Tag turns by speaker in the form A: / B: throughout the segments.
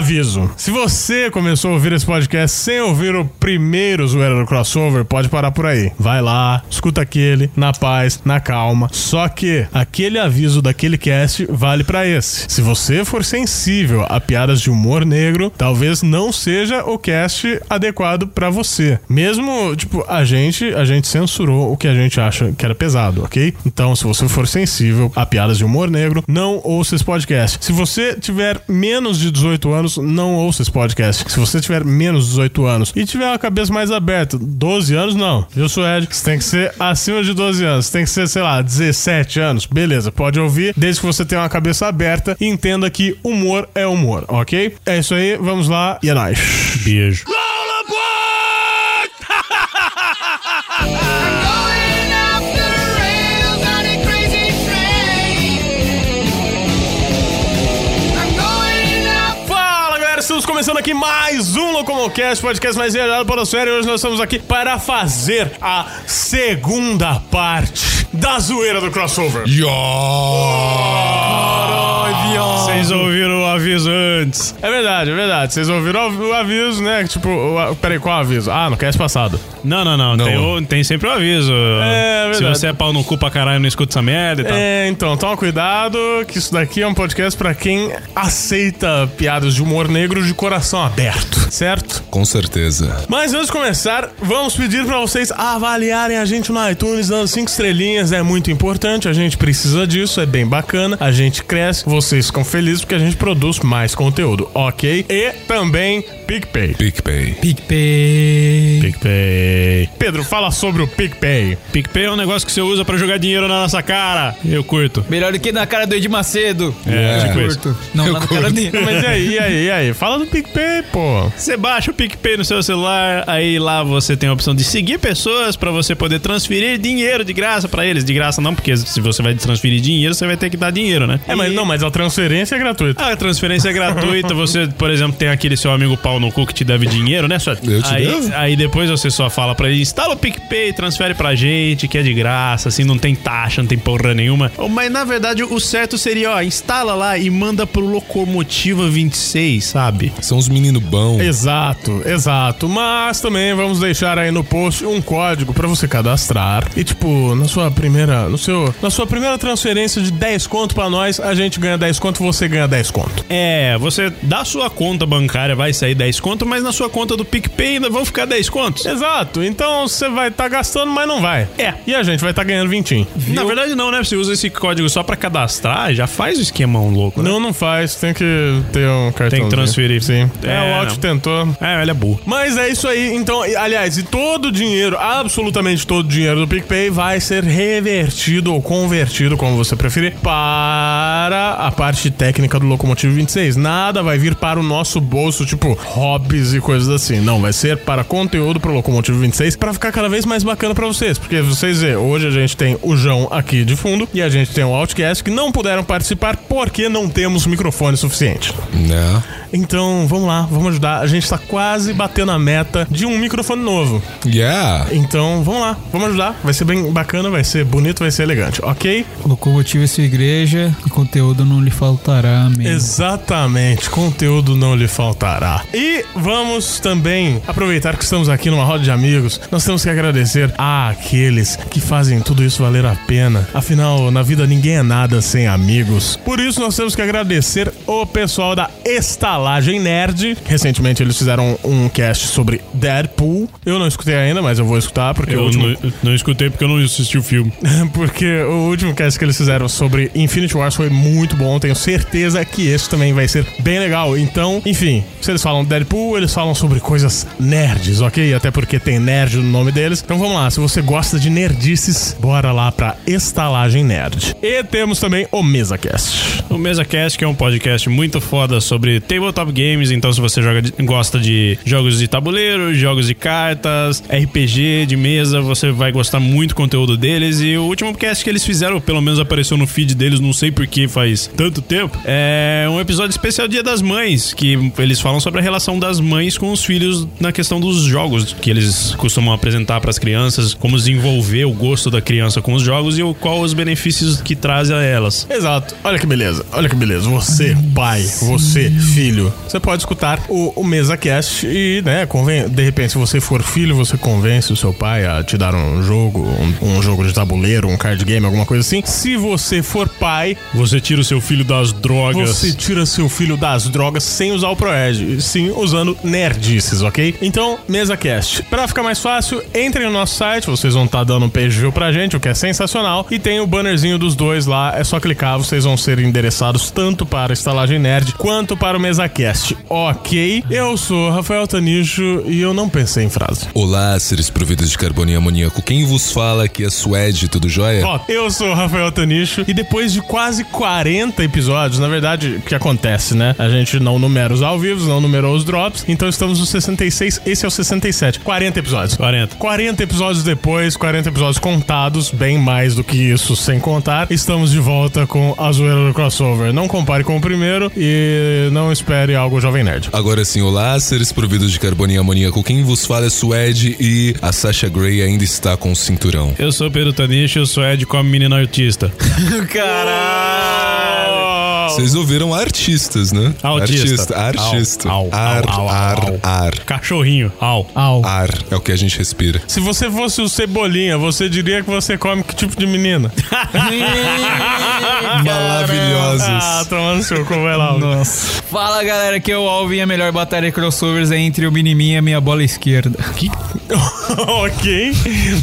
A: Aviso: se você começou a ouvir esse podcast sem ouvir o primeiro Zoeira do Crossover, pode parar por aí. Vai lá, escuta aquele, na paz, na calma. Só que aquele aviso daquele cast vale pra esse. Se você for sensível a piadas de humor negro, talvez não seja o cast adequado pra você. Mesmo, tipo, a gente, a gente censurou o que a gente acha que era pesado, ok? Então, se você for sensível a piadas de humor negro, não ouça esse podcast. Se você tiver menos de 18 anos, não ouça esse podcast. Se você tiver menos de 18 anos e tiver uma cabeça mais aberta, 12 anos, não. Eu sou Ed, você tem que ser acima de 12 anos, você tem que ser, sei lá, 17 anos. Beleza, pode ouvir, desde que você tenha uma cabeça aberta e entenda que humor é humor, ok? É isso aí, vamos lá e é nóis. Beijo.
B: Going off the rails on a crazy train. I'm going off.
A: Fala galera, estamos começando aqui mais um Locomocast, podcast mais viajado para a série. Hoje nós estamos aqui para fazer a segunda parte da zoeira do crossover. Vocês
C: Ah.
A: ouviram o aviso antes. É verdade, é verdade. Vocês ouviram o aviso, né? Tipo, o, a- peraí, qual aviso? Ah, no cast passado.
C: Não, não, não. Tem, o- tem sempre o aviso.
A: É,
C: Se
A: verdade.
C: você é pau no cu pra caralho, não escuta essa merda e tal.
A: É, então, toma cuidado, que isso daqui é um podcast pra quem aceita piadas de humor negro de coração aberto, certo?
D: Com certeza.
A: Mas antes de começar, vamos pedir pra vocês avaliarem a gente no iTunes, dando cinco estrelinhas, é muito importante, a gente precisa disso, é bem bacana, a gente cresce, vocês ficam felizes porque a gente produz mais conteúdo, ok? E também PicPay.
D: PicPay.
A: PicPay. Pedro, fala sobre o PicPay.
C: PicPay é um negócio que você usa pra jogar dinheiro na nossa cara. Eu curto.
E: Melhor do que na cara do Edir Macedo.
C: É, tipo isso.
E: Curto. Não, lá na cara dele. é.
A: Mas e aí, e aí, e aí? Fala do PicPay, pô.
C: Você baixa o PicPay no seu celular, aí lá você tem a opção de seguir pessoas pra você poder transferir dinheiro de graça pra eles. De graça não, porque se você vai transferir dinheiro, você vai ter que dar dinheiro, né?
A: É, mas não, mas a transferência é gratuita.
C: A transferência é gratuita, você, por exemplo, tem aquele seu amigo pau no cu que te deve dinheiro, né, Suéter?
D: Eu te
C: aí,
D: devo.
C: aí depois você só fala pra ele, instala o PicPay, transfere pra gente, que é de graça, assim, não tem taxa, não tem porra nenhuma. Oh, Mas, na verdade, o certo seria, ó, instala lá e manda pro Locomotiva 26, sabe?
D: São os meninos bons.
A: Exato, exato. Mas também vamos deixar aí no post um código pra você cadastrar. E tipo, na sua primeira, no seu, na sua primeira transferência de 10 conto pra nós, a gente ganha 10 conto, você ganha 10 conto.
C: É, você da sua conta bancária vai sair 10 conto, mas na sua conta do PicPay ainda vão ficar 10 contos.
A: Exato. Então você vai estar gastando, mas não vai.
C: É.
A: E a gente vai estar ganhando 20.
C: Na verdade não, né? Você usa esse código só pra cadastrar, já faz o esquemão louco, né?
A: Não, não faz, tem que ter um cartão.
C: transferir.
A: Sim. É,
C: É,
A: o Alt
C: não.
A: tentou.
C: É, ele é burro.
A: Mas é isso aí, então, e, aliás, e todo o dinheiro, absolutamente todo o dinheiro do PicPay vai ser revertido ou convertido, como você preferir, para a parte técnica do Locomotivo 26. Nada vai vir para o nosso bolso, tipo hobbies e coisas assim. Não, vai ser para conteúdo para o Locomotivo 26, para ficar cada vez mais bacana para vocês. Porque vocês vê, hoje a gente tem o João aqui de fundo e a gente tem o Outcast que não puderam participar porque não temos microfone suficiente.
D: Né?
A: Então, vamos lá, vamos ajudar. A gente tá quase batendo a meta de um microfone novo.
D: Yeah.
A: Então, vamos lá, vamos ajudar. Vai ser bem bacana, vai ser bonito, vai ser elegante, ok?
E: Locomotiva e sua igreja, e conteúdo não lhe faltará, amém.
A: Exatamente, conteúdo não lhe faltará. E vamos também aproveitar que estamos aqui numa roda de amigos. Nós temos que agradecer àqueles que fazem tudo isso valer a pena. Afinal, na vida ninguém é nada sem amigos. Por isso, nós temos que agradecer o pessoal da Estalagem Nerd. Recentemente, eles fizeram um cast sobre Deadpool. Eu não escutei ainda, mas eu vou escutar, porque é o último
C: escutei porque eu não assisti o filme.
A: porque o último cast que eles fizeram sobre Infinity Wars foi muito bom. Tenho certeza que esse também vai ser bem legal. Então, enfim, se eles falam Deadpool, eles falam sobre coisas nerds, ok? Até porque tem nerd no nome deles. Então vamos lá, se você gosta de nerdices, bora lá pra Estalagem Nerd. E temos também o MesaCast.
C: O MesaCast, que é um podcast muito foda sobre tabletop games, então se você joga de- gosta de de jogos de tabuleiro, jogos de cartas, RPG de mesa. Você vai gostar muito do conteúdo deles. E o último cast que eles fizeram, pelo menos apareceu no feed deles, não sei por que faz tanto tempo, é um episódio especial Dia das Mães, que eles falam sobre a relação das mães com os filhos na questão dos jogos que eles costumam apresentar para as crianças, como desenvolver o gosto da criança com os jogos e o- qual os benefícios que traz a elas.
A: Exato. Olha que beleza. Olha que beleza. Você, pai, você, filho, você pode escutar o, o MesaCast e, né, conven de repente, se você for filho, você convence o seu pai a te dar um jogo, um, um jogo de tabuleiro, um card game, alguma coisa assim. Se você for pai,
C: Você tira o seu filho das drogas.
A: você tira seu filho das drogas sem usar o Proed, e sim usando nerdices, ok? Então, MesaCast. Pra ficar mais fácil, entrem no nosso site, vocês vão estar dando um page view pra gente, o que é sensacional, e tem o bannerzinho dos dois lá, é só clicar, vocês vão ser endereçados tanto para a Estalagem Nerd quanto para o MesaCast, ok? Eu sou Rafael Tanicho e eu não pensei em frase.
D: Olá, seres providos de carbono e amoníaco. Quem vos fala aqui é Suede, tudo jóia?
A: Ó, eu sou o Rafael Tanicho e depois de quase 40 episódios, na verdade, o que acontece, né? A gente não numera os ao vivo, não numerou os drops, então estamos no 66, esse é o 67. 40 episódios.
C: 40.
A: 40 episódios depois, 40 episódios contados, bem mais do que isso sem contar, estamos de volta com a zoeira do crossover. Não compare com o primeiro e não espere algo Jovem Nerd.
D: Agora sim, olá, seres providos de carbono e amoníaco. Quem vos fala é Suede e a Sasha Grey ainda está com o cinturão.
C: Eu sou Pedro Taniche, eu sou Ed como menina autista.
D: Vocês ouviram artistas, né? Artista.
C: Autista.
D: Artista.
C: Au, au,
D: ar,
C: au, au,
D: ar,
C: au.
D: ar.
C: Cachorrinho. Au.
E: Au.
D: Ar é o que a gente respira.
A: Se você fosse o Cebolinha, você diria que você come que tipo de menina? Ah,
D: Maravilhosos.
A: tomando seu cu, vai lá. Hugo.
E: Nossa. Fala galera, aqui é o Alvin, a melhor batalha de crossovers é entre o Minimin e a minha bola esquerda.
A: ok,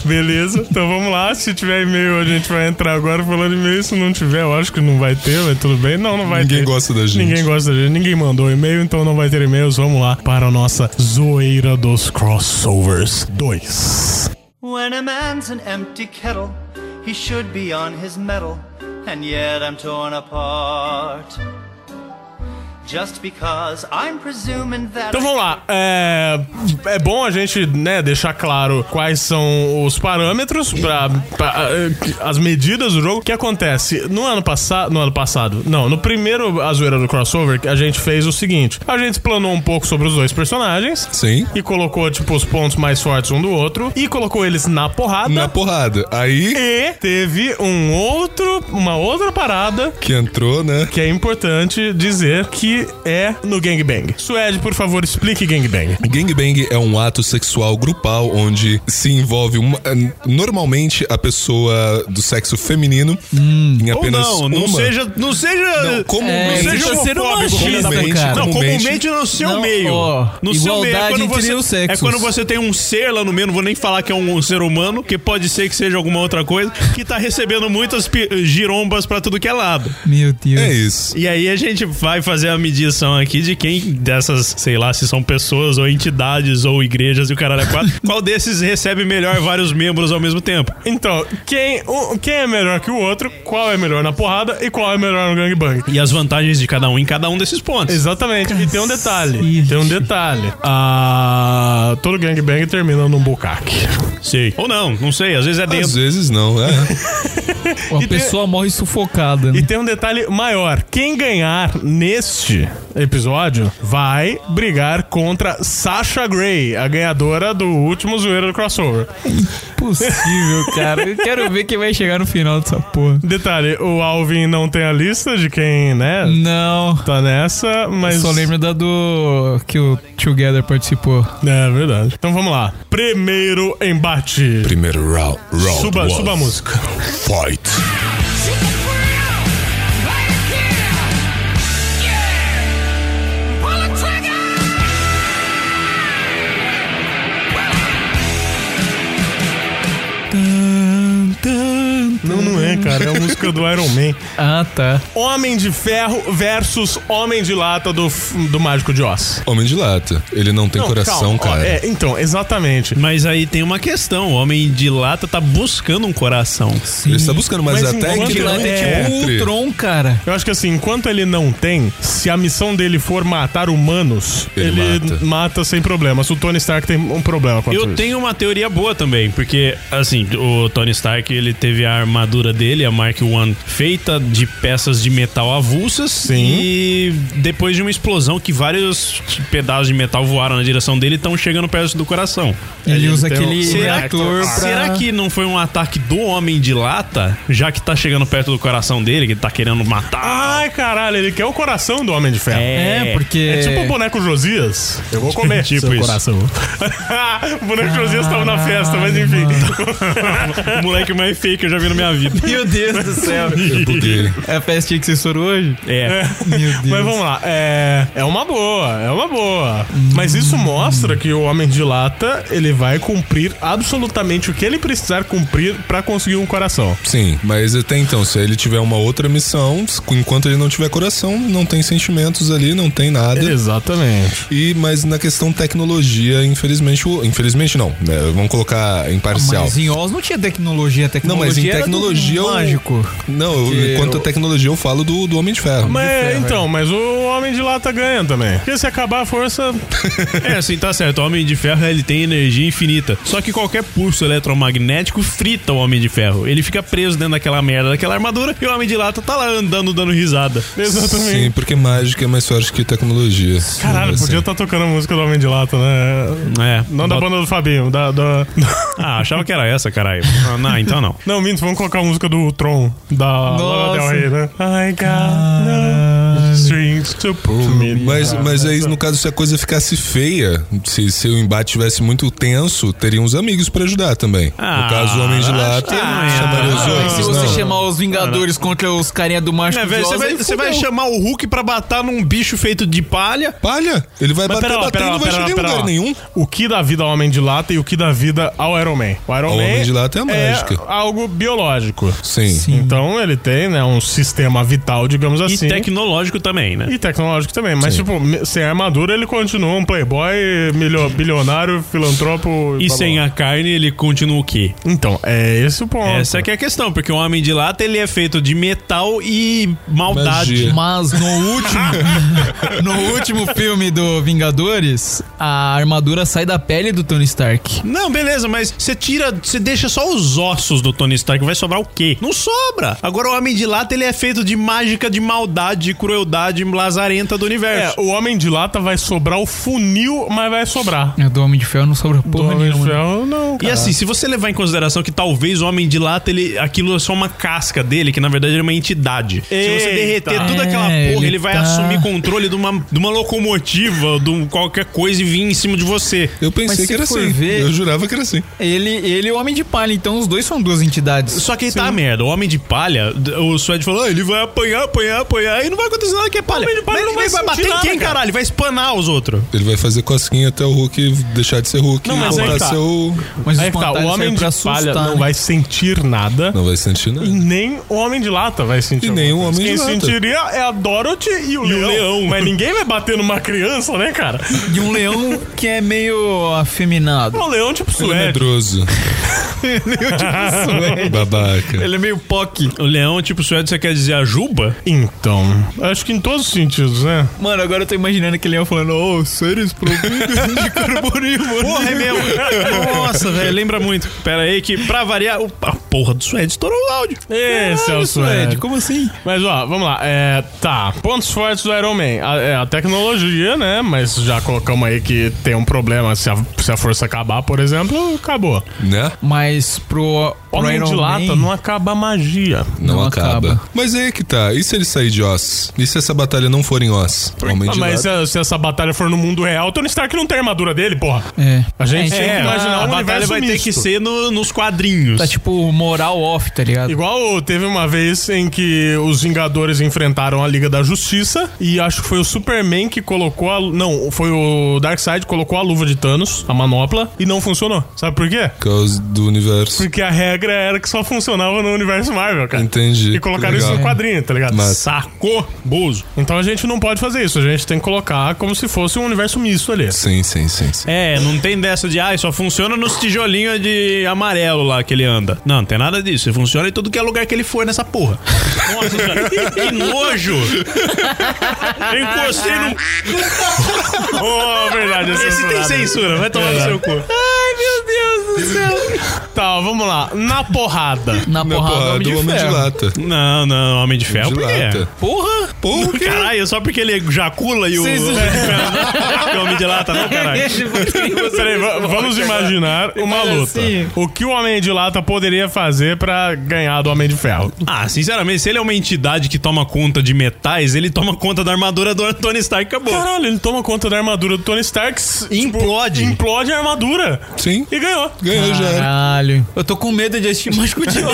A: beleza. Então vamos lá. Se tiver e-mail, a gente vai entrar agora falando e-mail. Se não tiver, eu acho que não vai ter, mas tudo bem. Não, não vai
D: Ninguém
A: ter.
D: gosta da gente.
A: Ninguém gosta da gente. Ninguém mandou e-mail, então não vai ter e-mails. Vamos lá para a nossa zoeira dos crossovers 2.
F: When a man's an empty kettle, he should be on his mettle, and yet I'm torn apart. Just because I'm presuming that.
A: Então vamos lá. É, é bom a gente né, deixar claro quais são os parâmetros para as medidas do jogo. O que acontece? No ano passado. No ano passado. Não, no primeiro A Zoeira do Crossover, a gente fez o seguinte: a gente planou um pouco sobre os dois personagens.
D: Sim.
A: E colocou, tipo, os pontos mais fortes um do outro. E colocou eles na porrada.
D: Na porrada. Aí
A: E teve um outro. Uma outra parada
D: que entrou, né?
A: que é importante dizer que é no gangbang. Suede, por favor, explique gangbang.
D: Gangbang é um ato sexual grupal onde se envolve uma- eh, normalmente a pessoa do sexo feminino em
C: Ou
D: apenas
C: não, não
D: uma.
C: seja. Não seja.
D: Não, como
E: É,
D: não
E: seja
C: homofóbico,
E: sendo machista,
D: comumente,
E: cara.
C: Não,
D: comumente.
C: comumente no seu
E: Não,
C: meio.
E: ó,
C: no seu meio é
E: igualdade
C: quando,
E: entre
C: você,
E: os
C: é
E: sexos.
C: quando você tem um ser lá no meio, não vou nem falar que é um ser humano, que pode ser que seja alguma outra coisa, que tá recebendo muitas pi- girombas pra tudo que é lado.
E: Meu Deus.
D: É isso.
C: E aí a gente vai fazer a medição aqui de quem dessas, sei lá, se são pessoas ou entidades ou igrejas e o caralho é quatro, qual desses recebe melhor vários membros ao mesmo tempo?
A: Então, quem, o- quem é melhor que o outro, qual é melhor na porrada e qual é melhor no gangbang.
C: E as vantagens de cada um em cada um desses pontos.
A: Exatamente. E tem um detalhe.
E: Cacete.
A: Tem um detalhe. Ah, todo gangbang termina num bucaque.
C: Sei. Ou não, não sei, às vezes é dentro.
D: Às vezes não, é.
E: A pessoa morre sufocada.
A: E
E: Né?
A: tem um detalhe maior. Quem ganhar neste episódio vai brigar contra Sasha Grey, a ganhadora do último zoeira do crossover.
E: Impossível, cara. Eu quero ver quem vai chegar no final dessa porra.
A: Detalhe, o Alvin não tem a lista de quem, né?
E: Não.
A: Tá nessa, mas.
E: Hum. Eu só lembro da do. que o Together participou.
A: É verdade. Então vamos lá. Primeiro embate.
D: Primeiro round. round
A: Suba,
D: one.
A: suba a música.
D: Fight.
A: Não, não é, cara. É um música do Iron Man.
E: Ah, tá.
A: Homem de Ferro versus Homem de Lata do, f- do Mágico de Oz.
D: Homem de lata. Ele não tem
A: Não,
D: coração,
A: calma, ó,
D: cara.
A: é, então, exatamente.
C: Mas aí tem uma questão: o homem de lata tá buscando um coração.
D: Ele está buscando, mas,
A: Mas
D: até
A: enquanto
D: que
A: ele
D: não
A: é
E: É tipo
D: entre.
E: Ultron, cara.
A: Eu acho que assim, enquanto ele não tem, se a missão dele for matar humanos, ele,
D: Ele
A: mata.
D: mata.
A: sem problemas. O Tony Stark tem um problema com
C: Eu
A: isso.
C: tenho uma teoria boa também, porque, assim, o Tony Stark, ele teve a armadura dele, a Mark I, feita de peças de metal avulsas.
A: Sim.
C: E depois de uma explosão que vários pedaços de metal voaram na direção dele e estão chegando perto do coração.
E: Ele usa
A: tem
E: aquele
A: um-
C: Será, que-
E: reator pra...
C: será que não foi um ataque do Homem de Lata, já que tá chegando perto do coração dele, que ele tá querendo matar?
A: Ai, caralho, ele quer o coração do Homem de Ferro.
E: É, porque...
A: É tipo o boneco Josias. Eu vou comer
C: Tipo isso.
A: coração. o boneco Josias tava na festa, mas enfim.
C: o moleque mais feio que eu já vi na minha vida.
E: Meu Deus do céu.
D: Eu buguei.
E: É a festinha que vocês foram hoje?
C: É.
E: Meu Deus.
A: Mas vamos lá, é, é uma boa, é uma boa. Mas isso mostra que o Homem de Lata, ele vai cumprir absolutamente o que ele precisar cumprir pra conseguir um coração.
D: Sim, mas até então, se ele tiver uma outra missão, enquanto ele não tiver coração, não tem sentimentos ali, não tem nada.
A: Exatamente.
D: E mas na questão tecnologia, infelizmente, o- infelizmente não, né? Vamos colocar imparcial.
E: Mas em Oz não tinha tecnologia.
D: Não,
E: tecnologia é um
D: mas em
E: era do
D: tecnologia eu-
E: Mágico.
D: Não, eu-
E: Que
D: quanto
E: eu-
D: a tecnologia eu falo do, do Homem de Ferro.
A: Mas, então, mas o Homem de Lata ganha também. Porque se acabar a força,
C: É, assim, tá certo. O Homem de Ferro, ele tem energia infinita. Só que qualquer pulso eletromagnético frita o Homem de Ferro. Ele fica preso dentro daquela merda, daquela armadura, e o Homem de Lata tá lá andando, dando risada.
A: exatamente.
D: Sim, porque mágica é mais forte que tecnologia.
A: Caralho,
D: Assim.
A: podia estar tocando a música do Homem de Lata, né?
C: É.
A: Não da
C: bota-
A: banda do Fabinho, da. da...
C: Ah, achava que era essa, caralho. Ah, não, então não.
A: Não, minto, vamos colocar a música do Tron, da Lana Del
E: Nossa.
A: Rey, né? I got no strings to pull me
D: Mas,
A: down.
D: mas aí, no caso, se a coisa ficasse feia, se, se o embate tivesse muito tenso, teriam os amigos pra ajudar também.
C: Ah,
D: no caso, o Homem de
C: acho
D: Lata
C: que não é.
D: chamaria os
C: Ah,
E: Mas
D: outros.
E: se você
D: não.
E: chamar os Vingadores contra os carinha do Mágico
C: É,
E: de
C: velho,
E: Oz,
C: você vai,
E: aí
C: você vai
E: fudeu.
C: chamar o Hulk pra batar num bicho feito de palha?
D: Palha! Ele vai
A: Mas
D: bater,
A: pera lá,
D: bater
A: pera
D: e
A: lá,
D: não vai
A: pera lá,
D: chegar em
A: pera
D: lugar
A: lá.
D: nenhum.
A: O que dá vida ao Homem de Lata e o que dá vida ao Iron Man. O Iron
D: Ao
A: Man
D: Homem de Lata é a mágica.
A: algo biológico.
D: Sim.
A: Então ele tem, né, um sistema vital, digamos
C: E
A: assim.
C: tecnológico também, né?
A: E tecnológico também, mas tipo, me- sem armadura ele continua um playboy, milho- bilionário, filantropo.
C: E sem a carne, ele continua o quê?
A: Então, é esse o ponto.
C: Essa que é a questão, porque o Homem de Lata, ele é feito de metal e maldade.
D: Magia.
E: Mas no último, no último filme do Vingadores, a armadura sai da pele do Tony Stark.
C: Não, beleza, mas você tira, você deixa só os ossos do Tony Stark, vai sobrar o quê? Não sobra! Agora o Homem de Lata, ele é feito de mágica, de maldade, de crueldade lazarenta do
A: É,
C: universo.
A: o Homem de Lata vai sobrar o funil, mas vai sobrar.
E: É do Homem de Ferro não sobra
A: Do
E: porra
A: Homem de
E: nenhuma. né?
A: Ferro, não.
C: E assim, se você levar em consideração que talvez o Homem de Lata, ele, aquilo é só uma casca dele, que na verdade é uma entidade. Se você
A: Eita.
C: derreter toda aquela
E: É,
C: porra, ele,
E: ele
C: vai
E: tá-
C: assumir controle de uma, de uma locomotiva, de um qualquer coisa e vir em cima de você.
D: Eu pensei
E: Mas
D: que
E: se
D: era
E: for
D: assim.
E: ver-
D: Eu jurava que era assim.
E: Ele, ele é o Homem de Palha, então os dois são duas entidades.
C: Só que aí tá a merda. O Homem de Palha, d- o Suede falou, ah, ele vai apanhar, apanhar, apanhar, e não vai acontecer nada que é palha.
A: Homem de Palha
C: Mas
A: não
C: ele
A: vai sentir nada,
C: quem,
A: cara?
C: caralho? Vai espanar os outros.
D: Ele vai fazer cosquinha até o Hulk deixar de ser Hulk
A: Não,
D: e
A: mas aí
D: voltar a
A: tá.
D: ser o.
E: Mas
A: Aí
E: os
A: que tá, o
E: pantalhos
A: Homem
E: servem
A: de
E: pra é assustar,
A: Palha não
E: né?
A: vai sentir nada.
D: Não vai sentir nada.
A: E nem o Homem de Lata vai sentir.
D: E
A: alguma
D: nem o
A: coisa.
D: Homem de
A: Quem
D: Lata.
A: sentiria é a Dorothy e o,
C: E o
A: leão.
C: Leão.
A: Mas ninguém vai bater numa criança, né, cara?
E: De um leão que é meio afeminado.
A: O leão, tipo,
D: Ele é
A: suede.
D: medroso. Babaca.
E: Ele é meio POC.
C: O leão, tipo o Suede, você quer dizer a Juba?
A: Então, acho que em todos os sentidos, né?
E: Mano, agora eu tô imaginando aquele leão falando, ô, seres providos de carbonífero.
C: Porra, é meu. Nossa, velho, lembra muito. Pera aí que, pra variar, o- a porra do Suede estourou o áudio.
A: Esse é o
E: Caralho,
A: suede.
E: Suede, como assim?
A: Mas ó, vamos lá. É, tá, pontos fortes do Iron Man. A, é, a tecnologia, né? Mas já colocamos aí que tem um problema. Se a, se a força acabar, por exemplo, acabou.
D: Né?
E: Mas pro, pro
A: Homem
E: Iron
A: de lata
E: Man,
A: não acaba a magia.
D: Não,
E: Não
D: acaba.
E: acaba.
D: Mas aí que tá. E se ele sair de Oz? E se essa batalha não for em Oz? Homem
A: Ah,
D: de
A: mas se,
D: lata.
A: a- se essa batalha for no mundo real, Tony Stark não tem armadura dele, porra.
E: É.
A: A gente tem
C: É,
A: que imaginar
C: a
A: um
C: batalha
A: universo
C: vai ter
A: misto.
C: que ser no- nos quadrinhos.
E: Tá tipo moral off, tá ligado?
A: Igual teve uma vez em que os Vingadores enfrentaram a Liga da Justiça e acho que foi o Superman que colocou a. Não, foi o Darkseid que colocou a luva de Thanos, a manopla, e não funcionou. Sabe por quê?
D: Por causa do universo.
A: Porque a regra era que só funcionava no universo Marvel, cara.
D: Entendi.
A: E colocaram
D: Legal.
A: isso no quadrinho, tá ligado?
D: Mas-
A: Sacou? Bozo. Então a gente não pode fazer isso. A gente tem que colocar como se fosse um universo misto ali.
D: Sim, sim, sim. sim.
C: É, não tem dessa de, ah, só funciona nos tijolinhos de amarelo lá que ele anda. Não, não tem nada disso. Ele funciona em tudo que é lugar que ele for nessa porra. Nossa senhora, que nojo! Eu encostei no.
A: Oh, verdade. é
C: Esse tem É.
A: censurado.
C: censura, vai tomar no seu cu.
A: Tá, vamos lá. Na É porrada.
E: Na
D: Na
E: porrada,
D: porrada,
E: homem de
D: o Homem de
E: ferro.
D: Lata.
C: Não, não, homem de
A: É
C: ferro.
D: De
C: por quê?
D: lata.
E: Porra!
D: Por quê?
C: Caralho, só porque ele jacula e o.
E: Sim, sim.
C: Que homem de lata, não, caralho.
A: Peraí, va- vamos imaginar uma
E: Olha
A: luta.
E: assim.
A: O que o Homem de Lata poderia fazer pra ganhar do Homem de Ferro?
C: Ah, sinceramente, se ele é uma entidade que toma conta de metais, ele toma conta da armadura do Tony Stark, acabou.
A: Caralho, ele toma conta da armadura do Tony Stark, tipo,
C: Implode.
A: implode a armadura
D: Sim.
A: e ganhou.
D: Ganhou já era.
E: Caralho. Eu tô com medo de assistir mais com o Diogo.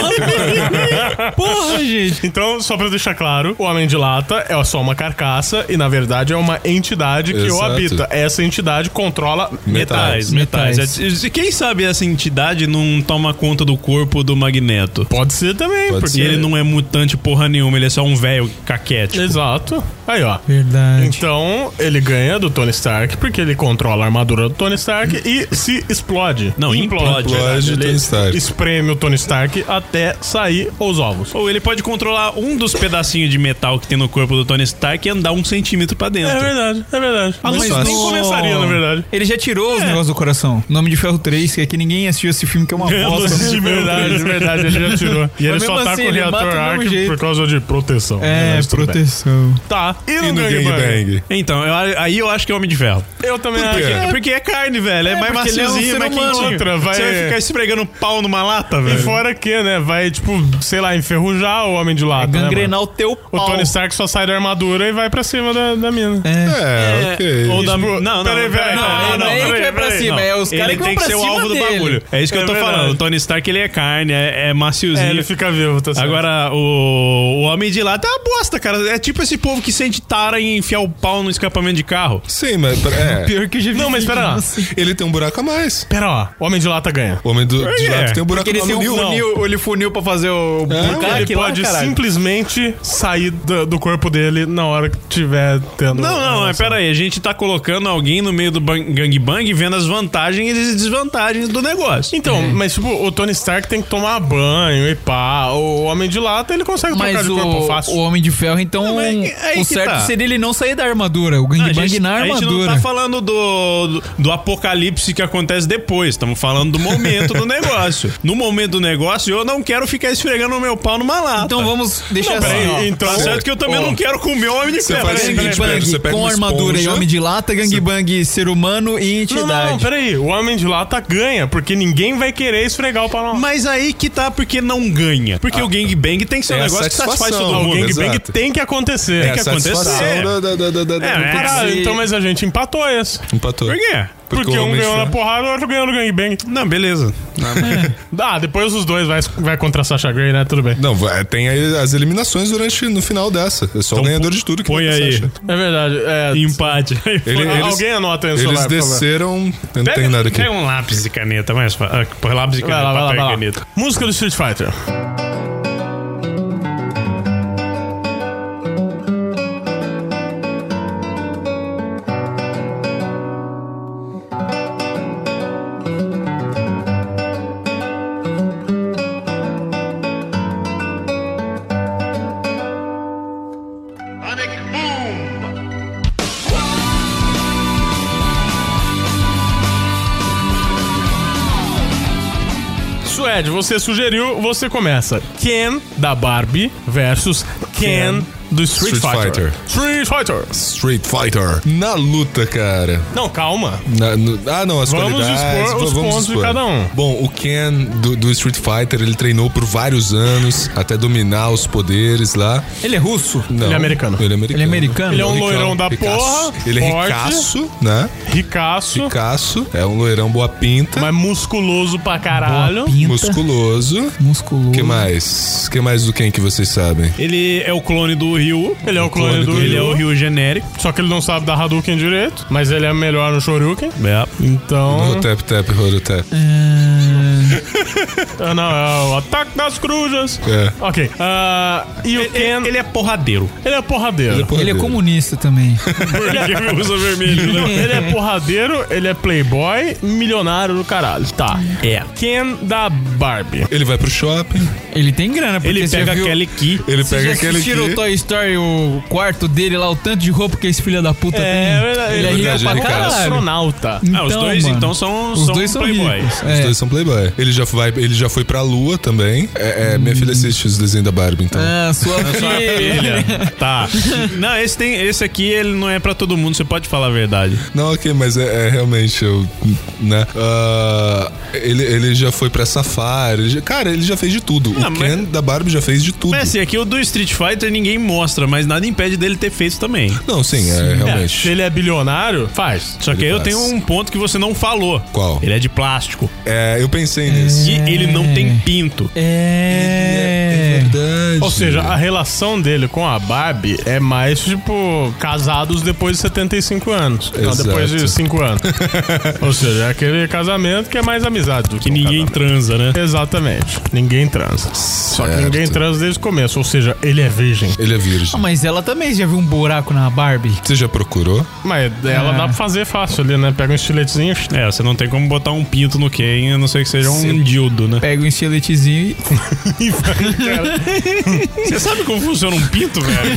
E: Porra, gente.
A: Então, só pra deixar claro, o Homem de Lata é só uma carcaça e, na verdade, é uma entidade que o
D: Exato.
A: habita. Essa entidade controla
C: Metais,
D: Metais.
C: metais.
E: Metais.
C: É, Quem sabe essa entidade não toma conta do corpo do Magneto?
A: Pode ser também,
D: Pode
A: porque
D: ser.
C: E
A: ele
C: ele não é mutante porra nenhuma, ele é só um velho
A: não.
C: caquete.
A: Exato. Aí, ó.
E: Verdade.
A: Então, ele ganha do Tony Stark porque ele controla a armadura do Tony Stark e se explode.
C: Não, implode.
D: Explode o
A: Ele
D: Tony Stark.
A: Espreme o Tony Stark até sair os ovos.
C: Ou ele pode controlar um dos pedacinhos de metal que tem no corpo do Tony Stark e andar um centímetro pra dentro.
A: É verdade, é verdade. A luz nem
D: fácil.
A: começaria, na verdade.
E: Ele já tirou os negócios do coração. Nome de Ferro 3, que é que ninguém assistiu esse filme, que é uma bosta. É,
A: Luz de
E: né?
A: verdade, né? de verdade, ele já tirou. E ele
E: mesmo
A: só tá
E: assim,
A: com o
E: ele mata
A: reator
E: do mesmo
A: arco
E: jeito.
A: por causa de proteção. né?
E: É,
A: Mas tudo bem.
E: proteção.
A: Tá. E no,
D: E no
A: Gang Bang?
D: Gangbang.
C: Então, eu- aí eu acho que é Homem de Ferro.
A: Eu também acho.
D: quê?
A: que-
D: É.
C: porque é carne, velho. É, mais
E: porque ele é um
C: maciozinho,
E: ser
C: mais
E: humano.
C: quentinho.
A: Outra, vai-
C: Você vai ficar esfregando pau numa lata,
A: E
C: velho.
A: fora que, né? Vai, tipo, sei lá, enferrujar o Homem de Lata. né, mano?
E: Gangrenar o teu
A: O
E: É pau.
A: Tony Stark só sai da armadura e vai pra cima da, da mina.
D: É, ok.
C: Ou da...
A: Tipo,
C: Não, não,
A: peraí,
C: peraí,
A: peraí,
E: não, não, não, não,
C: peraí,
E: pra
C: peraí,
E: cima,
C: não.
E: é os caras
C: Ele
E: que
C: tem
E: vão
C: que ser
E: pra
C: o
E: cima
C: alvo do
E: dele.
C: bagulho. É isso que
A: É
C: eu tô
A: verdade.
C: falando. O Tony Stark, ele é carne, é, assim, é
A: É,
C: maciozinho.
A: ele fica vivo, tá certo.
C: Agora, o, o homem de lata é uma bosta, cara. É tipo esse povo que sente tara em enfiar o pau no escapamento de carro.
D: Sim, mas. pera- É.
E: Pior que eu já vi.
A: Não, mas pera lá.
D: Ele tem um buraco a mais.
A: Pera ó, o Homem de Lata ganha.
D: O homem do, de
A: é.
D: lata tem um buraco
E: Porque ele
D: no
E: se
D: nil.
E: funil, ele funil pra fazer o...
D: É,
E: Ah,
D: ué.
E: que
A: Ele
E: lá,
A: pode
E: caralho.
A: simplesmente sair do, do corpo dele na hora que tiver tendo.
C: Não, não, mas pera aí. A gente tá colocando alguém no meio do ban- gangbang vendo as vantagens e desvantagens do negócio. Uhum.
A: Então, mas tipo, o Tony Stark tem que tomar banho e pá. O Homem de Lata ele consegue trocar
E: Mas
A: de
E: o,
A: corpo fácil.
E: o Homem de Ferro, então,
C: mas é aí que
E: o certo
C: tá.
E: seria ele não sair da armadura. O
C: Não, a
E: gangbang
C: gente,
E: na
C: a gente
E: armadura.
C: não tá falando do, do, do apocalipse que acontece depois. Estamos falando do momento do negócio. No momento do negócio, eu não quero ficar esfregando o meu pau numa lata.
E: Então vamos deixar
C: Não, peraí,
E: assim, ó.
C: então, tá
D: Você-
C: certo que eu também
D: ó,
C: não quero comer o homem de
D: você
C: ferro.
D: faz o
C: Peraí,
D: seguinte,
C: peraí, peraí.
D: pega- você pega
E: com
D: uma
E: armadura e
D: esponja-
E: homem de lata, gangbang ser humano e
A: Não, não, não,
E: entidade.
A: peraí. O Homem de Lata ganha, porque ninguém vai querer esfregar o pau na
C: Mas aí que tá porque não ganha. Porque o gangbang tem que ser um
D: É a
C: negócio que satisfaz
D: satisfação.
C: todo
A: O
C: mundo.
A: Gang Bang
D: exato.
A: tem que acontecer.
D: É
A: Tem
D: a
A: que acontecer.
D: satisfação da, da, da, da, da,
C: É,
D: do-
C: é.
A: Caralho,
E: Esse-
A: então, mas a gente empatou esse.
D: Empatou.
C: Por quê?
A: Porque,
D: o
A: um
D: homem de
A: ganhou na
D: ferro-
A: porrada e o outro ganhou no gangbang.
C: Não, beleza.
A: Ah, depois os dois vai, vai contra a Sasha Grey, né? Tudo bem.
D: Não, vai- tem aí as eliminações durante no final dessa. É
A: Então
D: só o ganhador de tudo que
C: põe
D: vai pra
C: aí.
D: Sasha.
A: É verdade. É,
C: Empate.
D: Ele-
A: Ah,
D: um eles-
A: Alguém anota aí no
D: Eles
A: celular, por favor.
D: desceram. Eu não tenho nada aqui.
C: Pega um lápis e caneta, mais fácil. Ah, Põe lápis e
A: Vai
C: caneta,
A: lá, vai lá,
C: papel e
A: vai lá.
C: caneta.
A: Música do Street Fighter.
B: Sonic Boom!
A: Suede, você sugeriu, você começa. Ken da Barbie versus Ken, do Street,
D: Street
A: Fighter.
D: Fighter.
A: Street Fighter.
D: Street Fighter. Na luta, cara.
A: Não, calma.
D: Na- no- ah, não, as
A: Vamos
D: qualidades.
A: expor os pontos de cada um.
D: Bom, o Ken do, do Street Fighter, ele treinou por vários anos até dominar os poderes lá.
E: Ele é russo?
D: Não,
A: Ele é americano.
D: Ele é americano.
E: Ele é americano?
A: Ele é um
D: Ricão,
A: loirão da
D: ricaço.
A: porra,
D: Ele é
A: forte. Hum.
D: ricaço, né?
A: Ricaço,
D: Ricaço. É um loirão boa pinta,
A: mas musculoso pra caralho.
E: Pinta,
D: musculoso.
E: musculoso.
A: Hum.
D: que mais? que mais do Ken que vocês sabem?
C: Ele é o clone do Ryu.
A: Ele é o clone,
D: clone
A: do,
D: do
A: Ryu.
C: Ele é o Ryu genérico.
A: Só que ele não sabe dar Hadouken direito, mas ele é melhor no Shoryuken.
C: É.
A: Então.
D: Rotep, tep, horotep.
E: Ah,
A: Ah, não, é o Ataque das Crujas.
D: É.
A: Ok. Ah, e o Ken,
C: Ele, ele é porradeiro.
A: ele é porradeiro.
E: Ele é comunista também.
C: Ele é usa vermelho, né?
A: Ele é porradeiro, ele é playboy, milionário do caralho. Tá.
C: É.
A: Ken da Barbie.
D: Ele vai pro shopping,
E: Ele tem grana, porque
C: Ele
E: você
C: pega
E: já viu...
C: aquele que
D: ele
E: Você
D: pega
E: já
D: aquele
E: assistiram
D: que...
E: o Toy Story, o quarto dele lá, o tanto de roupa que esse filho da puta tem?
A: ele,
E: rico
A: é
D: verdade, ele
A: pra
D: cara.
A: caralho. astronauta.
E: Então,
C: É, Ah, os dois
E: mano,
C: então são,
E: Os
C: são
E: dois são
C: playboys.
E: ricos.
D: Os
E: É.
D: dois são playboy. Ele já, vai, ele já foi pra lua também. É, é, minha filha assiste os desenhos da Barbie, então.
E: Ah, sua filha.
C: É Filha. Tá. Não, esse, tem, esse aqui ele não é pra todo mundo, você pode falar a verdade.
D: Não, ok, mas é, é realmente eu. Né? Ah, ele, ele já foi pra safari. ele já- cara, ele já fez de tudo.
C: Ah,
D: o
C: mas-
D: Ken da Barbie já fez de tudo.
C: Mas assim, aqui o do Street Fighter ninguém mostra, mas nada impede dele ter feito também.
D: Não, sim, é
A: É, se
D: realmente.
A: ele é bilionário, faz.
C: Só que
D: Ele
C: aí eu
D: faz.
C: tenho um ponto que você não falou.
D: Qual?
C: Ele é de plástico.
D: É, eu pensei nisso.
C: E ele não tem pinto.
E: É.
D: verdade.
A: Ou seja, a relação dele com a Barbie é mais tipo casados depois de 75 anos. Não,
D: Exato.
A: depois de 5 anos. Ou seja, é aquele casamento que é mais amizade do que,
C: Que
A: um
C: ninguém
A: casamento.
C: transa, né?
A: Exatamente. Ninguém transa. Só que
D: Certo.
A: ninguém transa desde o começo. Ou seja, ele é virgem.
D: Ele é virgem.
E: Ah, Mas ela também já viu um buraco na Barbie.
D: Você já procurou?
A: Mas ela
E: É.
A: dá pra fazer fácil ali, né? Pega um estiletezinho.
C: É, você não tem como botar um pinto no Ken, a não ser que seja um dildo, né?
E: Pega um estiletezinho e.
C: Você sabe como funciona um pinto, velho?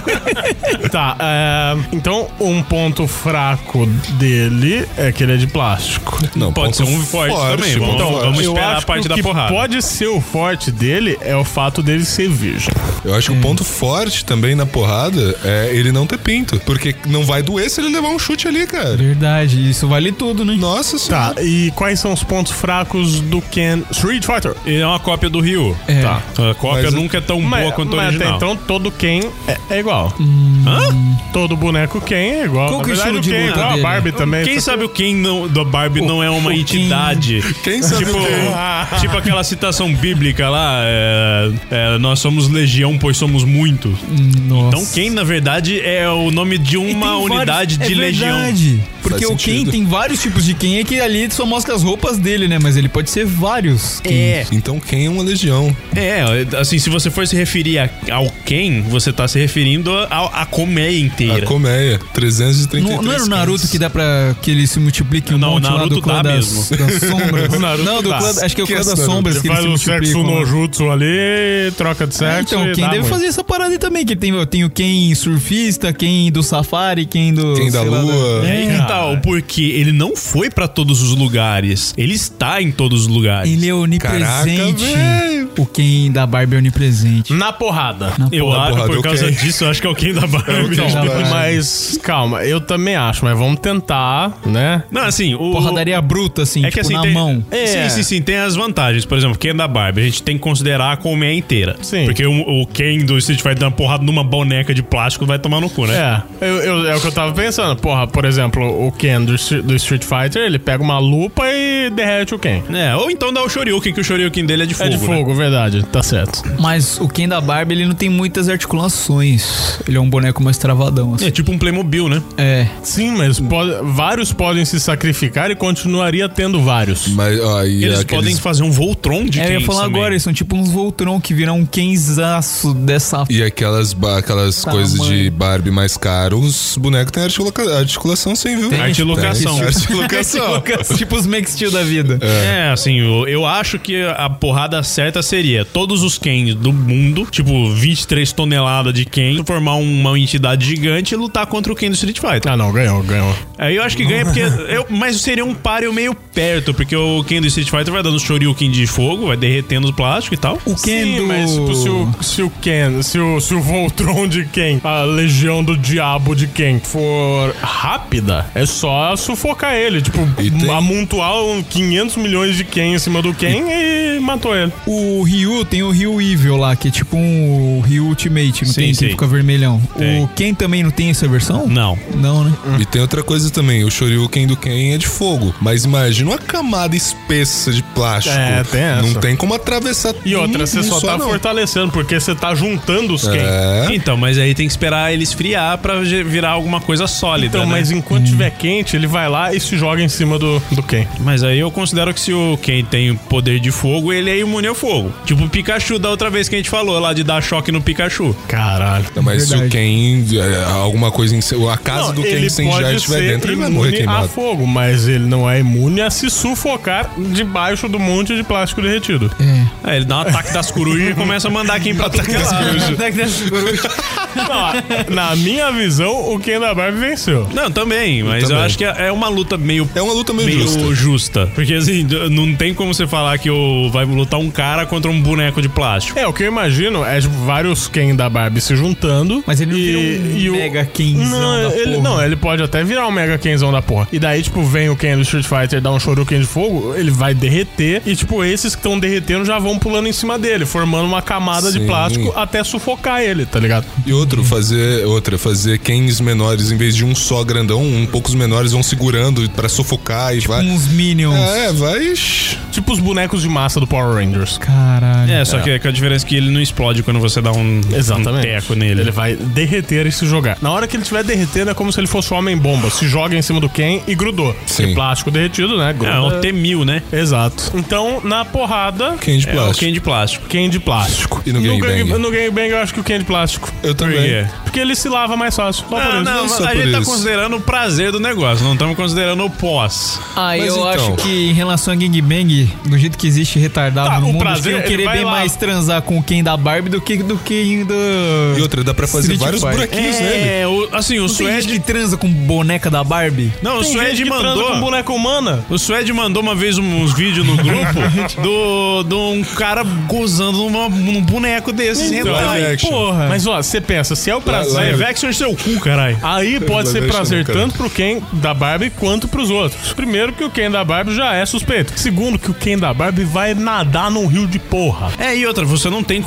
A: Tá, é, então um ponto fraco dele é que ele é de plástico.
D: Não,
C: Pode ser
D: ponto
C: um forte
D: ponto
C: também, vamos- então,
D: forte.
C: vamos-
A: Eu
C: esperar a
A: acho
C: parte
A: que
C: da
A: o que
C: porrada.
A: pode ser o forte dele é o fato dele ser virgem.
D: Eu acho que
C: Hum.
D: o ponto forte também na porrada é ele não ter pinto. Porque não vai doer se ele levar um chute ali, cara.
E: Verdade, isso vale tudo, né?
A: Tá,
D: Nossa senhora.
A: e quais são os pontos fracos do Ken Street Fighter?
C: Ele é uma cópia do Ryu.
E: É.
C: Tá. A cópia
D: Mas-
C: nunca é tão boa quanto a
A: mas até
C: original.
A: então todo Ken é, é igual. Todo boneco Ken é igual.
E: Hum. Qual que é o estilo de
A: Ken é
E: luta
A: igual a
E: dele?
A: Barbie também.
C: Quem sabe o Ken não, da Barbie não é uma entidade?
D: Quem sabe
C: Tipo,
D: o Ken?
C: tipo aquela citação bíblica lá, é, é, nós somos legião, pois somos muito.
E: Nossa.
C: Então Ken, na verdade, é o nome de
E: E tem
C: uma
E: vários-
C: unidade
E: é
C: de legião.
E: verdade, Porque
D: Faz
E: o Ken
D: sentido.
E: tem vários tipos de Ken, é que ali só mostra as roupas dele, né? Mas ele pode ser vários.
C: É,
D: Então quem é uma legião?
C: é, assim, se você for se referir a- ao Ken, você tá se referindo à colmeia
D: A
C: inteira.
D: colmeia. 333
E: Não, não era o
D: cães.
E: Naruto que dá pra que ele se multiplique um
C: Não, o
E: monte lá
C: Naruto
E: do clã
C: dá
E: das, das sombras?
A: O Naruto
E: não, do
A: dá.
E: clã, acho que é o clã
D: Esquece
E: das
D: o Naruto.
E: sombras
A: Você
E: que eles
A: faz
C: um
E: se
A: o sexo
E: multiplicam.
A: no
E: lá.
A: jutsu ali, troca de
E: É,
A: sexo.
E: então,
A: e
E: quem
A: dá
E: deve
A: muito.
E: fazer essa parada aí também, que tem, tem o Ken surfista, quem do safari, quem do...
D: Quem da
E: sei lá, né?
D: lua.
C: É aí que tá, o porque ele não foi pra todos os lugares. Ele está em todos os lugares.
E: Ele é onipresente.
D: velho.
E: o Ken da Barbie é onipresente.
A: Na porrada.
E: Na
C: Eu
E: porra.
C: acho,
D: porra,
C: por
D: do
C: causa
D: Ken.
C: disso, eu acho que é o Ken da Barbie.
A: Então,
E: Já vai.
A: mas calma, eu também acho, mas vamos tentar, né?
C: Não, assim, o.
E: Porradaria bruta, assim,
C: É
E: tipo,
C: que assim,
E: na
C: tem...
E: mão.
A: É.
C: Sim, sim, sim, tem as vantagens. Por exemplo, Ken da Barbie, a gente tem que considerar a colmeia inteira.
A: Sim.
C: Porque o, o Ken do Street Fighter dá uma porrada numa boneca de plástico vai tomar no cu, né?
A: É, eu- eu- é o que eu tava pensando. Porra, por exemplo, o Ken do, Str- do Street Fighter, ele pega uma lupa e derrete o Ken.
C: É, ou então dá o Shoryuken, que o Shoryuken dele é de
A: É
C: fogo.
A: de
C: né?
A: fogo, verdade, tá certo.
E: Mas o Ken da Barbie, ele não tem muitas articulações. Ele é um boneco mais travadão, assim.
C: É tipo um Playmobil, né?
E: É.
A: Sim, mas pode- vários podem se sacrificar e continuaria tendo vários.
D: Mas, ó, e
C: Eles
D: aqueles-
C: podem fazer um Voltron de
E: É,
C: Ken
E: eu ia falar
C: também.
E: agora, eles são tipo uns Voltron que viram um Kenzaço dessa...
D: E aquelas, ba- aquelas
E: Tamanho.
D: coisas de Barbie mais caro, os bonecos têm articula- articulação sim, viu?
E: Tem.
C: Artilocação.
D: Tem Artilocação.
E: tipo os Max Steel da vida.
C: É, assim, eu, eu acho que a porrada certa seria todos os Kens do mundo, tipo 23 toneladas de Ken, formar uma entidade gigante e lutar contra o Ken do Street Fighter.
A: Ah, não, ganhou, ganhou.
C: Aí É, eu acho que ganha porque. Eu, mas seria um páreo meio perto, porque o Ken do Street Fighter vai dando Shoryuken de fogo, vai derretendo o plástico e tal.
E: O Ken
A: Sim,
E: do...
A: mas tipo, se o, se o Ken, se o, se o Voltron de Ken, a legião do diabo de Ken for rápida, é só sufocar ele. Tipo,
D: E tem-
A: amontoar um 500 milhões de Ken em cima do Ken e, matou ele.
E: o o Ryu tem o Ryu Evil lá, que é tipo um Ryu Ultimate, não
C: Sim,
E: tem?
C: sim.
E: Que fica vermelhão.
C: Tem.
E: O Ken também não tem essa versão?
C: Não.
E: Não, né?
D: E tem outra coisa também, o Shoryuken do Ken é de fogo. Mas imagina uma camada espessa de plástico.
A: É, tem essa.
D: Não tem como atravessar
A: E outra,
D: tudo
A: você
D: num
A: só tá
D: não.
A: fortalecendo, porque você tá juntando os Ken.
D: É.
C: Então, mas aí tem que esperar ele esfriar pra ge- virar alguma coisa sólida.
A: Então,
C: né?
A: mas enquanto
D: Hum.
A: tiver quente, ele vai lá e se joga em cima do, do Ken.
C: Mas aí eu considero que se o Ken tem o poder de fogo, ele é imune ao fogo. Tipo o Pikachu da outra vez que a gente falou lá de dar choque no Pikachu.
A: Caralho.
D: Não, Mas se o
E: Verdade.
D: Ken. é, Alguma coisa. ince- A casa do Ken incendiar estiver dentro, ele vai morrer
A: a
D: queimado.
A: fogo, mas ele não é imune a se sufocar debaixo do monte de plástico derretido.
E: É.
C: Aí ele dá um ataque das corujas e começa a mandar Ken pra tudo que é lado.
A: Não, na minha visão, o Ken da Barbie venceu.
C: Não, também, mas eu
D: também.
C: acho que é é uma luta meio.
D: É uma luta meio,
C: meio
D: justa.
C: justa. Porque assim, d- não tem como você falar que o- vai lutar um cara contra um boneco de plástico.
A: É, o que eu imagino é tipo, vários Ken da Barbie se juntando.
E: Mas ele não vira um
A: e, e o-
E: mega Kenzão
A: não,
E: da
A: ele,
E: porra.
A: Não, é. ele pode até virar um mega Kenzão da porra. E daí, tipo, vem o Ken do Street Fighter, dá um Shoryuken de fogo, ele vai derreter. E, tipo, esses que estão derretendo já vão pulando em cima dele, formando uma camada de
D: Sim.
A: plástico até sufocar ele, tá ligado?
D: E outro, fazer. Outra, fazer Kens menores, em vez de um só grandão, um poucos menores vão segurando pra sufocar e vai.
E: Uns Minions.
D: É, vai. shh.
A: Tipo os bonecos de massa do Power Rangers.
E: Caralho.
C: É, só que é que a diferença é que ele não explode quando você dá um, um teco nele.
A: Ele vai derreter e se jogar. Na hora que ele estiver derretendo, é como se ele fosse um homem-bomba. Se joga em cima do Ken e grudou.
D: Sim.
A: Porque plástico derretido, né? Gruda.
C: É, o T-1000, né?
A: Exato. Então, na porrada,
D: Ken de
C: É o
D: plástico.
C: Ken de plástico.
A: Ken de plástico.
D: E no Gang Bang?
A: no Gang Bang eu acho que o Ken de plástico.
D: Eu também.
C: quê?
A: Porque ele se lava mais fácil. Só por
C: Ah,
A: isso.
C: não,
D: só
C: a
D: por
C: gente tá
D: isso.
C: considerando o prazer do negócio, não estamos considerando o pós.
E: Ah,
D: Mas
E: eu
D: então.
E: acho que em relação a gangbang, do jeito que existe retardado
A: Tá,
E: no
A: o
E: mundo, assim,
A: prazer,
E: eu
A: ele
E: querer
A: vai
E: bem
A: lá.
E: mais transar com o Ken da Barbie do que do que do...
D: E outra, dá pra fazer
E: Street
D: vários
E: Fighter.
D: buraquinhos nele.
C: É, o- assim, o
E: Não tem gente
C: Suede.
E: que transa com boneca da Barbie?
C: Não, o
A: Tem gente
C: Suede
A: que transa com
C: mandou.
A: boneca humana.
C: O Suede mandou uma vez um- uns vídeos no grupo do, de um cara gozando numa- num boneco desse.
A: Então,
D: live action.
A: porra. Mas ó, você pensa, se é o prazer.
D: live
C: Vexon seu cu, caralho.
A: Aí pode
D: Live
A: ser
D: action
A: prazer
D: não, cara.
A: tanto pro Ken da Barbie quanto pros outros. Primeiro, que o Ken da Barbie já é suspeito. Segundo, que o Ken da Barbie vai nadar num rio de porra.
C: É, e outra, você não tem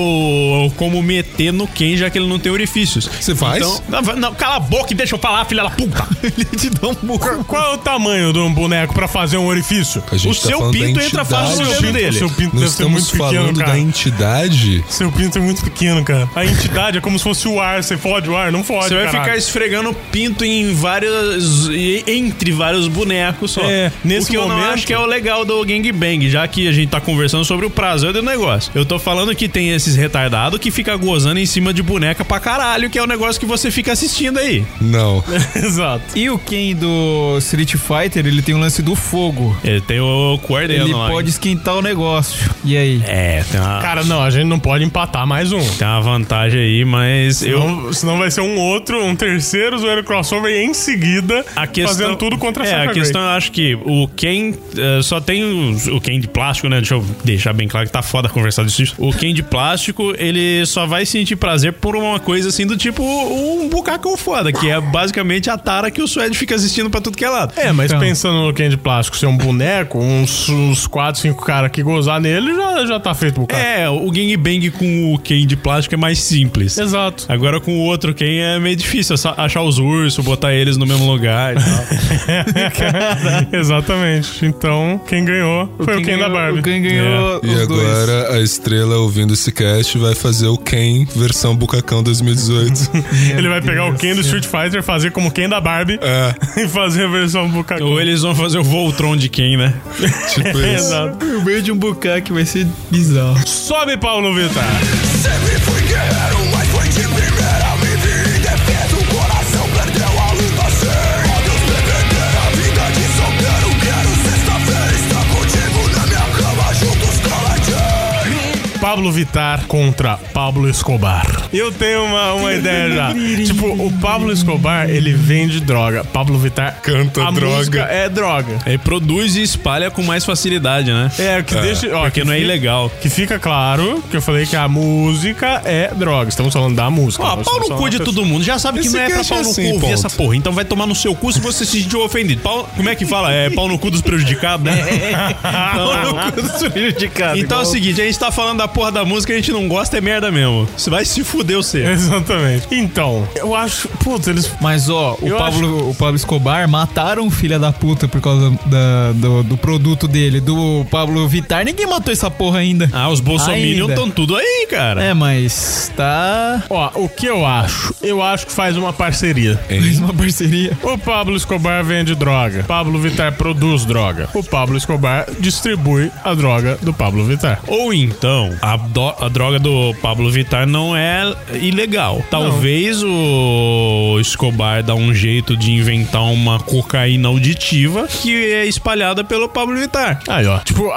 C: como como meter no Ken, já que ele não tem orifícios.
D: Você faz?
C: Então, não, não, cala a boca e deixa eu falar, filha da puta. ele te dá um burro.
A: Qual é o tamanho de um boneco pra fazer um orifício?
D: A gente tá
C: O seu
D: falando da
C: pinto entra fácil no
D: entidade.
C: dedo dele.
A: Seu pinto
D: Nós
A: deve ser muito
D: estamos
A: pequeno,
D: falando
A: cara.
D: da entidade.
A: Seu pinto é muito pequeno, cara. A entidade é como se fosse o ar. Você fode o ar? Não fode,
C: Você vai
A: caralho.
C: ficar esfregando pinto em vários. e- entre vários bonecos só.
A: É, nesse
C: o que eu
A: momento-
C: não acho que é o legal do gangbang, já que a gente tá conversando sobre o prazer do negócio. Eu tô falando que tem esses retardados que fica gozando em cima de boneca pra caralho, que é o negócio que você fica assistindo aí.
D: Não.
A: Exato.
E: E o Ken do Street Fighter, ele tem o lance do fogo.
C: Ele É, tem o coordenador.
E: ele pode esquentar o negócio. E aí?
C: É, tem uma.
A: Cara, não, a gente não pode empatar mais um.
C: Tem uma vantagem aí, mas eu.
A: Senão, senão vai ser um outro, um terceiro zoeiro crossover e em seguida
C: A questão,
A: fazendo tudo contra a
C: É,
A: Sasha
C: a
A: Grey.
C: questão eu acho que o Ken eh, só tem o, o Ken de plástico, né? Deixa eu deixar bem claro que tá foda conversar disso. O Ken de plástico, ele só vai sentir prazer por uma coisa assim do tipo um bucacão foda, que é basicamente a tara que o Suede fica assistindo pra tudo que é lado.
A: É, mas
E: Então.
A: pensando no Ken de plástico ser um boneco, uns, uns 4, 5 caras que gozar nele já, já tá feito pro cara.
C: É, o gangbang com o Ken de plástico é mais simples.
A: Exato.
C: Agora com o outro Ken é meio difícil essa- achar os ursos, botar eles no mesmo lugar e tal.
A: Exatamente. Então, quem ganhou foi o Ken da
E: ganhou-
A: Barbie.
E: O Ken ganhou
D: É. E
E: os dois.
D: agora a estrela ouvindo esse cast vai fazer o Ken versão Bucacão 2018.
A: É. Ele vai pegar
E: Deus
A: o Ken do Street Fighter, fazer como Ken da Barbie
D: é,
A: e fazer a versão Bucacu.
C: Ou eles vão fazer o Voltron de Ken, né?
D: tipo isso.
A: Exato.
E: O meio de um bucaque vai ser bizarro.
A: Sobe, Paulo Vittar.
G: Sempre fui guerreiro, mas foi de primeira me vi indefeso. O coração perdeu a luta, sim. Ó Deus, me vender a vida de solteiro. Quero sexta-feira estar contigo na minha cama, juntos com a gente.
A: Pablo Vittar contra Pablo Escobar. Eu tenho uma, uma ideia já. Tipo, o Pablo Escobar, ele vende droga. Pablo Vittar
D: Canta
A: a
D: droga.
A: música é droga.
C: Ele produz e espalha com mais facilidade, né?
A: É, o que deixa. Ó,
C: Porque
A: que
C: não é
A: fi-
C: ilegal.
A: Que fica claro que eu falei que a música é droga. Estamos falando da música.
C: Ó,
A: não é
C: pau
A: estamos
C: no
A: falando
C: cu de
A: da
C: todo mundo. Já sabe que
D: Esse
C: não é pra
D: cast
C: pau
D: é
C: no
D: assim,
C: cu ouvir
D: ponto.
C: essa porra. Então vai tomar no seu cu se você se sentiu ofendido. Pau- como é que fala? É pau no cu dos prejudicados, né? Então, então é o seguinte, a gente tá falando da porra da música, a gente não gosta, é merda mesmo. Você vai se fuder
A: pessoa.
C: você.
A: Exatamente. Então, eu acho. Putz, eles.
E: Mas ó, o
A: Eu
E: Pablo, o Pablo Escobar mataram o filho da puta por causa da- do, do produto dele, do Pablo Vittar. Ninguém matou essa porra ainda.
C: Ah, os bolsominions
E: Ainda.
C: estão tudo aí, cara.
E: É, mas tá.
A: Ó, o que eu acho? Eu acho que faz uma parceria.
E: Fez uma parceria.
C: Tipo
A: O Pablo Escobar vende droga. Pablo Vittar produz droga. O Pablo Escobar distribui a droga do Pablo Vittar.
C: Ou então, a, do- a droga do Pablo Vittar não é ilegal. Talvez o Escobar dá um jeito de inventar uma cocaína auditiva que é espalhada pelo Pablo Vittar.
A: Aí, ó. Tipo a,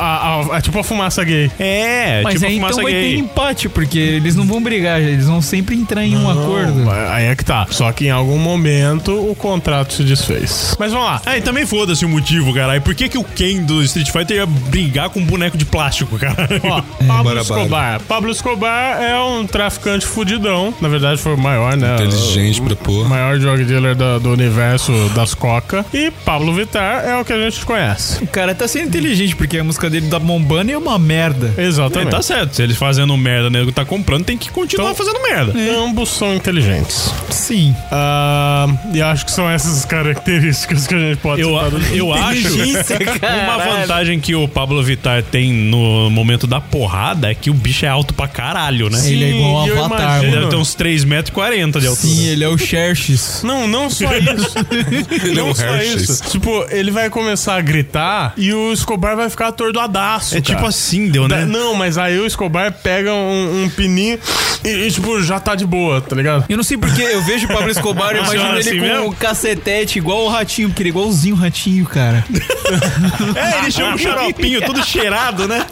A: a- a- tipo a fumaça gay.
C: É,
E: Mas
C: tipo
E: aí
C: fumaça
E: então vai ter
C: gay.
E: empate, porque eles não vão brigar, eles vão sempre entrar em um acordo.
A: Aí é que tá. Só que em algum momento o contrato se desfez. Mas vamos lá.
C: Ah, e também foda-se o motivo, caralho. Por que, que o Ken do Street Fighter ia brigar com um boneco de plástico, cara?
A: Ó, Pablo
D: É, Bora, bora.
A: Escobar. Pablo Escobar é um traficante fudidão. Na verdade, foi o maior, né?
D: Inteligente pra
A: O
D: porra.
A: maior drug dealer da- do universo das coca. E Pablo Vittar é o que a gente conhece.
E: O cara tá sendo inteligente, porque a música dele da Mombana é uma merda.
A: Exatamente.
C: tá certo. Se eles fazendo merda, né? Tá comprando, tem que continuar
A: Então-
C: fazendo merda.
A: Ambos são inteligentes.
E: Sim.
A: Ah, e acho que são essas as características que a gente pode
C: Eu,
A: citar do-
C: eu acho. Uma vantagem que o Pablo Vittar tem no momento da porrada é que o bicho é alto pra caralho, né?
E: Ele é igual um
A: e eu
E: avatar,
C: Ele
A: imagino-
D: é
E: mano.
C: deve ter uns 3,40m de altura.
E: Sim, ele é o Xerxes.
A: Não, não só isso.
D: Ele é
A: não
D: um
A: só
D: Hershey's.
A: isso. Tipo, ele vai começar a gritar e o Escobar vai ficar atordoadaço.
C: É
A: cara.
C: tipo assim, deu,
A: Da-
C: né?
A: Não, mas aí o Escobar pega um, um pininho e, e, tipo, já tá de boa, tá ligado?
E: Eu não sei porque eu vejo o Pablo Escobar, eu imagino
A: Funciona
E: ele
A: assim
E: com
A: mesmo?
E: um cacetete igual o ratinho, porque ele é igualzinho o ratinho, cara.
C: É, ele chama o xaropinho todo cheirado, né?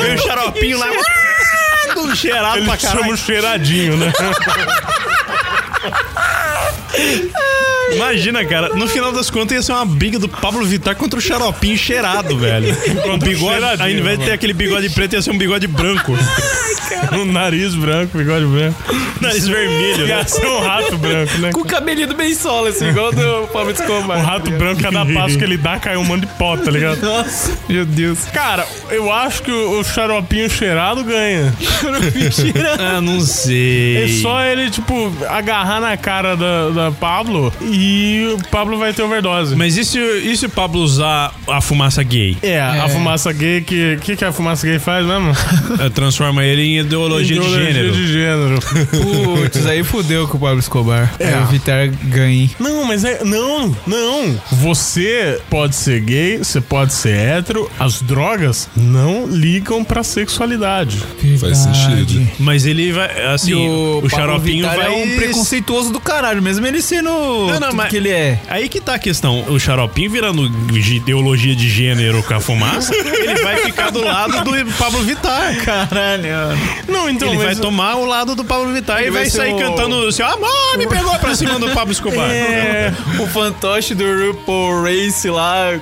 C: Vem o um xaropinho lá. um Todo cheirado
A: Ele
C: pra
A: chama o
C: caralho.
A: cheiradinho, né?
C: Imagina, cara. No final das contas ia ser uma briga do Pablo Vittar contra o xaropinho cheirado, velho. O né? bigode,
A: cheiradinho,
C: ao invés de ter
A: mano.
C: aquele bigode preto, ia ser um bigode branco.
A: um nariz branco, bigode branco.
C: Nariz vermelho, né?
A: Ia ser um rato branco, né?
E: Com o cabelinho bem solo, assim, igual do Pablo Escobar.
A: O rato branco, cada passo que ele dá, cai um monte de pó, tá ligado?
E: Nossa, meu Deus.
A: Cara, eu acho que o, o xaropinho cheirado ganha.
C: Ah, não sei.
A: É só ele, tipo, agarrar na cara da, da Pablo e o Pablo vai ter overdose.
C: Mas e se, e se o Pablo usar a fumaça gay?
A: É, a fumaça gay que. O que, que a fumaça gay faz mesmo?
C: Eh, Transforma ele em ideologia, de gênero.
A: de gênero.
E: Putz, aí fudeu com o Pablo Escobar. É. o Vittar ganha.
A: Não, mas é. Não, não. Você pode ser gay, você pode ser hétero. As drogas não ligam pra sexualidade.
D: Faz sentido.
C: Mas ele vai. Assim, o,
E: Pablo
C: xaropinho
E: Vittar
C: vai.
E: é um preconceituoso do caralho, mesmo ele sendo
C: Não, não,
E: tudo
C: mas-
E: que ele é.
C: Aí que tá a questão. O xaropinho virando de ideologia de gênero com a fumaça, ele vai ficar do lado do Pablo Vittar.
E: Caralho.
A: Não, então.
C: ele vai
A: mas...
C: tomar o lado do Pablo Vittar e
A: Ele
C: vai,
A: vai ser
C: sair
A: o-
C: cantando o seu amor me pegou pra cima do Pablo Escobar.
A: É.
E: O fantoche do RuPaul Race lá,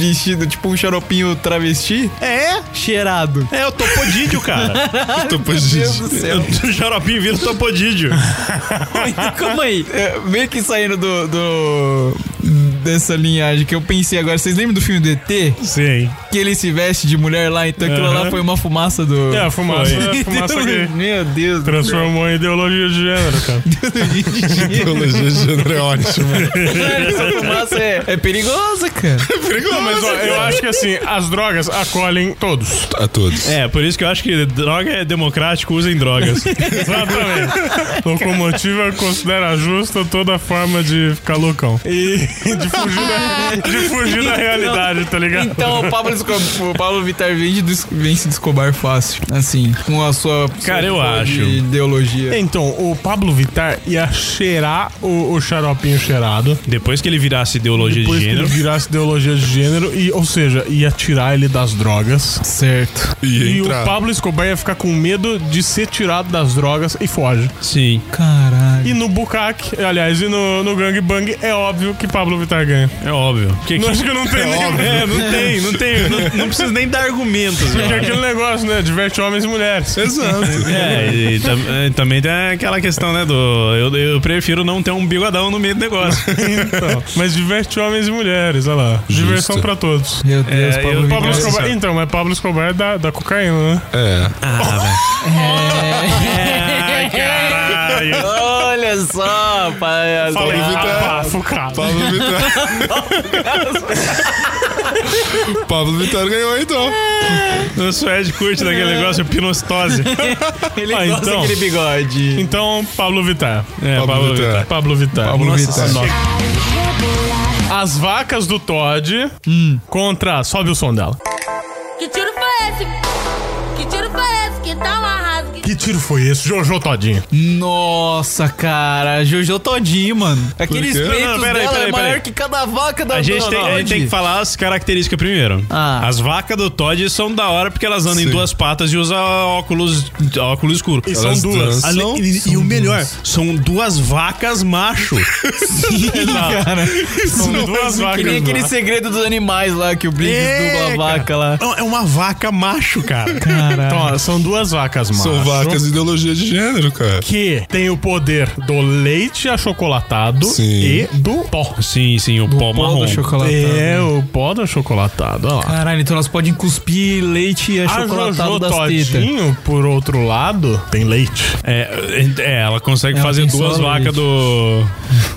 E: vestido tipo um xaropinho travesti. É? Cheirado.
C: É, o Topodídio, cara.
E: Meu Deus do céu.
C: O xaropinho vira o Topodídio.
E: Então, Calma aí. É, meio que saindo do, do- dessa linhagem que eu pensei agora. Vocês lembram do filme do ET?
A: Sim.
E: Que ele se veste de mulher lá, então aquilo lá foi uma fumaça do.
A: É, a fumaça,
E: Meu
A: é, a fumaça
E: Deus,
A: gay.
E: Meu Deus. do
A: Transformou em ideologia de gênero, cara.
D: Ideologia de gênero é ótimo.
E: céu, Essa fumaça é, é perigosa, cara.
A: Não, mas ó, eu acho que assim, as drogas acolhem todos.
D: A todos.
C: É, por isso que eu acho que droga é democrático, usem drogas.
A: Exatamente. Locomotiva considera justa toda forma de ficar loucão. E de fugir da, de fugir da realidade, tá ligado?
E: Então, o Pablo, Escobar, o Pablo Vittar vende, des- vence Descobar fácil. Assim, com a sua.
C: Cara, eu
E: sua
C: acho.
E: Ideologia.
A: Então, o Pablo Vittar ia cheirar o, o xaropinho cheirado.
C: Depois que ele virasse ideologia
A: Depois
C: de
A: que ele
C: gênero.
A: virasse ideologia de gênero, e, ou seja, ia tirar ele das drogas.
E: Certo.
D: E
A: E o
D: entrar.
A: Pablo Escobar ia ficar com medo de ser tirado das drogas e foge.
C: Sim.
E: Caralho.
A: E no Bukak, aliás, e no, no Gang Bang, é óbvio que Pablo Vittar ganha.
C: É óbvio. Que,
A: Não, acho que não tem nem. É, não tem, não tem. Não,
C: não precisa nem dar argumentos.
A: porque é aquele negócio, né? Diverte homens e mulheres.
D: Exato.
C: É, e, tam- é, também tem aquela questão, né, do... Eu, eu prefiro não ter um bigodão no meio do negócio.
A: Então, mas diverte homens e mulheres, olha lá.
D: Justo.
A: Diversão pra todos.
E: Meu Deus,
C: É,
E: Pablo
C: eu-
E: Vittar.
A: Pablo
C: Nossa.
A: Escobar, então, mas Pablo Escobar é da, da cocaína, né?
D: É.
C: Ah, caralho.
E: Olha só, pai.
A: Falei,
D: Pablo Vittar.
A: abafo, cara.
D: Pablo Vittar. Pablo Vittar ganhou então.
C: O Suede curte
A: É.
C: daquele negócio, pinostose.
E: Ele
A: Ah,
E: gosta
A: então.
E: daquele bigode.
A: Então, Pablo Vittar.
C: É,
D: Pablo
C: Pablo
D: Vittar.
C: Vittar.
A: Pablo Vittar.
D: Pablo Vittar.
A: Nossa. As vacas do Todd
C: Hum.
A: contra. Sobe o som dela.
H: Que tiro foi esse? Que tiro foi esse? Que tal um arraso? Que...
A: Que tiro foi esse? Jojo Todinho.
E: Nossa, cara, Jojo Todinho, mano. Aqueles
D: quê? Não,
E: peitos
C: não, peraí,
E: É dela
C: peraí,
E: é maior
C: peraí.
E: que cada vaca da
C: A gente, tem, a gente tem que falar as características primeiro.
E: Ah.
C: As vacas do Todd são da hora porque elas andam em
D: Sim.
C: duas patas e usam óculos, óculos escuro.
A: E
D: Elas
A: são duas.
D: dançam.
C: Ale- e, e o melhor, são duas vacas macho.
E: cara.
A: São duas
E: Que
A: vacas.
E: nem aquele
A: mano.
E: segredo dos animais lá, que o Briggs
C: É,
E: dubla a vaca lá.
C: Não, é uma vaca macho, cara.
A: Então, ó, são duas vacas, mano.
D: São vacas de ideologia de gênero, cara.
A: Que tem o poder do leite achocolatado
D: Sim.
A: e do pó.
C: Sim, sim, o pó marrom.
A: É, o pó do achocolatado, olha lá.
E: Caralho, então elas podem cuspir leite e
A: A
E: achocolatado
A: Jojo
E: das tetas.
A: Todinho, por outro lado, tem leite.
C: É, é, ela consegue
E: Ela
C: fazer
E: tem
C: duas
E: solo,
C: vacas
E: gente.
C: do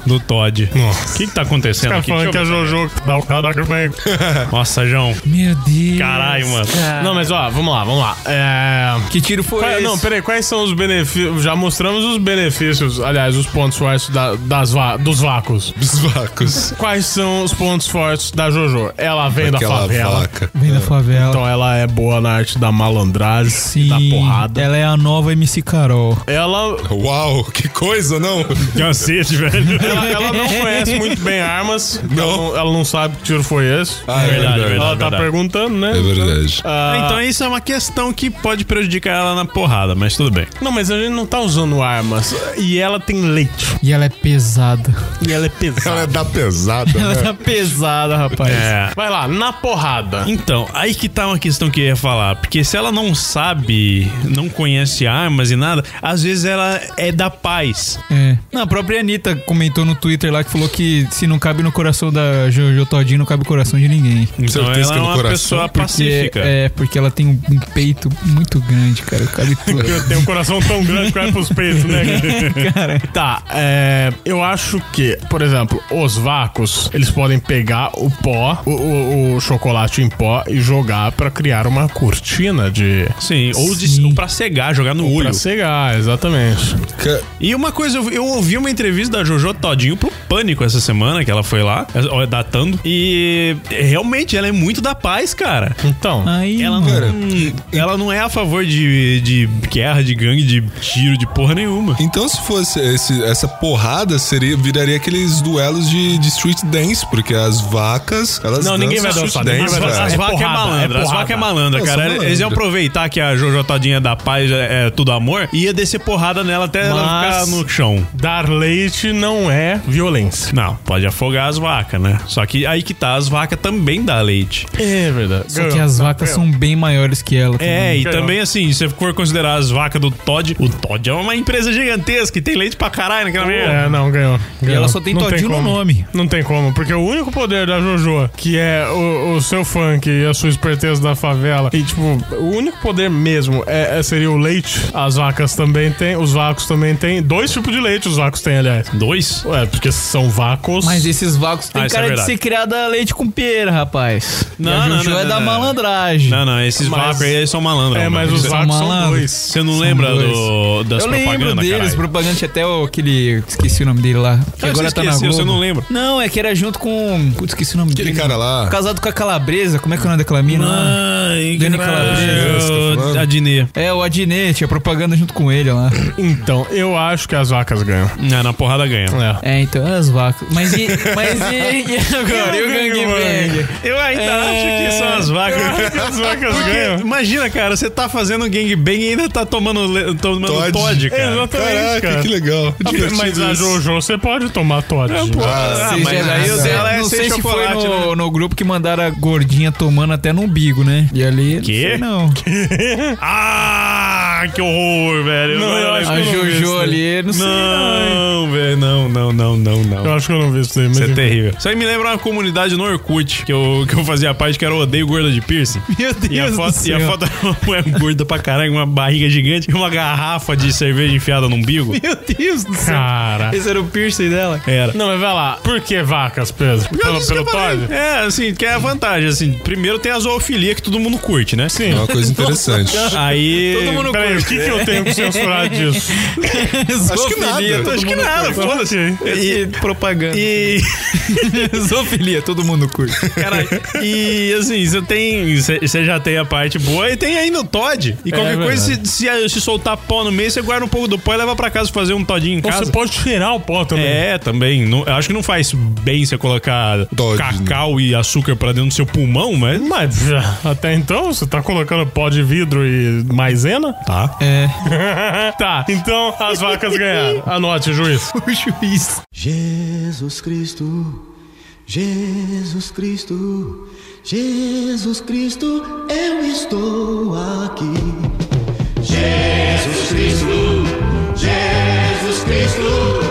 C: do Todd.
A: Nossa.
C: O que que tá acontecendo
A: Tá
C: aqui?
A: falando que
C: Deixa
A: a Jojo dá um o caraca bem.
C: eu ver. Nossa, João.
E: Meu Deus.
C: Caralho, mano.
E: cara.
A: Não, mas ó, vamos lá, vamos lá. É.
E: Que tiro foi
A: Qual-
E: esse?
A: não, peraí, quais são os benefícios? Já mostramos os benefícios, aliás, os pontos fortes da- das va- dos vacos.
D: Os vacos.
A: Quais são os pontos fortes da Jojo? Ela vem É da
D: Aquela
A: favela.
D: vaca.
E: Vem da favela.
A: Então ela é boa na arte da malandragem e
E: Sim,
A: da porrada.
E: ela é a nova MC Carol.
C: É.
A: É. Ela,
D: Uau, que coisa, não?
C: Cacete, velho.
A: ela, ela não conhece muito bem armas. Ela, não, ela não sabe que tiro foi esse.
D: Ah, é
C: Verdade,
D: verdade.
A: ela tá
C: verdade.
A: perguntando, né?
D: É verdade.
A: Ah,
C: Então isso é uma questão que pode prejudicar ela na porrada, mas tudo bem.
A: Não, mas a gente não tá usando armas. E ela tem leite.
E: E ela é pesada.
A: E ela é pesada.
D: Ela é da pesada,
E: Ela
D: né?
E: tá pesada, rapaz.
C: É.
A: Vai lá, na porrada.
C: Então, aí que tá uma questão que eu ia falar. Porque se ela não sabe, não conhece armas e nada, às vezes ela é da paz.
E: É. Não, a própria Anitta comentou no Twitter lá que falou que se não cabe no coração da Jojo Todinho, não cabe no coração de ninguém.
C: Então
D: certeza que
C: ela é
D: no
C: uma
D: coração,
C: pessoa
E: Porque-
C: pacífica.
E: É, porque ela tem um um peito muito grande, cara. Cabe tudo.
A: Eu tenho um coração tão grande que vai pros peitos, né? Cara. Tá, é, eu acho que, por exemplo, os vacos, eles podem pegar o pó, o, o- o chocolate em pó e jogar pra criar uma cortina de...
C: Sim, ou, de,
E: Sim.
C: ou pra cegar, jogar no olho.
A: Pra cegar, exatamente.
D: Ca-
C: E uma coisa, eu, eu ouvi uma entrevista da Jojo Todinho pro Pânico essa semana, que ela foi lá, ó, datando. E realmente ela é muito da paz, cara.
A: Então,
E: Aí,
C: Ela
E: mano.
D: Cara,
C: não, ela não é a favor de, de guerra, de gangue, de tiro, de porra nenhuma.
D: Então, se fosse esse- essa porrada, seria, viraria aqueles duelos de, de street dance, porque as vacas, elas
A: Não, ninguém vai
D: dançam
A: dançar,
D: street
A: ninguém vai
D: dance, cara.
A: dançar.
C: As
A: É
C: vacas é,
A: porrada,
C: malandra,
A: é
C: as
A: porrada.
C: vacas é malandra,
D: Eu sou
C: cara.
D: malandro.
C: Eles iam aproveitar que a Jojo Todinha da paz é, é tudo amor e ia descer porrada nela até ela ficar
A: Mas-
C: no chão.
A: dar leite não é violência.
C: Não, pode afogar as vacas, né? Só que aí que tá, as vacas também dá leite.
A: É verdade.
E: Só que as vacas são bem maiores que ela.
C: É,
E: também.
C: e também assim, se você for considerar as vacas do Todd, o Todd é uma empresa gigantesca e tem leite pra caralho naquela merda.
A: É, não, ganhou.
E: E
A: ganhou.
E: ela só tem
A: Não
E: Todinho no
A: como.
E: nome.
A: Não tem como, porque o único poder da JoJo, que é o, o seu funk e a sua esperteza da favela, e tipo, o único poder mesmo é, é- seria o leite. As vacas também têm, os vacos também têm. Dois tipos de leite os vacos têm, aliás.
C: Dois?
A: Ué, porque são vacos.
E: Mas esses vacos têm
C: Ah, isso é
E: cara de
C: verdade.
E: ser criada a leite com pera, rapaz. E
C: Não,
E: a
C: não,
E: Jojo
C: não,
E: é
C: não,
E: da
C: não.
E: malandragem.
C: Não, não, esses
A: Mas-
C: vacas aí são malandro.
A: É, mas
C: mano.
A: os
C: Você-
A: arcos são
E: malandro.
A: dois.
C: Você não lembra
E: dois.
C: do, das
E: eu
C: propagandas,
E: lembro deles,
C: caralho?
E: propaganda até o, aquele. Esqueci o nome dele lá. Que
C: Ah,
E: agora
C: você
E: tá na
C: esqueceu,
E: Globo.
C: você não lembra.
E: Não, é que era junto com. Putz, esqueci o nome
D: Aquele
E: dele.
D: cara lá.
E: Casado com a calabresa, como é que é o nome daquela mina? lá?
C: Ai,
E: Dani
D: Calabresa, você tá falando?
C: A Dinê.
E: É, o Adnet, tinha propaganda junto com ele lá.
A: Então, eu acho que as vacas ganham.
C: Ah, na porrada ganha.
A: É.
E: É, então, as vacas. Mas e, mas e, e agora? E o gangbang?
C: Eu ainda
E: É.
C: acho que são as vacas.
A: As vacas
C: Porque,
A: ganham.
C: imagina, cara, você tá fazendo gangbang e ainda tá tomando, le- tomando Todd,
D: Todd.
C: cara.
A: Exatamente,
D: Caraca,
A: cara.
D: que legal.
A: Mas
D: Divertido
A: a
D: isso.
A: Jojo, você pode tomar Todd.
C: Ah,
E: Vocês
C: mas
E: já-
C: aí
E: não
C: o
E: sei-
C: dela é
E: não
C: sem
E: sei se foi
C: chocolate, né?
E: no, no grupo que mandaram a gordinha tomando até no umbigo, né? E ali.
C: Quê?
E: Não. Sei,
C: Ah, que horror, velho.
A: Não, eu acho
E: não.
A: que
E: A
A: eu não vi isso
E: Jojo
A: daí.
E: ali, não sei. não, hein?
C: Não, velho, não, não, não, não,
A: Eu
C: não.
A: acho que eu não vi isso aí, mas.
C: Isso é terrível. Isso aí me lembra uma comunidade no Orkut que eu, que eu fazia parte, que era o Odeio Gorda de Piercing.
E: Meu Deus.
C: E a,
E: do
C: foto, e
E: céu.
C: a foto era uma mulher gorda pra caralho, uma barriga gigante e uma garrafa de cerveja enfiada no umbigo.
E: Meu Deus do céu.
A: Cara.
E: Esse era o piercing dela.
C: Era.
A: Não, mas vai lá. Por que vacas, Pedro? Pelo,
C: Isso que
A: pelo
C: eu falei.
A: Todd?
C: É, assim, que é a vantagem, assim. Primeiro tem a zoofilia que todo mundo curte, né?
A: Sim.
D: É uma coisa interessante.
C: Aí.
E: Todo mundo
A: Peraí, o que, que eu tenho que censurar disso?
E: Acho
D: que nada.
C: Acho que nada, foda-se.
E: E propaganda.
C: E,
E: Zoofilia, todo mundo curte.
C: caralho, e assim, você tem. Você já tem a parte boa e tem ainda o Todd. E qualquer coisa, se, se, se soltar pó no meio, você guarda um pouco do pó e leva pra casa fazer um todinho em casa.
A: Você pode cheirar o pó também.
C: É, também. Não- eu acho que não faz bem você colocar
D: Todd,
C: cacau e açúcar pra dentro do seu pulmão, mas.
A: Mas já, até então, você tá colocando pó de vidro e maisena?
C: Tá.
E: É.
A: tá, então as vacas ganharam. Anote, juiz.
E: O juiz.
I: Jesus Cristo, Jesus Cristo, Jesus Cristo, eu estou aqui. Jesus Cristo, Jesus Cristo,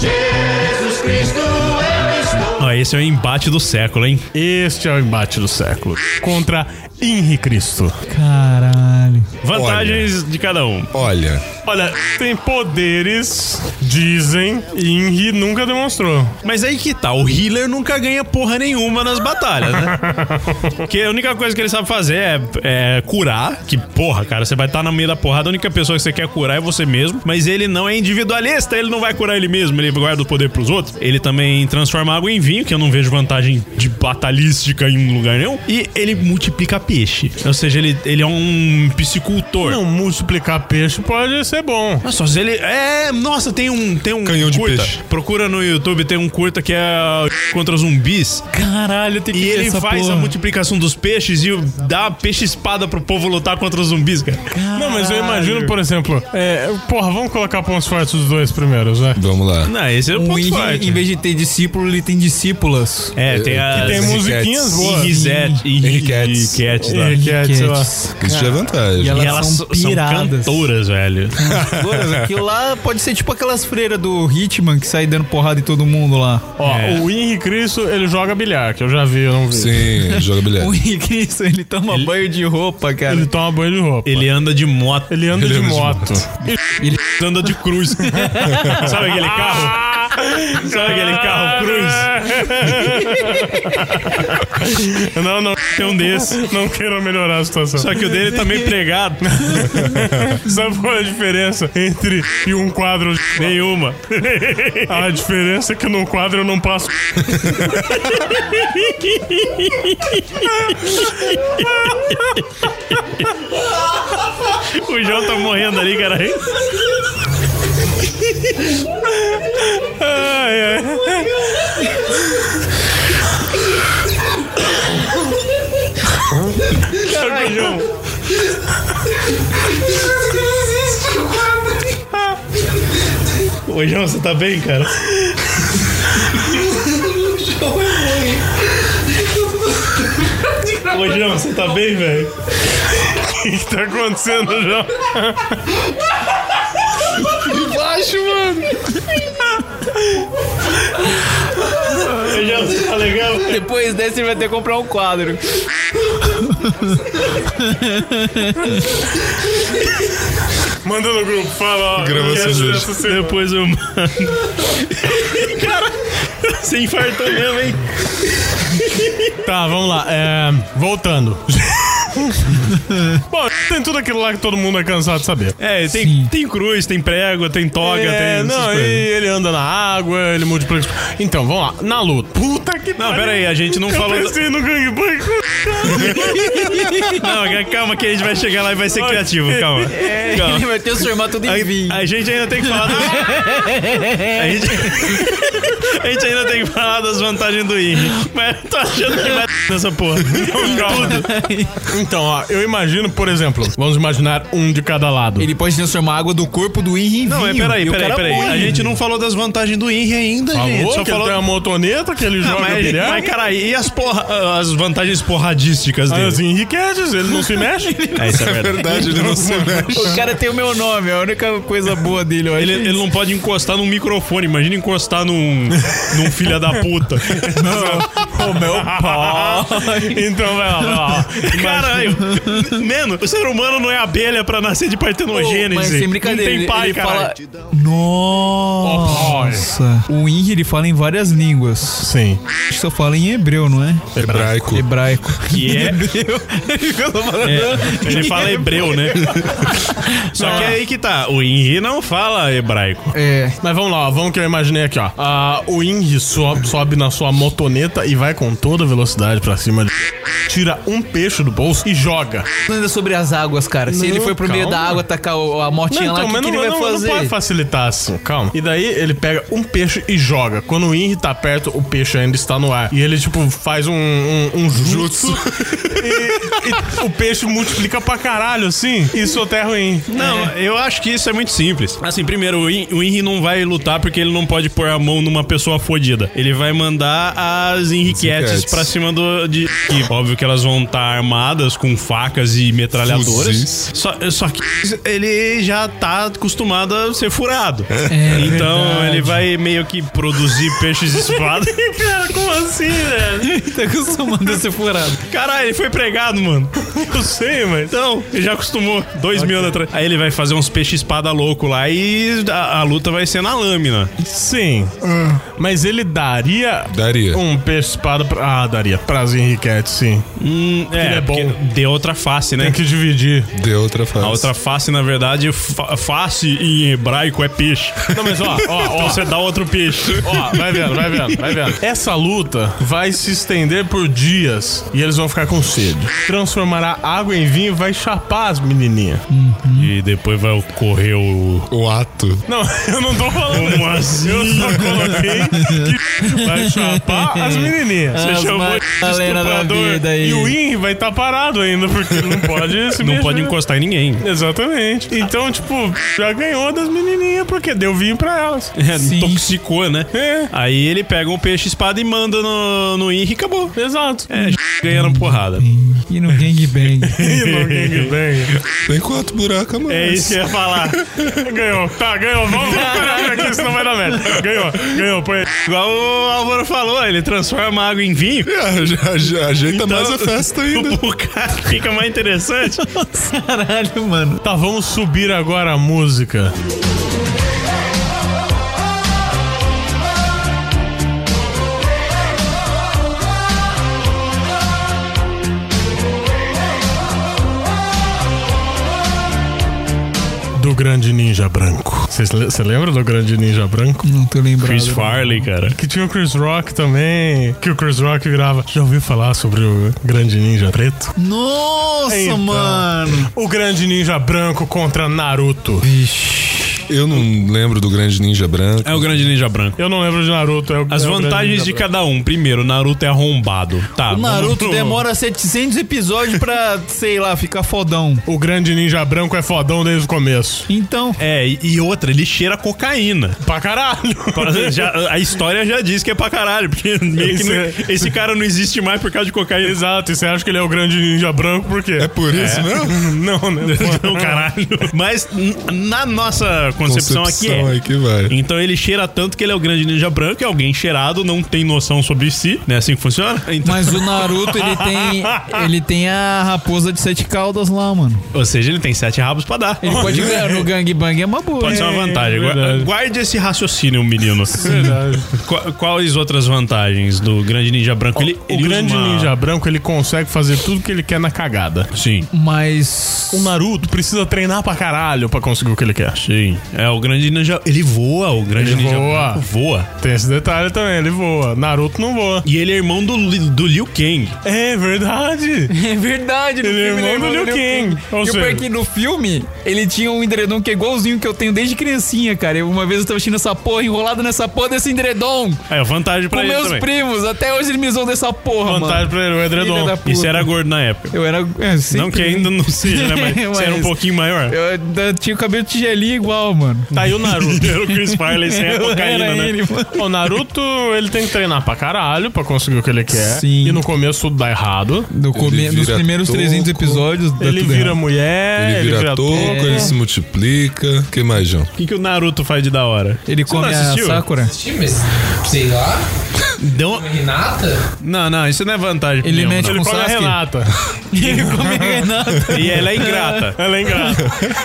I: Jesus Cristo, eu estou
C: Ó, esse é o embate do século, hein?
A: Este é o embate do século. Contra Henri Cristo.
E: Caralho.
C: Vantagens de cada um.
D: Olha,
A: Olha, tem poderes, dizem, e Henri nunca demonstrou.
C: Mas aí que tá, o healer nunca ganha porra nenhuma nas batalhas, né? Porque a única coisa que ele sabe fazer é, é curar, que porra, cara, você vai estar no meio da porrada, a única pessoa que você quer curar é você mesmo, mas ele não é individualista, ele não vai curar ele mesmo, ele guarda o poder pros outros. Ele também transforma água em vinho, que eu não vejo vantagem de batalística em lugar nenhum, e ele multiplica peixe. Ou seja, ele, ele é um piscicultor.
A: Não, multiplicar peixe pode ser bom.
C: Nossa, mas ele. É, nossa, tem um. Tem um
D: Canhão de
C: curta.
D: peixe.
C: Procura no YouTube, tem um curta que é contra zumbis.
E: Caralho, tem que
C: E
E: ver
C: ele
E: essa
C: faz
E: porra.
C: a multiplicação dos peixes e o- dá peixe-espada pro povo lutar contra os zumbis, cara.
A: Não, mas eu imagino, por exemplo, é, porra, vamos colocar pontos fortes dos dois primeiros, né?
D: vamos lá.
C: Não, esse é o
E: O
C: ponto
E: Henry,
C: forte.
E: Um em vez de ter discípulo, ele tem discípulas.
C: É, tem a.
A: Tem
D: Henriquetes.
A: musiquinhas boas.
C: Henriquete.
D: Henriquetes.
C: Henriquete, lá.
E: É,
A: Henriquetes, sei lá.
E: Enquetes.
D: Isso já é vantagem.
E: E ela-
C: E
E: Elas
C: tá. elas
E: são
C: são, são
E: piradas.
C: cantoras, velho.
E: Agora, Aquilo lá pode ser tipo aquelas freiras do Hitman que sai dando porrada em todo mundo lá.
A: Ó,
C: É.
A: o Henri Cristo, ele joga bilhar, que eu já vi, eu não vi.
D: Sim, joga
E: O
D: bilhete.
E: Henrique, isso, ele toma banho de roupa, cara.
A: Ele toma banho de roupa.
C: Ele anda de moto.
A: Ele anda
D: Ele
A: de
D: anda de
A: moto.
C: Ele anda de cruz. Sabe aquele
A: Ah!
C: carro? Sabe aquele carro cruz?
A: Não, não, tem um desse. Não queiram melhorar a situação.
C: Só que o dele tá meio pregado.
A: Sabe qual é a diferença entre e um quadro? Nenhuma. A diferença é que num quadro eu não passo.
C: O João tá morrendo ali, cara. Ô, João, você tá bem, cara? Ô, João, você tá bem, velho?
A: O que tá acontecendo, João?
C: Ô, João, você tá legal?
E: Depois dessa ele vai ter que comprar um quadro.
A: Manda no grupo, fala. ó,
D: Gravação
A: quero
D: de hoje.
A: essa semana.
C: Depois eu mando. Cara, você infartou mesmo, hein?
A: Tá, vamos lá. É, voltando. Bom, tem tudo aquilo lá que todo mundo é cansado de saber.
C: É, tem, tem cruz, tem prego, tem toga,
A: É,
C: tem. essas
A: não, e
C: coisas.
A: ele anda na água, ele multiplica. os- Então, vamos lá. Na luta. Puta que
C: Não, pera aí, a gente não
A: Eu
C: falou.
A: pensei no gangbang.
C: Não, calma que a gente vai chegar lá e vai ser criativo, calma. calma.
E: vai ter o seu irmão todo em vinho.
C: A, a gente ainda tem que falar das... a, gente... a gente ainda tem que falar das vantagens do IN. Mas eu tô achando que vai nessa porra. Tudo.
A: Então, ó, eu imagino, por exemplo, vamos imaginar um de cada lado.
E: Ele pode transformar a água do corpo do Henry em
C: Não, mas
E: vinho, e
C: peraí,
E: o
C: peraí,
E: cara
C: peraí.
E: morre.
C: A gente não falou das vantagens do IN ainda, gente.
A: Falou
C: Só
A: que ele
C: falou.
A: tem a motoneta que ele
C: Não,
A: joga
C: mas,
A: bilhar.
C: mas, cara, e as, porra, as vantagens porradísticas
A: Aí,
C: dele?
A: assim, enriqueces, ele não se mexe.
C: Ah, É, isso é verdade.
D: verdade, ele não se mexe.
E: O cara tem o meu nome, é a única coisa boa dele, olha.
C: Ele, é ele não pode encostar num microfone, imagina encostar num, num filha da puta.
A: Ô, meu pau. Então, vai lá, vai lá.
C: Caralho, mano, o ser humano não é abelha pra nascer de partenogênese.
E: Mas sem brincadeira,
C: Não tem pai,
E: ele, ele
C: caralho.
E: fala... Nossa. O Henry, ele fala em várias línguas.
A: Sim.
E: Acho que só fala em hebreu, não é?
D: Hebraico.
E: Hebraico.
C: Que é-
E: ele ficou falando...
C: É, ele fala hebreu, né? Só que é aí que tá, o Henry não fala hebraico.
E: É.
A: Mas vamos lá, ó, vamos que eu imaginei aqui, ó. Ah, o Inri sobe, sobe na sua motoneta e vai com toda velocidade pra cima. de- Tira um peixe do bolso e joga.
E: Ainda sobre as águas, cara. Se
A: Não,
E: ele foi pro meio
A: calma.
E: da água atacar o- a
A: Não,
E: motinha
A: então,
E: lá, o que,
A: mas
E: que
A: não,
E: ele vai
A: não- não
E: fazer?
A: pode facilitar assim, calma. E daí ele pega um peixe e joga. Quando o Inri tá perto, o peixe ainda está no ar. E ele, tipo, faz um, um, um jutsu. e, e o peixe multiplica pra caralho, assim. E soterra o Inri.
C: Não, eu acho que isso é muito simples. Assim, primeiro, o Hen- o Henry não vai lutar porque ele não pode pôr a mão numa pessoa fodida. Ele vai mandar as enriquetes
D: Henriquetes.
C: pra cima do. De, que, óbvio que elas vão estar armadas com facas e metralhadoras.
D: Fuzis.
C: Só, só que ele já tá acostumado a ser furado. então
E: verdade.
C: ele vai meio que produzir peixes espada. Cara, como assim, velho?
E: Tá acostumado a ser furado.
C: Caralho, ele foi pregado, mano. Eu sei, mas. Então, ele já acostumou. Dois mil anos atrás. Aí ele vai fazer uns peixe-espada louco lá e a, a luta vai ser na lâmina.
A: Sim. Mas ele daria.
D: Daria.
A: Um peixe espada pra. Ah, daria. Pras Henriquete, sim.
C: Hum, é,
A: ele é
C: porque
A: bom.
C: Deu outra face, né?
A: Tem que dividir.
D: De outra face.
C: A outra face, na verdade, fa- face em hebraico é peixe.
A: Não, mas ó, ó, ó.
C: Então você dá outro peixe.
A: Ó, vai vendo, vai vendo, vai vendo. Essa luta vai se estender por dias e eles vão ficar com sede. Transformará água em vinho e vai chapar as menininhas.
C: E depois vai ocorrer o.
D: O ato.
A: Não, eu não tô falando.
C: Como assim?
A: Eu coloquei que vai chapar as menininhas.
E: As Madalena da
A: estuprador.
E: vida aí.
A: E o Henry vai estar parado ainda, porque ele não pode se
C: Não
A: mexer.
C: pode encostar em ninguém.
A: Exatamente. Então, tipo, já ganhou das menininhas, porque deu vinho pra elas.
C: É,
E: Sim.
C: Intoxicou, né?
A: É.
C: Aí ele pega um peixe-espada e manda no, no Henry e acabou.
A: Exato.
C: É, ganharam porrada.
E: E no gangbang.
A: E no gangbang.
D: Tem quatro buracos, mano.
C: É isso que eu ia falar.
A: Ganhou, tá, ganhou, vamos parar aqui, senão vai dar merda. Ganhou, ganhou, põe.
C: Igual o Álvaro falou, ele transforma água em vinho.
D: É, já- já-
C: Então-
D: ajeita mais a festa ainda.
C: O cara fica mais interessante.
E: Caralho, mano.
A: Tá, vamos subir agora a música. Do Grande Ninja Branco. Você lembra do Grande Ninja Branco?
E: Não tô lembrado.
C: Chris Farley, cara.
A: Que tinha o Chris Rock também. Que o Chris Rock virava. Já ouviu falar sobre o Grande Ninja Preto?
E: Nossa,
A: Então.
E: mano.
A: O Grande Ninja Branco contra Naruto.
D: Eu não lembro do Grande Ninja Branco.
C: É o grande ninja branco.
A: Eu não lembro de Naruto. É o,
C: As
A: é o Grande
C: vantagens
A: Ninja
C: de
A: Branco.
C: cada um. Primeiro, Naruto é arrombado. Tá.
E: O Naruto demora 700 episódios pra, sei lá, ficar fodão.
A: O Grande Ninja Branco é fodão desde o começo.
E: Então,
C: É, e e outra, ele cheira cocaína.
A: Pra caralho.
C: Já- a história já diz que é pra caralho, porque meio que
A: Isso
C: não-
A: é.
C: esse cara não existe mais por causa de cocaína.
A: Exato, e você acha que ele é o Grande Ninja Branco É por quê?
C: É.
D: É por isso mesmo?
A: Não, né?
C: Não, caralho. Mas n- na nossa Concepção, aqui é.
D: aqui vai.
C: Então ele cheira tanto que ele é o grande ninja branco, é alguém cheirado, não tem noção sobre si, né? Assim que funciona? Então,
E: Mas o Naruto, ele tem. Ele tem a raposa de sete caudas lá, mano.
C: Ou seja, ele tem sete rabos pra dar.
E: Ele pode ganhar no gangbang, é uma boa.
C: Pode ser uma vantagem. Gua-
A: É verdade. É
C: Guarde esse raciocínio, menino.
A: Verdade.
C: Qua- Quais outras vantagens do grande ninja branco? Ele,
A: o
C: ele usa
A: grande
C: uma-
A: ninja branco, ele consegue fazer tudo que ele quer na cagada.
C: Sim.
E: Mas.
A: O Naruto precisa treinar pra caralho pra conseguir o que ele quer.
C: Sim. É, o grande ninja. Ele voa, o grande
A: Ele
C: ninja
A: voa.
C: branco voa.
A: Tem esse detalhe também, ele voa. Naruto não voa.
C: E ele é irmão do, Li- do Liu Kang.
A: É verdade.
E: É verdade, no
A: Ele é
E: filme
A: irmão do Liu Kang. Ou
E: E o pior
A: seja-
E: é que no filme, ele tinha um endredom que é igualzinho que eu tenho desde criancinha, cara. Eu, uma vez eu tava assistindo essa porra, enrolado nessa porra desse endredom.
C: É, vantagem pra
E: com
C: ele
E: meus
C: também.
E: primos. Até hoje ele me zoou dessa porra,
A: Vantagem
E: mano.
A: pra ele, o
E: Filha da
A: edredom.
E: puta.
C: E você era gordo na época.
E: Eu era. é, sempre,
C: não que ainda não seja, né? Mas você era um
E: Mas-
C: pouquinho maior.
E: Eu, ainda tinha o cabelo de tigelinha igual, mano.
A: Tá aí o Naruto.
C: Era o Chris Farley sem a cocaína,
E: Era
C: né?
E: ele, mano.
A: O Naruto, ele tem que treinar pra caralho pra conseguir o que ele quer.
E: Sim.
A: E no começo tudo dá errado.
E: No come-
D: Ele
E: nos
D: vira
E: primeiros
D: toco.
E: 300 episódios, dá
A: ele
E: tudo
A: vira
E: errado.
A: mulher,
D: Ele vira toco,
A: toco.
D: ele se multiplica. que mais, João?
C: O que, que o Naruto faz de da hora?
E: Ele
C: Você não
E: come a
C: assistiu?
E: Sakura.
G: Sei lá,
C: Deu-
G: Renata?
C: Não, não, isso não é vantagem.
E: Ele
C: nenhuma,
E: mete
C: não.
A: Ele
E: Com
A: come a
E: Sasuke.
A: Renata.
E: Ele come Renata.
C: E ela é ingrata.
A: Ela é ingrata.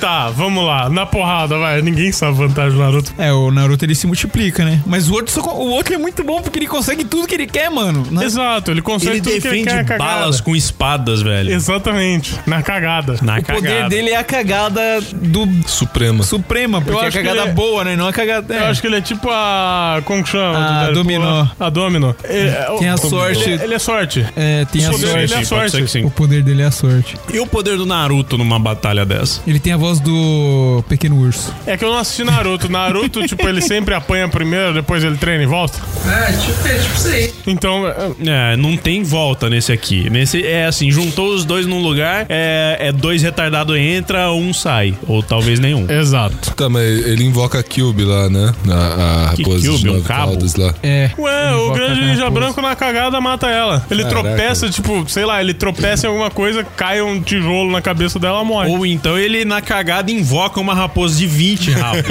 A: tá, vamos lá. Na porrada, vai. Ninguém sabe a vantagem do Naruto.
E: É, o Naruto ele se multiplica, né? Mas o outro, só co- o outro é muito bom porque ele consegue tudo que ele quer, mano. é Na-
A: Exato, ele consegue
C: Ele
A: tudo que ele
C: defende
A: quer na cagada.
C: balas com espadas, velho.
A: Exatamente, na cagada.
C: Na
E: O poder
C: cagada.
E: dele é a cagada do
D: Suprema.
E: Suprema, porque é a
A: acho que
E: cagada
A: ele é-
E: boa, né? Não a cagada.
A: Eu acho que ele é tipo a. Como que chama?
E: A
A: Do Deadpool
E: Dominó.
A: lá? A Dominó. É,
E: Tem a
A: o-
E: sorte.
A: Ele, ele é sorte.
E: É, tem a
A: poder
E: sorte.
A: dele é a
C: Sim, pode ser
A: sorte.
C: que sim.
E: O poder dele é a sorte.
C: E o poder do Naruto numa batalha dessa?
E: Ele tem a voz do Pequeno Urso.
A: É que eu não assisti Naruto. Naruto, tipo, ele sempre apanha primeiro, depois ele treina e volta.
G: É, tipo, é, tipo isso aí.
A: Então, é-
C: É, não tem volta nesse aqui. Nesse é assim, juntou os dois num lugar, é, é dois retardado entra, um sai. Ou talvez nenhum.
A: Exato.
D: Tá, mas ele invoca a Cube lá, né? A, a raposa
C: Cube?
D: de
C: Um
D: nove
C: cabo?
D: caudas lá.
E: É.
A: Ué, o
E: Invoca
A: grande
E: a
A: ninja
E: raposa.
A: branco na cagada mata ela. Ele
D: Caraca.
A: tropeça, tipo, sei lá, ele tropeça em alguma coisa, cai um tijolo na cabeça dela, ela morre.
C: Ou então ele na cagada invoca uma raposa de 20 rabos.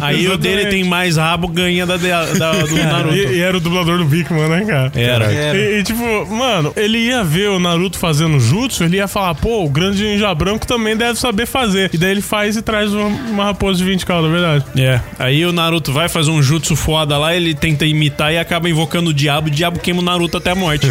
C: Aí o dele tem mais rabo, ganha da, da- da- do
E: É.
C: Naruto. É.
A: E, e era o dublador do Bigman, né, cara?
C: Era.
A: E, e, tipo, mano, ele ia ver o Naruto fazendo jutsu, ele ia falar, pô, o grande ninja branco também deve saber fazer. E daí ele faz e traz uma, uma raposa de 20 caldas, é verdade.
C: É. Aí o Naruto vai fazer um jutsu foda lá, ele tenta imitar e acaba invocando o diabo, o diabo queima o Naruto até a morte.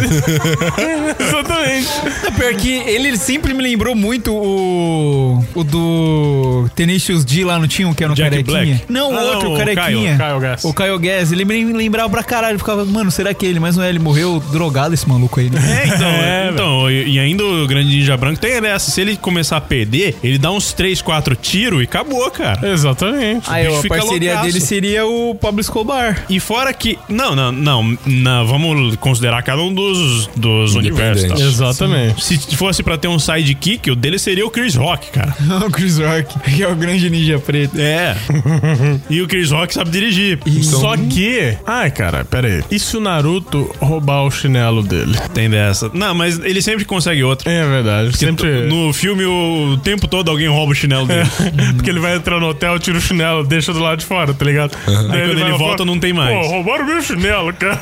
A: Exatamente.
E: Pior que ele sempre me lembrou muito o. O do. Tenacious D lá, não tinha um que era um
C: Jack
E: carequinha?
C: Black.
E: Não, o
C: Ah,
E: outro,
C: não,
E: o
C: o
E: carequinha.
A: Caio- Caio Gas.
E: O Caio Gas. Ele me lembrava pra caralho. Eu Ficava, mano, será que ele? Mas não é, ele morreu drogado esse maluco aí, né?
C: É, então, então e, e ainda o grande ninja branco tem essa. Se ele começar a perder, ele dá uns 3, 4 tiros e acabou, cara.
A: Exatamente.
E: Aí
C: bicho
E: a
C: fica
E: parceria
C: loucaço.
E: dele seria o Pablo Escobar.
C: E fora que. Não, não, não. não, vamos considerar cada um dos, dos universos. tá?
A: Exatamente.
C: Se fosse pra ter um sidekick, o dele seria o Chris Rock, cara.
E: o Chris Rock, que é o grande ninja preto.
C: É. Então, e o Chris Rock sabe dirigir.
A: Só que. Ai, cara, pera aí. E se o Naruto roubar o chinelo dele?
C: Tem dessa. Não, mas ele sempre consegue outra.
A: É verdade. sempre.
C: No filme, o tempo todo alguém rouba o chinelo dele.
A: Porque ele vai entrar no hotel, tira o chinelo, deixa do lado de fora, tá ligado?
C: Aí quando
A: vai
C: ele
A: lá
C: volta,
A: fora,
C: não tem mais.
A: Pô, roubaram meu chinelo, cara.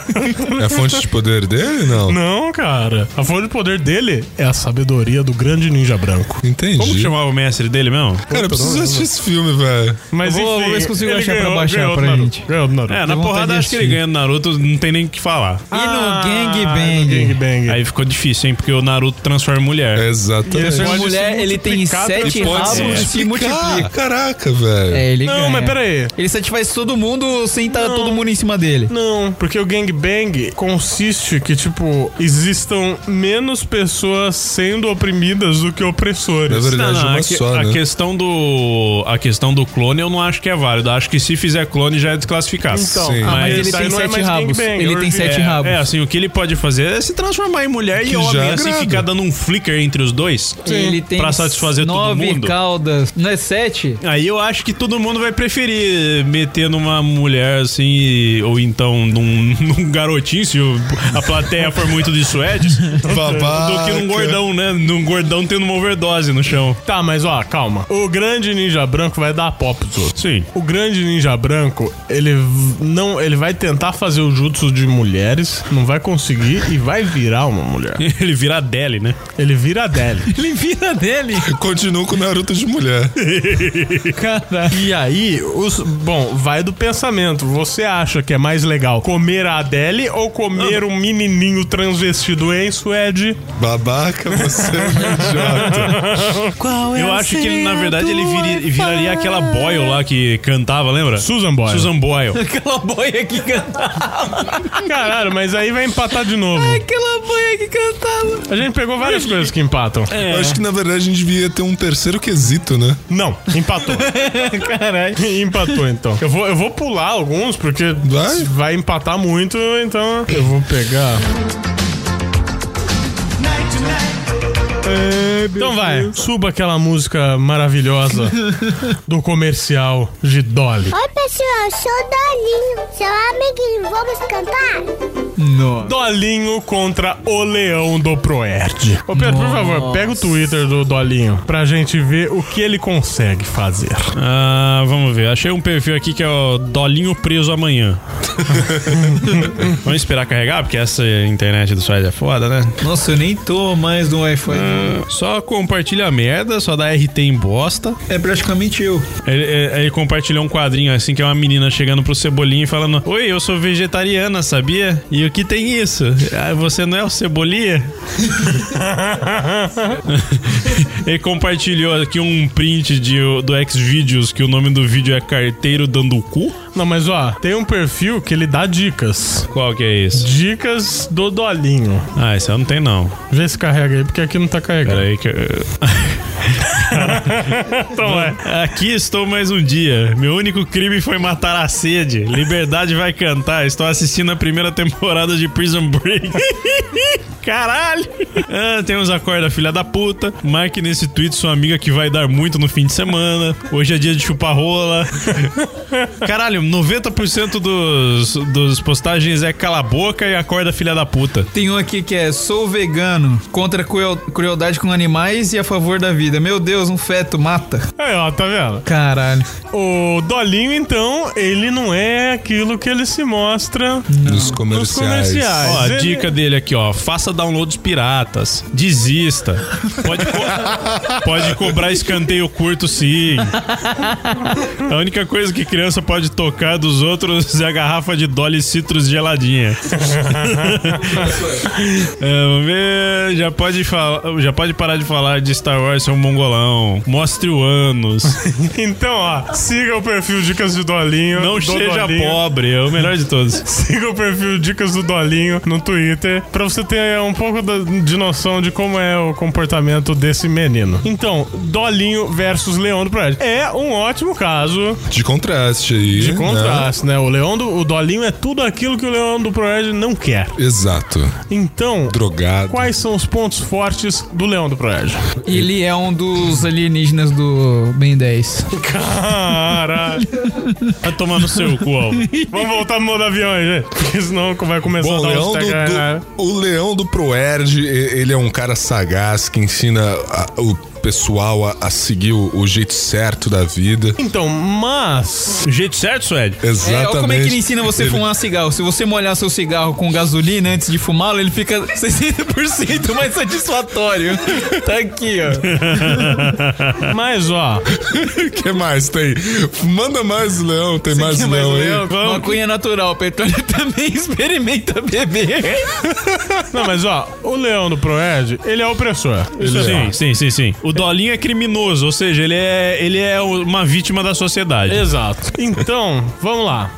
D: É a fonte de poder dele? Não.
A: Não, cara. A fonte de poder dele é a sabedoria do grande ninja branco.
D: Entendi.
C: Como que chamava o mestre dele mesmo?
D: Cara, eu preciso assistir esse filme, velho.
A: Mas
E: Eu vou-
A: enfim,
E: vou ver se consigo
A: ele
E: achar pra
A: ganhou-
E: baixar
A: ganhou
E: pra
A: do Naruto.
E: gente.
A: Ganhou do Naruto.
C: É, na
E: Dá vontade
C: porrada
E: de
C: acho que ele
E: assistir.
C: ganha do Naruto, não tem nem o que falar.
E: E no
A: Ah, no
E: Gangbang?
A: Gangbang.
C: Aí ficou difícil, hein? Porque o Naruto transforma em mulher.
D: Exatamente.
E: Essa
A: pode
E: mulher,
A: se
E: ele tem
A: multiplicar,
E: sete
A: ele pode
E: rabos
A: se
E: e se
D: Ah,
E: multiplica.
D: caraca, velho.
E: É, ele
A: Não,
E: ganha.
A: mas pera aí.
E: Ele satisfaz todo mundo sem estar todo mundo em cima dele.
A: Não, porque o gangbang consiste que, tipo, existam menos pessoas sendo oprimidas do que
D: Na
A: opressores.
D: verdade,
C: a,
D: uma
C: que-
D: só,
C: a
D: né?
C: questão do a questão do clone eu não acho que é válido. Acho que se fizer clone já é desclassificado.
A: Então,
D: Sim.
E: Ah, mas,
A: Mas
E: ele
A: daí
E: tem
A: não é
E: sete
A: mais
E: rabos.
A: gangbang,
E: Ele
A: eu
E: tem
A: vi-
E: sete
C: é,
E: rabos.
C: é, assim, o que ele pode fazer é se transformar em mulher e
D: Que
C: homem,
D: já é
C: assim,
D: agrada.
C: ficar dando um flicker entre os dois
E: Ele tem
C: pra satisfazer todo
E: nove
C: mundo.
E: caudas. Não é sete?
C: Aí eu acho que todo mundo vai preferir meter numa mulher assim e e, ou então num, num garotinho, se o- a plateia for muito de suedes, do que num gordão, né? Num gordão tendo uma overdose no chão.
A: Tá, mas ó, calma. O grande ninja branco vai dar pop pros outros.
C: Sim.
A: O grande ninja branco, ele v- não, ele vai tentar fazer o jutsu de mulheres, não vai conseguir e vai virar uma mulher.
C: Ele vira a Deli, né?
A: Ele vira a Deli.
E: Ele vira né? dele.
D: Continuo com o Naruto de mulher.
E: Cara.
A: né? E aí, os, bom, vai do pensamento. Você acha que é mais legal comer a Adele ou comer um menininho transvestido em suede?
D: Babaca, você é um idiota.
C: Eu acho que ele, na verdade, ele viri- viraria aquela Boyle lá que cantava, lembra?
A: Susan Boyle.
C: Susan Boyle.
E: Aquela boia que cantava.
A: Ah, Caralho, mas aí vai empatar de novo.
E: Aquela boia que cantava.
A: A gente pegou várias coisas que empatam.
D: Eu acho que na verdade a gente devia ter um terceiro quesito, né?
A: Não, empatou.
E: Caralho.
A: empatou então. Eu vou, eu vou pular alguns, porque vai?
D: Vai?
A: empatar muito, então eu vou pegar. Então vai, suba aquela música maravilhosa do comercial de Dolly.
J: Oi, pessoal, eu sou o Dolinho. Seu amiguinho, vamos cantar?
E: Nossa.
A: Dolinho contra o Leão do Proerd. Ô Pedro, por favor, pega o Twitter do Dolinho pra gente ver o que ele consegue fazer.
C: Ah, vamos ver. Achei um perfil aqui que é o Dolinho Preso Amanhã. vamos esperar carregar, porque essa internet do site é foda, né?
E: Nossa, eu nem tô mais no Wi-Fi.
C: Só compartilha merda, só dá RT em bosta.
E: É praticamente eu.
C: Ele, ele- ele compartilhou um quadrinho assim que é uma menina chegando pro Cebolinha e falando: Oi, eu sou vegetariana, sabia? E o que tem isso? Ah, você não é o Cebolinha? ele compartilhou aqui um print de, do Xvideos que o nome do vídeo é Carteiro Dando o Cu.
A: Não, mas ó, tem um perfil que ele dá dicas.
C: Qual que é isso?
A: Dicas do Dolinho.
C: Ah, esse eu não tem não.
A: Vê se carrega aí, porque aqui não tá carregando.
C: Peraí que eu...
A: Então é.
C: Aqui estou mais um dia. Meu único crime foi matar a sede. Liberdade vai cantar. Estou assistindo a primeira temporada de Prison Break. Caralho! Ah, tem uns acorda filha da puta. Marque nesse tweet sua amiga que vai dar muito no fim de semana. Hoje é dia de chupar rola. Caralho, 90% dos, dos postagens é cala a boca e acorda filha da puta.
E: Tem um aqui que é sou vegano contra a cruel- crueldade com animais e a favor da vida. Meu Deus, um feto mata.
A: Aí, ó, tá vendo?
E: Caralho.
A: O Dolinho, então, ele não é aquilo que ele se mostra.
D: Nos comerciais.
A: comerciais.
C: Ó, a
A: Ele-
C: dica dele aqui, ó. Faça downloads piratas. Desista. Pode, co- pode cobrar escanteio curto, sim. A única coisa que criança pode tocar dos outros é a garrafa de Dolly Citrus geladinha. É, vamos ver. Já pode, falar, já pode parar de falar de Star Wars, seu mongolão. Mostre o ânus.
A: Então, ó, siga o perfil Dicas do Dolinho.
C: Não
A: do
C: seja
A: Dolinho.
C: pobre. É o melhor de todos.
A: Siga o perfil Dicas do Dolinho no Twitter pra você ter um pouco da- de noção de como é o comportamento desse menino. Então, Dolinho versus Leão do Prédio. É um ótimo caso
D: De contraste aí.
A: de
C: Uhum.
D: né?
A: contraste, né? O Leão do, o Dolinho é tudo aquilo que o Leão do Proerd não quer.
D: né? Exato.
A: Então,
D: Drogado.
A: quais são os pontos fortes do Leão do Proerd?
E: Ele é um dos alienígenas do Ben 10.
A: Caralho.
C: Vai tomar no seu cu, ó.
A: Vamos voltar pro modo avião aí, gente. Porque senão vai começar
D: Bom, o
E: tá
A: a dar
D: leão
A: uns
D: do,
A: tagarela.
E: né?
D: do- o leão do Proerd, e- ele é um cara sagaz que ensina a- o pessoal a, a seguir o, o jeito certo da vida.
A: Então, mas.
C: O jeito certo, Suede?
D: Exatamente.
E: É, olha como é que ele ensina você a
D: Ele-
E: fumar cigarro. Se você molhar seu cigarro com gasolina antes de fumá-lo, ele fica 60% mais satisfatório. Tá aqui, ó.
A: Mas, ó.
D: O que mais tem? Manda mais leão, tem mais
E: Quer
D: leão aí.
E: leão? Maconha é natural, petróleo também experimenta beber.
A: Não, mas, ó. O leão do Proerd, ele é opressor.
C: Sim, sim, sim, sim. O Dolinho é criminoso, ou seja, ele é, ele é uma vítima da sociedade.
A: Exato. Então, vamos lá.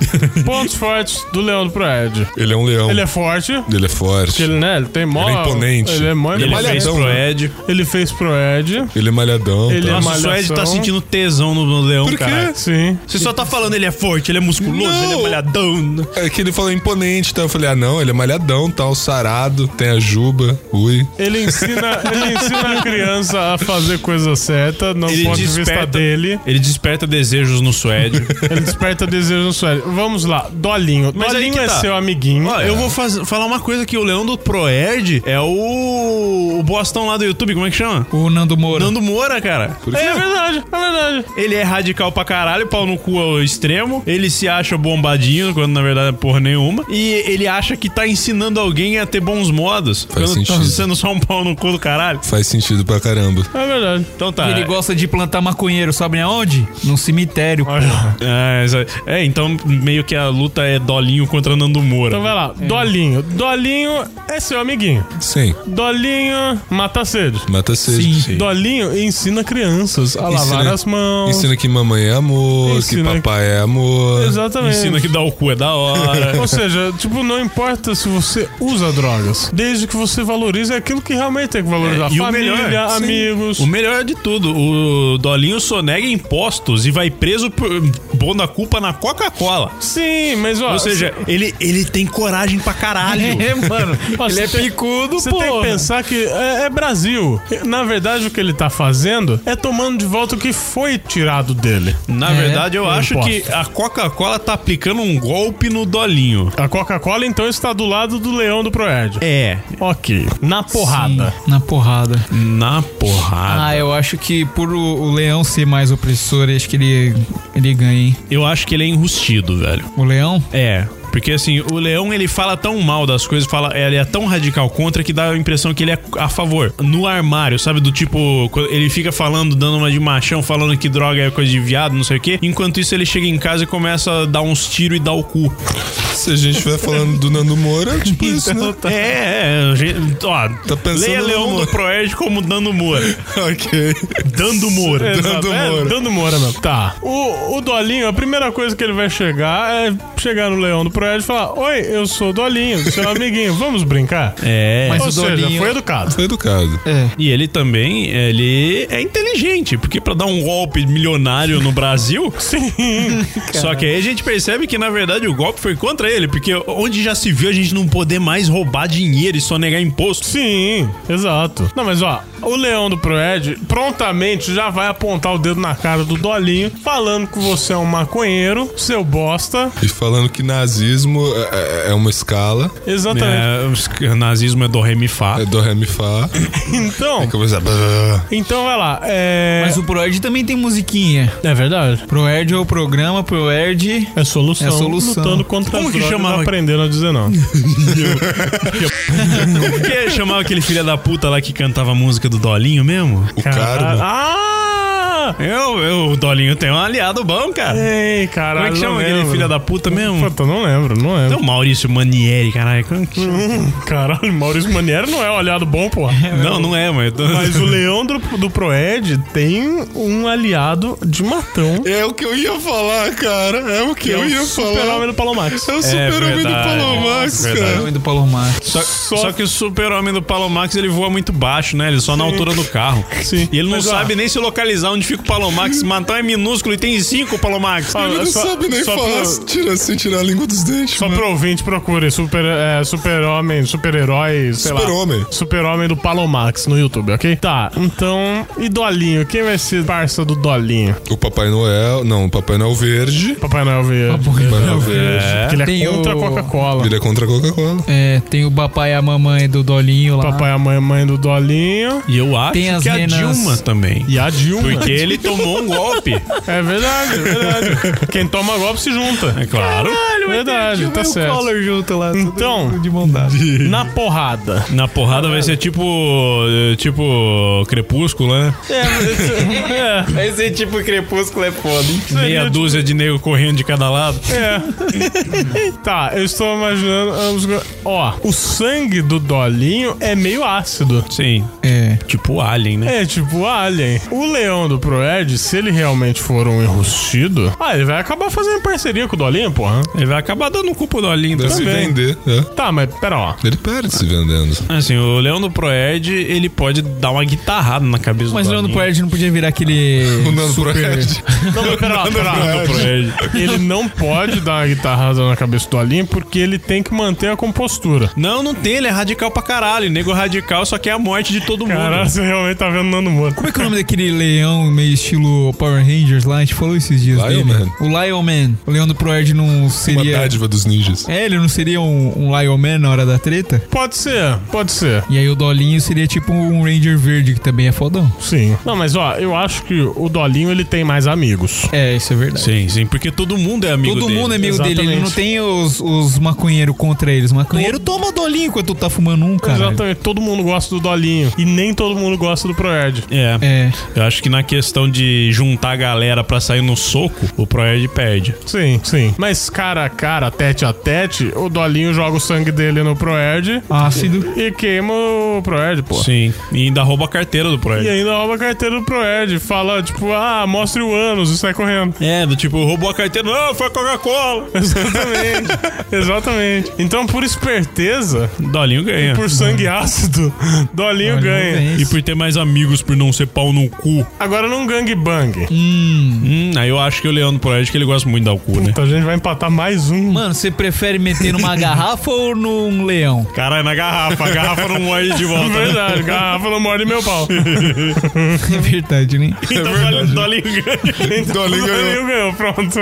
A: Pontos fortes do leão do Proerd.
D: Ele é um leão.
A: Ele é forte.
D: Ele é forte.
A: Ele, né, ele tem mó.
D: Ele é imponente.
A: Ele é mó
D: Ele é
C: Ele
A: imponente.
C: fez
D: malhadão,
C: pro
D: né?
C: Ed.
A: Ele fez Proerd.
D: Ele é malhadão.
A: Ele
D: tá?
A: é
C: Nossa,
A: malhação.
C: o Ed tá sentindo tesão no, no leão,
D: Por quê?
C: cara.
A: Sim.
C: Você só tá falando ele é forte, ele é musculoso,
D: Não.
C: ele é malhadão.
D: É que ele falou imponente, tá? Eu falei, ah não, ele é malhadão, tá? O sarado, tem a juba, ui.
A: Ele ensina, ele ensina a criança a fazer coisa certa, não
C: Ele
A: pode vista
C: desperta-
A: dele.
C: Ele desperta desejos no suédio.
A: Ele desperta desejo no suério. Vamos lá, Dolinho.
C: Mas aí
A: Dolinho
C: que
A: é
C: tá.
A: seu amiguinho.
C: Ó, eu vou faz- falar uma coisa que o leão do Proerd é o... o bostão lá do YouTube, como é que chama?
E: O Nando Moura.
C: Nando Moura, cara.
A: É verdade, é verdade.
C: Ele é radical pra caralho, pau no cu ao extremo. Ele se acha bombadinho, quando na verdade é porra nenhuma. E ele acha que tá ensinando alguém a ter bons modos.
D: Faz
C: quando tá
D: sentido.
C: sendo só um pau no cu do caralho.
D: Faz sentido pra caramba.
A: É verdade.
C: Então tá.
E: Ele gosta de plantar maconheiro, sabe aonde? Num cemitério. porra.
C: É, exa- é, então meio que a luta é Dolinho contra Nando Moura.
A: Então vai lá, Dolinho. Dolinho é seu amiguinho.
D: Sim,
A: Dolinho mata a sede.
D: mata sede.
E: Sim.
A: Dolinho ensina crianças a
D: Ensina-
A: lavar as mãos.
D: Ensina que mamãe é amor,
A: Ensina
D: que papai é amor.
A: Exatamente.
C: Ensina que dar o cu é da hora.
A: Ou seja, tipo, não importa se você usa drogas, desde que você valorize aquilo que realmente tem que valorizar.
C: É, E o
A: Família,
C: melhor, sim.
A: amigos.
C: O melhor de tudo, o Dolinho sonega impostos e vai preso por pondo a culpa na Coca-Cola.
A: Sim, mas ó.
C: Ou seja, ele, ele tem coragem pra caralho.
E: É, mano.
A: Ó,
E: ele
A: você
E: é
A: tem-
E: picudo,
A: Você
E: pô.
A: tem que pensar que é, é Brasil. Na verdade, o que ele tá fazendo é tomando de volta o que foi tirado dele.
C: Na
E: É,
C: verdade, eu
A: tem
C: acho
A: impostos.
C: que a Coca-Cola tá aplicando um golpe no Dolinho.
A: A Coca-Cola, então, está do lado do leão do Proerd.
C: É,
A: Ok. Na porrada.
E: Sim, na porrada.
C: na porrada.
E: Ah, eu acho que por o, o leão ser mais opressor, eu acho que ele, ele ganha, hein?
C: Eu acho que ele é enrustido, velho.
E: O leão?
C: É. Porque assim, o Leão ele fala tão mal das coisas, fala, ele é tão radical contra que dá a impressão que ele é a favor. No armário, sabe? Do tipo, quando ele fica falando, dando uma de machão, falando que droga é coisa de viado, não sei o quê. Enquanto isso, ele chega em casa e começa a dar uns tiros e dar o cu.
D: Se a gente vai falando do Nando Moura, tipo isso, né?
C: É, é, é. a gente- Ó,
D: Tá pensando
C: leia
D: no
C: Leão do
D: Moura.
C: Proerd como dando Moura.
D: Então. ok.
C: Dando Moura.
A: Exato,
D: Dando
A: é,
D: Moura.
A: Dando Moura mesmo. Tá. O, o Dolinho, a primeira coisa que ele vai chegar é chegar no leão do Proerd e falar: Oi, eu sou o Dolinho, seu amiguinho, vamos brincar?
C: É.
E: Mas
A: Ou
E: o
A: seja,
E: Dolinho-
A: foi educado.
D: Foi educado.
E: É.
C: E ele também, ele é inteligente, porque pra dar um golpe milionário no Brasil,
A: Sim.
C: só que aí a gente percebe que na verdade o golpe foi contra ele, porque onde já se viu a gente não poder mais roubar dinheiro e só negar imposto.
A: Sim, exato. Não, mas ó, o leão do Proed prontamente já vai apontar o dedo na cara do Dolinho, falando que você é um maconheiro, seu bosta.
D: E falando que nazismo é, é- é uma escala,
A: Exatamente.
C: É, o nazismo é do Ré Mi Fá.
D: é do ré mi fá.
C: É.
D: é
A: Então,
D: Começa. a-
A: então vai lá. É.
E: Mas o Proerd também tem musiquinha.
A: É verdade.
E: Proerd é o programa, Proerd.
A: É solução.
E: É solução.
A: Lutando contra
C: Como
A: as
C: que
A: drogas,
C: chamava?
A: aprendendo a dizer não.
C: Como que chamava aquele filho da puta lá que cantava a música do Dolinho mesmo?
D: O Carmo.
A: Ah!
C: Eu, eu, o Dolinho tem um aliado bom, cara.
A: Ei, caralho.
C: Como é que chama
A: não
C: aquele
A: lembro.
C: filho da puta mesmo?
A: Puta, não lembro, não
C: Então,
A: lembro. Hum,
C: Maurício Manieri, caralho. como é que chama?
A: Caralho, Maurício Manieri não é olhado bom, porra.
C: Não, não é, mas.
A: Mas o leão do, do Proed tem um aliado de matão.
D: É o que eu ia falar, cara. É o que,
A: que é
D: eu
A: o
D: ia
A: super-homem
D: falar.
A: do Palomax.
D: É o super-homem do
C: verdade. é
D: Palomax,
C: Verdade.
D: cara.
E: Homem do Palomar.
C: Só,
A: Só-
C: só que o super-homem do Palomax ele voa muito baixo, né? Ele só na altura do carro.
A: Sim.
C: E ele não
A: Mas, ó,
C: sabe nem se localizar onde fica o Palomax. Matão é minúsculo e tem cinco Palomax.
A: Ah,
D: Ele não
A: só-
D: sabe nem
A: só
D: falar
A: pro-
D: se tira- sem tirar a língua dos dentes,
A: Só
D: mano.
A: pro ouvinte, procure super, é, super homem, super herói, sei lá.
D: Super-Homem.
A: Super-homem do Palomax no YouTube, ok? Tá, então, e Dolinho? Quem vai ser parça do Dolinho?
D: O Papai Noel. Não, o Papai Noel Verde.
A: Papai Noel veio.
D: Papai Noel Verde.
A: Porque ele é
E: Tem
A: contra a
E: o-
A: Coca-Cola.
D: Vira contra a Coca-Cola.
E: É, tem o papai e a mamãe do Dolinho lá.
A: Papai, a mãe, mãe do Dolinho.
C: E eu acho
E: Tem as
C: que
E: renas-
C: a Dilma também.
A: E a Dilma.
C: Porque ele tomou um golpe.
A: É verdade, é verdade. Quem toma golpe se junta.
C: É claro.
A: Verdade, tá certo.
E: junto lá.
A: Então,
E: de mão dada.
A: na porrada.
C: Na porrada vai ser tipo. eh, Tipo. Crepúsculo, né?
A: É,
E: Esse tipo crepúsculo é foda, hein?
C: Meia dúzia de nego correndo de cada lado.
A: é. Tá, eu estou imaginando. vamos- Ó, o sangue do Dolinho é meio ácido.
C: Sim.
E: É.
C: Tipo Alien, né?
A: É tipo Alien. O leão do Pro Ed, se ele realmente for um enrustido, ah, ele vai acabar fazendo parceria com o Dolinho, porra.
C: Ele vai acabar dando um cu pro Dolinho
D: Deve se
C: também.
D: vender, né?
A: Tá, mas pera lá.
D: Ele perde se vendendo.
C: Assim, o Leão do Proed, ele pode dar uma guitarrada na cabeça
E: Mas
C: do
E: o Leandro
C: Dolinho.
E: Proerd não podia virar aquele.
D: O Nando é tipo
E: super-
D: Proerd.
A: Não, mas pera lá, pera lá.
D: Nando
A: Ele não pode dar uma guitarrada na cabeça do Dolinho porque ele tem que manter a compostura.
C: Não, não tem, ele é radical pra caralho. Nego radical só quer a morte de todo mundo.
A: Caralho, você realmente tá vendo o Nando Moura.
E: Como é que é o nome daquele leão meio estilo Power Rangers lá? A gente falou esses dias
D: Lion
E: dele.
D: Man.
E: O Lion Man. O leão do Proerd não
D: Uma
E: seria.
D: dádiva dos ninjas.
E: É, ele não seria um, um Lion Man na hora da treta?
A: Pode ser, pode ser.
E: E aí o Dolinho seria tipo um Ranger Verde, que também é fodão.
A: Sim. Não, mas ó, eu acho que o Dolinho ele tem mais amigos.
E: É, isso é verdade.
C: Sim, sim, porque todo mundo é amigo
E: Todo
C: dele.
E: mundo é amigo dele, ele
A: Exatamente.
E: não tem os, os maconheiros contra eles. Maconheiro toma Dolinho enquanto tu tá fumando um, cara.
A: Exatamente, todo mundo gosta do Dolinho. E nem todo mundo gosta do Proerd.
C: É.
E: É.
C: Eu acho que na questão de juntar a galera pra sair no soco, o Proerd perde.
A: Sim, sim. Mas cara a cara, tete a tete, o Dolinho joga o sangue dele no Proerd
E: Ácido.
A: e queima o Proerd, pô.
C: Sim. E ainda rouba a carteira do
A: E
C: Proerd.
A: ainda rouba a carteira do Proerd. Fala, tipo, ah, mostre o ânus e sai correndo.
C: É, do tipo, roubou a carteira. Não, foi a Coca-Cola.
A: Exatamente. Exatamente. Então, por esperteza,
C: Dolinho ganha.
A: por sangue ácido, Dolinho ganha.
C: E por ter mais amigos por não ser pau no cu.
A: Agora num gangbang.
C: Hum, aí eu acho que o Leandro Proerd que ele gosta muito de dar o cu, né?
A: Então a gente vai empatar mais um.
E: Mano, você prefere meter numa garrafa ou num leão?
C: Caralho, é na garrafa. A garrafa não morre de volta. né?
A: Verdade, garrafa não morde meu pau.
E: É verdade, né?
C: Então o
D: verdade.
C: Dolinho ganha.
E: Tá
D: Dolinho ganhou.
A: Dolinho ganhou, pronto.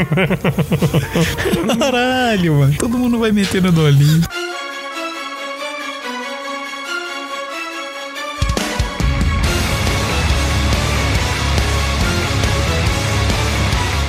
E: Caralho, mano. Todo mundo vai meter no Dolinho.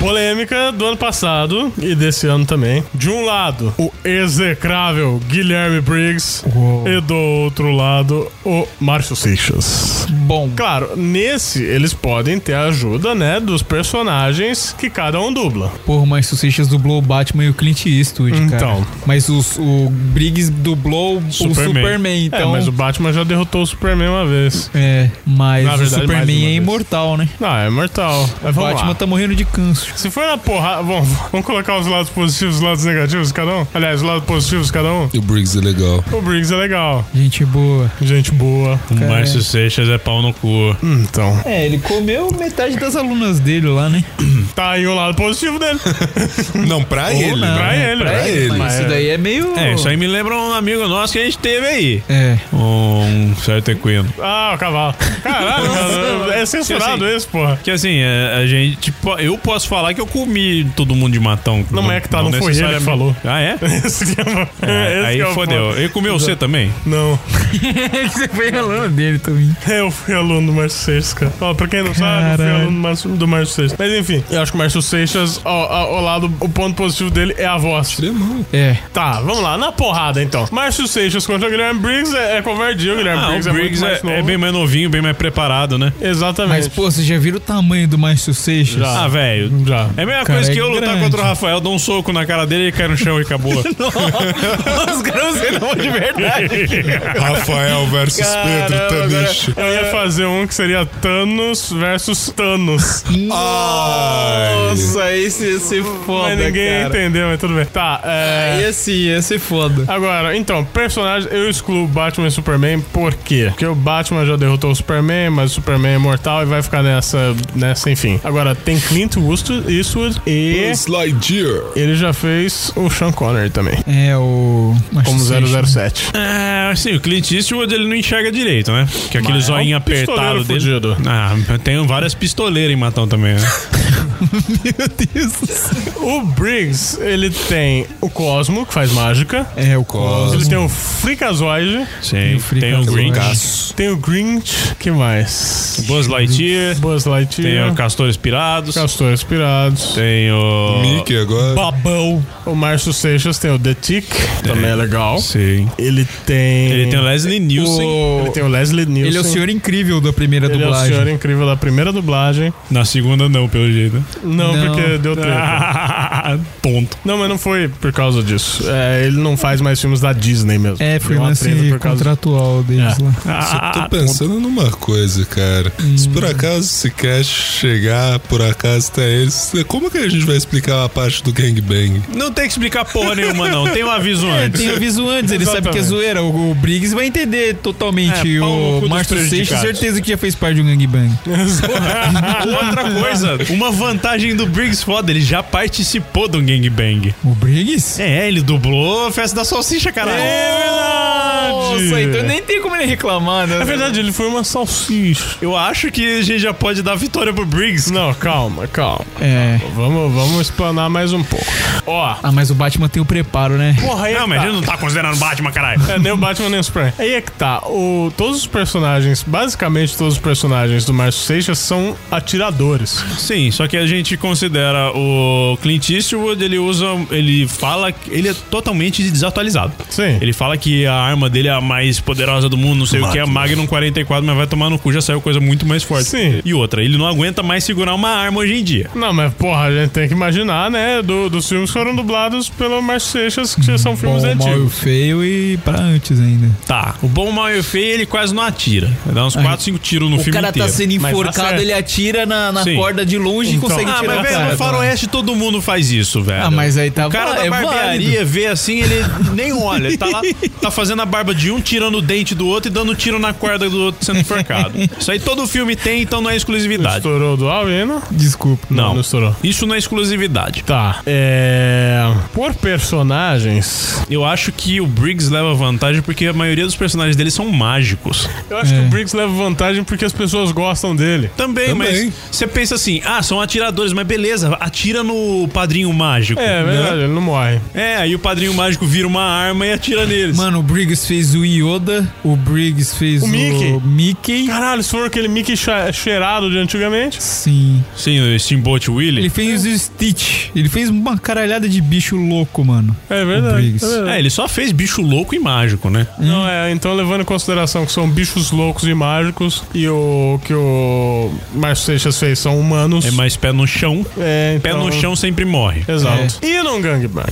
A: Polêmica do ano passado e desse ano também. De um lado, o execrável Guilherme Briggs. E do outro lado, o Márcio Seixas.
E: Bom.
A: Claro, nesse eles podem ter a ajuda, né, dos personagens que cada um dubla.
E: Porra, mas o Seixas dublou o Batman e o Clint Eastwood, cara.
A: Então.
E: Mas os- o Briggs dublou o
C: Superman.
E: Superman, então...
A: É, mas o Batman já derrotou o Superman uma vez.
E: É, mas
A: Na verdade,
E: o
A: mais de
E: Superman
A: uma
E: é
A: vez.
E: imortal, né?
A: Ah, é mortal. Mas
E: O
A: vamos
E: Batman
A: lá.
E: tá morrendo de câncer.
A: Se for na porrada. Bom, vamos colocar os lados positivos e os lados negativos de cada um? Aliás, os lados positivos de cada um?
D: E o Briggs é legal.
A: O Briggs é legal.
E: Gente boa.
A: Gente boa.
C: O Márcio Seixas é pau no cu.
A: Então.
E: É, ele comeu metade das alunas dele lá, né?
A: Tá aí o lado positivo dele.
D: Não, pra ele.
E: não.
A: pra ele,
D: pra
A: né?
D: ele.
E: Mas isso daí é meio...
C: É, isso aí me lembra um amigo nosso que a gente teve aí.
E: É.
C: Um certo equino.
A: Ah, o cavalo. Caralho, mano, é censurado esse, porra.
C: Que assim, é, a gente. Tipo, eu posso falar que eu comi todo mundo de matão.
A: Não é que tá, não foi ele que
C: necessariamente.
A: falou.
C: Ah, é?
A: Esse que é, o-
C: É,
A: esse
C: aí
A: que é o
C: fodeu.
A: foda.
C: Ele comeu você também?
A: Não,
E: Você foi aluna dele também.
A: eu fui aluno do Márcio Seixas, cara. Ó, pra quem não sabe, eu fui
E: Caralho.
A: aluno do Márcio- do Márcio Seixas. Mas enfim, eu acho que o Márcio Seixas, ó, ó, o lado, o ponto positivo dele é a voz.
D: Demão.
E: É.
A: Tá, vamos lá, na porrada então. Márcio Seixas contra o Guilherme Briggs é, é covardia, o Guilherme
C: Ah,
A: Briggs,
C: o Briggs
A: é,
C: é,
A: muito mais
C: é
A: novo.
C: bem mais novinho, bem mais preparado, né?
A: Exatamente.
E: Mas, pô, vocês já viram o tamanho do Márcio Seixas?
A: Já.
C: Ah, velho.
A: Já.
C: É a mesma
E: Cara,
C: coisa que
E: é
C: eu lutar
E: grande.
C: contra o Rafael, dar um soco na cara dele e cai no chão e acabou.
E: Os grãos não de verdade.
D: Rafael versus Pedro Tanish.
A: Eu ia fazer um que seria Thanos versus Thanos.
D: Ai.
E: Nossa, esse ia ser foda,
A: mas ninguém
E: cara.
A: entendeu, mas tudo bem. Tá, é.
E: Aí assim, ia ser foda.
A: Agora, então, personagem, eu excluo Batman e Superman, por quê? Porque o Batman já derrotou o Superman, mas o Superman é mortal e vai ficar nessa, nessa, enfim. Agora, tem Clint Eastwood- Eastwood e
D: Slideer.
A: ele já fez o Sean Connery também,
E: É, o... Márcio
A: como
E: Seixas.
A: 007.
C: É, assim, o Clint Eastwood ele não enxerga direito, né? Que aquele
A: Mas é um
C: zoinho
A: pistoleiro
C: apertado dele.
A: fudido.
C: Ah, eu tenho várias pistoleiras em matão também, né?
A: O Briggs, ele tem o Cosmo, que faz mágica.
E: É, o Cosmo.
A: Ele tem o Freakazoid,
C: Sim, tem um o
E: Freakazoid. é
C: Grinch,
A: tem o Grinch, que mais?
C: Buzz Lightyear,
A: Buzz
C: tem
A: Lightyear,
C: o Castores Pirados,
A: Castores Pirados,
C: tem o...
D: Mickey agora.
A: Babão. O Márcio Seixas tem o The Tick, também é legal.
C: Sim.
A: Ele tem.
C: Ele tem o Leslie Nielsen.
A: Ele tem o Leslie Nielsen.
E: um Ele é o senhor incrível da primeira
A: Ele é o
E: dublagem.
A: senhor incrível da primeira dublagem.
C: Na segunda não, pelo jeito.
A: Não,
E: Não.
A: porque deu treta. Ponto. Não, mas não foi por causa disso. É, ele não faz mais filmes da Disney mesmo.
E: É, foi
A: Deu uma
E: lance
A: treta por causa
E: contratual deles
A: É.
E: lá.
A: Ah,
D: Só tô pensando numa coisa, cara. Se
E: Hum.
D: por acaso se quer chegar, por acaso até eles, como que a gente vai explicar a parte do gangbang?
C: Não tem que explicar porra nenhuma, não. Tem um aviso
E: É,
C: antes.
E: tem aviso antes, ele sabe que é
C: Exatamente.
E: zoeira. O o Briggs vai entender totalmente.
C: É, pau no cu
E: o
C: dos
E: Márcio Seixas,
C: prejudicados.
E: certeza que já fez parte de um gangbang.
C: Outra coisa, uma vantagem do Briggs foda, ele já participou de um gangbang.
E: O Briggs?
C: É, ele dublou a festa da salsicha, caralho.
E: Nossa, então nem tem como ele reclamar, né?
A: É verdade, ele foi uma salsicha.
C: Eu acho que a gente já pode dar vitória pro Briggs.
A: Não, calma, calma.
E: É.
A: Vamos, vamos explanar mais um pouco. Ó,
E: Ah, mas o Batman tem o preparo, né?
A: porra, aí é
C: Não,
A: que
C: mas
A: tá.
C: ele não tá considerando Batman, caralho.
A: É, nem o Batman nem o Superman. Aí é que tá. O, todos os personagens, basicamente todos os personagens do Márcio Seixas são atiradores.
C: Sim, só que a gente considera o Clint Eastwood, ele usa. Ele fala. que- Ele é totalmente desatualizado.
A: Sim.
C: Ele fala que a arma dele é a mais poderosa do mundo, não sei o que, é a Magnum 44, mas vai tomar no cu, já saiu coisa muito mais forte.
A: Sim.
C: E outra, ele não aguenta mais segurar uma arma hoje em dia.
A: Não, mas porra, a gente tem que imaginar, né? do- dos filmes que foram dublados pelo Márcio Seixas, que são filmes
E: Bom, mal e o
A: antigos.
E: feio e pra antes ainda.
C: Tá, o bom, mal e o feio, ele quase não atira. Dá uns 4, 5 tiros no
E: o
C: filme
E: cara
C: inteiro.
E: tá sendo
A: Mas tá
E: enforcado,
A: certo.
E: ele atira na, na
C: Sim.
E: corda de longe e consegue
C: ah,
E: tirar
C: mas
E: o
C: velho,
E: cara.
C: no faroeste todo mundo faz isso, velho.
E: Ah, mas aí tá
C: O cara
E: bom,
C: da
E: é
C: barbearia vê assim, ele nem olha. Ele tá lá, tá fazendo a barba de um, tirando o dente do outro e dando tiro na corda do outro sendo enforcado. Isso aí todo filme tem, então não é exclusividade.
A: Estourou do Alvino?
E: tá. Desculpa.
C: Não.
A: Não estourou.
C: Isso não é exclusividade.
A: Tá. É. Por personagens.
C: Eu acho que o Briggs leva vantagem porque a maioria dos personagens dele são mágicos.
A: Eu
E: É.
A: acho que o Briggs leva vantagem porque as pessoas gostam dele.
C: Também,
D: Também.
C: mas você pensa assim: ah, são atiradores, mas beleza, atira no padrinho mágico.
A: É, é
C: né?
A: verdade, ele não morre.
C: É, aí o padrinho mágico vira uma arma e atira neles.
E: Mano, o Briggs fez o Yoda, o Briggs fez
A: O
E: o,
A: Mickey.
E: Mickey.
A: Caralho, se for aquele Mickey che- cheirado de antigamente.
E: Sim.
C: Sim, o Steamboat Willie.
E: Ele fez o Stitch. Ele fez uma caralhada de bicho louco, mano.
A: É
E: O
A: verdade.
E: Briggs.
A: é verdade.
C: É, ele só fez bicho louco e mágico, né?
A: Não, é, então levando em consideração que são bichos loucos e mágicos e o que o Márcio Seixas fez são humanos.
C: É mais pé no chão.
A: É,
C: Pé
A: então-
C: no chão sempre morre.
A: Exato. E num gangbang.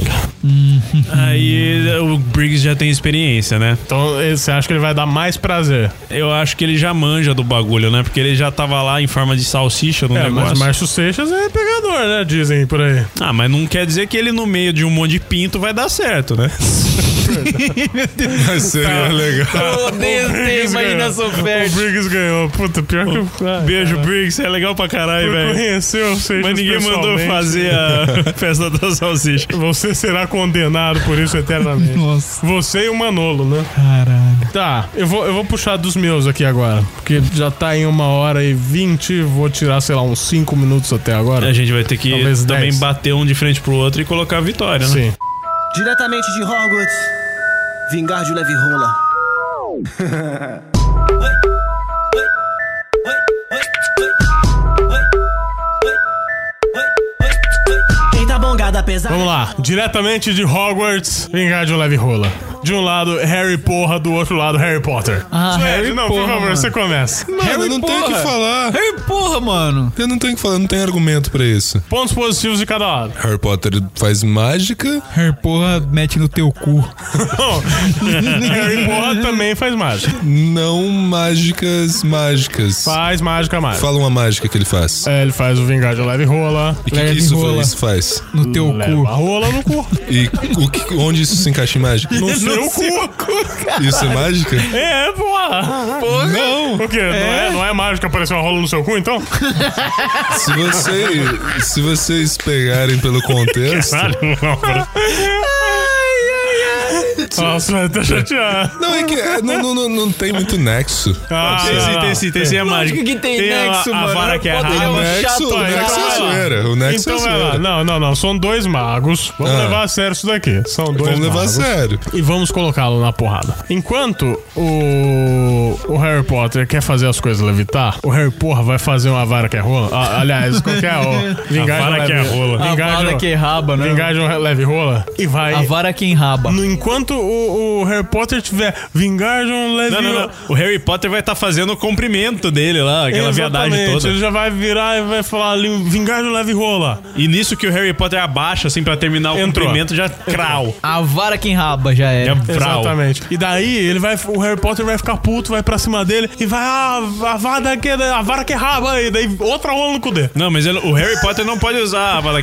C: Aí eh, o Briggs já tem experiência, né?
A: Então eh, você acha que ele vai dar mais prazer?
C: Eu acho que ele já manja do bagulho, né? Porque ele já tava lá em forma de salsicha no
A: É, mas
C: negócio.
A: o Márcio Seixas é pegador, né? Dizem por aí.
C: Ah, mas não quer dizer que ele no meio de um monte de pinto vai dar certo, né? Tá,
D: Mas seria legal.
E: Eu odeio ter imaginação
A: O
E: fértil.
A: Briggs ganhou. Puta, pior que eu.
C: Beijo, Briggs. É legal pra caralho, velho.
A: Conheceu o Seixas.
C: Mas ninguém mandou
A: pessoalmente.
C: fazer a festa da salsicha.
A: Você será condenado por isso eternamente.
E: Nossa,
A: Você e o Manolo, né?
E: caralho.
A: Tá, eu vou, eu vou puxar dos meus aqui agora. Porque já tá em uma hora e vinte, vou tirar, sei lá, uns cinco minutos até agora.
C: A gente vai ter que
A: Talvez
C: também
A: dez.
C: bater um de frente pro outro e colocar a vitória, né?
A: Sim.
K: Diretamente de Hogwarts, Vingardio Leve Rola. Eita bongada pesada.
A: Vamos lá. Diretamente de Hogwarts, vingar de um leve rola. De um lado, Harry Porra, do outro lado, Harry Potter.
E: Ah,
A: Suede,
E: Harry
A: não, por
E: Porra,
A: favor,
E: mano.
A: você começa.
D: Mano, eu não tenho o que
E: porra.
D: falar.
E: Ei, porra, mano.
D: Eu não tenho o que falar, não tenho argumento pra isso.
A: Pontos positivos de cada lado.
D: Harry Potter faz mágica.
E: Her porra mete no teu cu.
A: Bom, Harry Porra também faz mágica.
D: Não mágicas mágicas.
A: Faz mágica mágica.
D: Fala uma mágica que ele faz.
A: É, ele faz o vingar de um leve rola.
D: E o que, que
E: Leve
D: isso,
E: rola.
D: isso faz?
E: No teu
A: Leva a
E: cu.
A: rola no cu.
D: E o que- onde isso se encaixa em mágica?
A: No seu cu.
D: Isso é mágica?
A: É, porra.
D: Não!
A: O quê? Não, é, não é mágica aparecer uma rola no seu cu, então?
D: Se, você, se vocês pegarem pelo contexto.
A: Nossa, vai até chateado.
D: Não, é que é, não, não, não, não tem muito nexo.
A: Ah,
C: Tem sim, tem sim, tem sim, é mágico.
E: que tem
C: a-
E: nexo,
C: a,
E: mano.
C: vara que é
E: Poder
C: errada.
D: o
E: um
D: nexo,
E: chato
D: o
E: pra
D: nexo é
E: caralho.
D: zoeira. O nexo
A: Então
D: é
A: vai lá.
D: zoeira.
A: Não, não, não. São dois magos. Vamos
D: Ah.
A: levar a sério isso daqui. São dois
D: Vamos levar a
A: magos.
D: sério.
A: E vamos colocá-lo na porrada. Enquanto o o Harry Potter quer fazer as coisas levitar, o Harry Porra vai fazer uma vara que é rola. Ah, aliás, qualquer o,
C: A
A: um
C: vara que é rola.
E: A vara que é raba, né?
A: Vingardium um leve rola e vai.
E: A vara que enraba.
A: No- Enquanto o, o Harry Potter tiver Vingardium leve
C: Não, não, não. O Harry Potter vai estar fazendo o comprimento dele lá, aquela viadagem toda.
A: Ele já vai virar e vai falar ali, Vingardium leve rola.
C: E nisso que o Harry Potter abaixa, assim, pra terminar o
A: Entrou.
C: comprimento, já crau.
E: A vara que enraba já é.
C: É vral.
A: Exatamente. E daí ele vai, o Harry Potter vai ficar puto, vai pra cima dele e vai ah, a vara que a vara que raba e daí outra rola no cu dele.
C: Não, mas ele- o Harry Potter não pode usar a Avada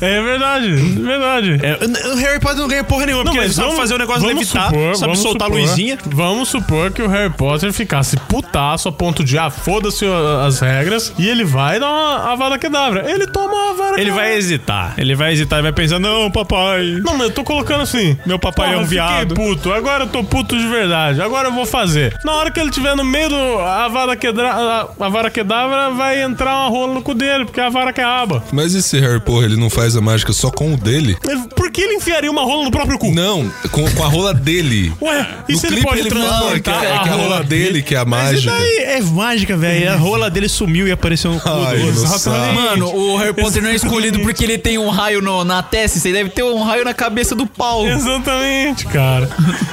A: É verdade, verdade.
C: É, o Harry Potter não ganha porra nenhuma,
A: Não,
C: porque ele
A: mas
C: sabe
A: vamos
C: fazer o negócio
A: vamos
C: levitar,
A: supor,
C: sabe
A: vamos
C: soltar
A: supor-
C: a luzinha.
A: Vamos supor que o Harry Potter ficasse putaço a ponto de ah, foda-se a- as regras e ele vai dar uma a vara quedavra. Ele toma a vara
C: Ele vai hesitar. Ele vai hesitar e vai pensar, não, papai.
A: Não, mas eu tô colocando assim.
C: Meu papai
A: Porra,
C: é um
A: eu fiquei
C: viado.
A: puto, agora eu tô puto de verdade, agora eu vou fazer. Na hora que ele tiver no meio do. A vara, quedra, a, a vara quedavra vai entrar uma rola no cu dele, porque é a vara que é a aba.
D: Mas esse Harry Porra, ele não faz a mágica só com o dele?
A: Ele- Por que ele enfiaria uma rola no próprio cu?
D: Não, com, com a rola dele.
A: Ué, e
D: No
A: se ele
D: clipe
A: pode tá
D: fala que,
A: transportar
D: é,
A: a
D: que é a rola dele que é a mágica.
C: Mas e daí? É mágica, velho. A rola dele sumiu e apareceu no cu
D: Ai,
C: do
D: meu
C: outro.
A: né?
D: saco.
E: Mano, o Harry Potter não é escolhido porque ele tem um raio no- na testa. Você deve ter um raio na cabeça do pau.
A: Exatamente, cara.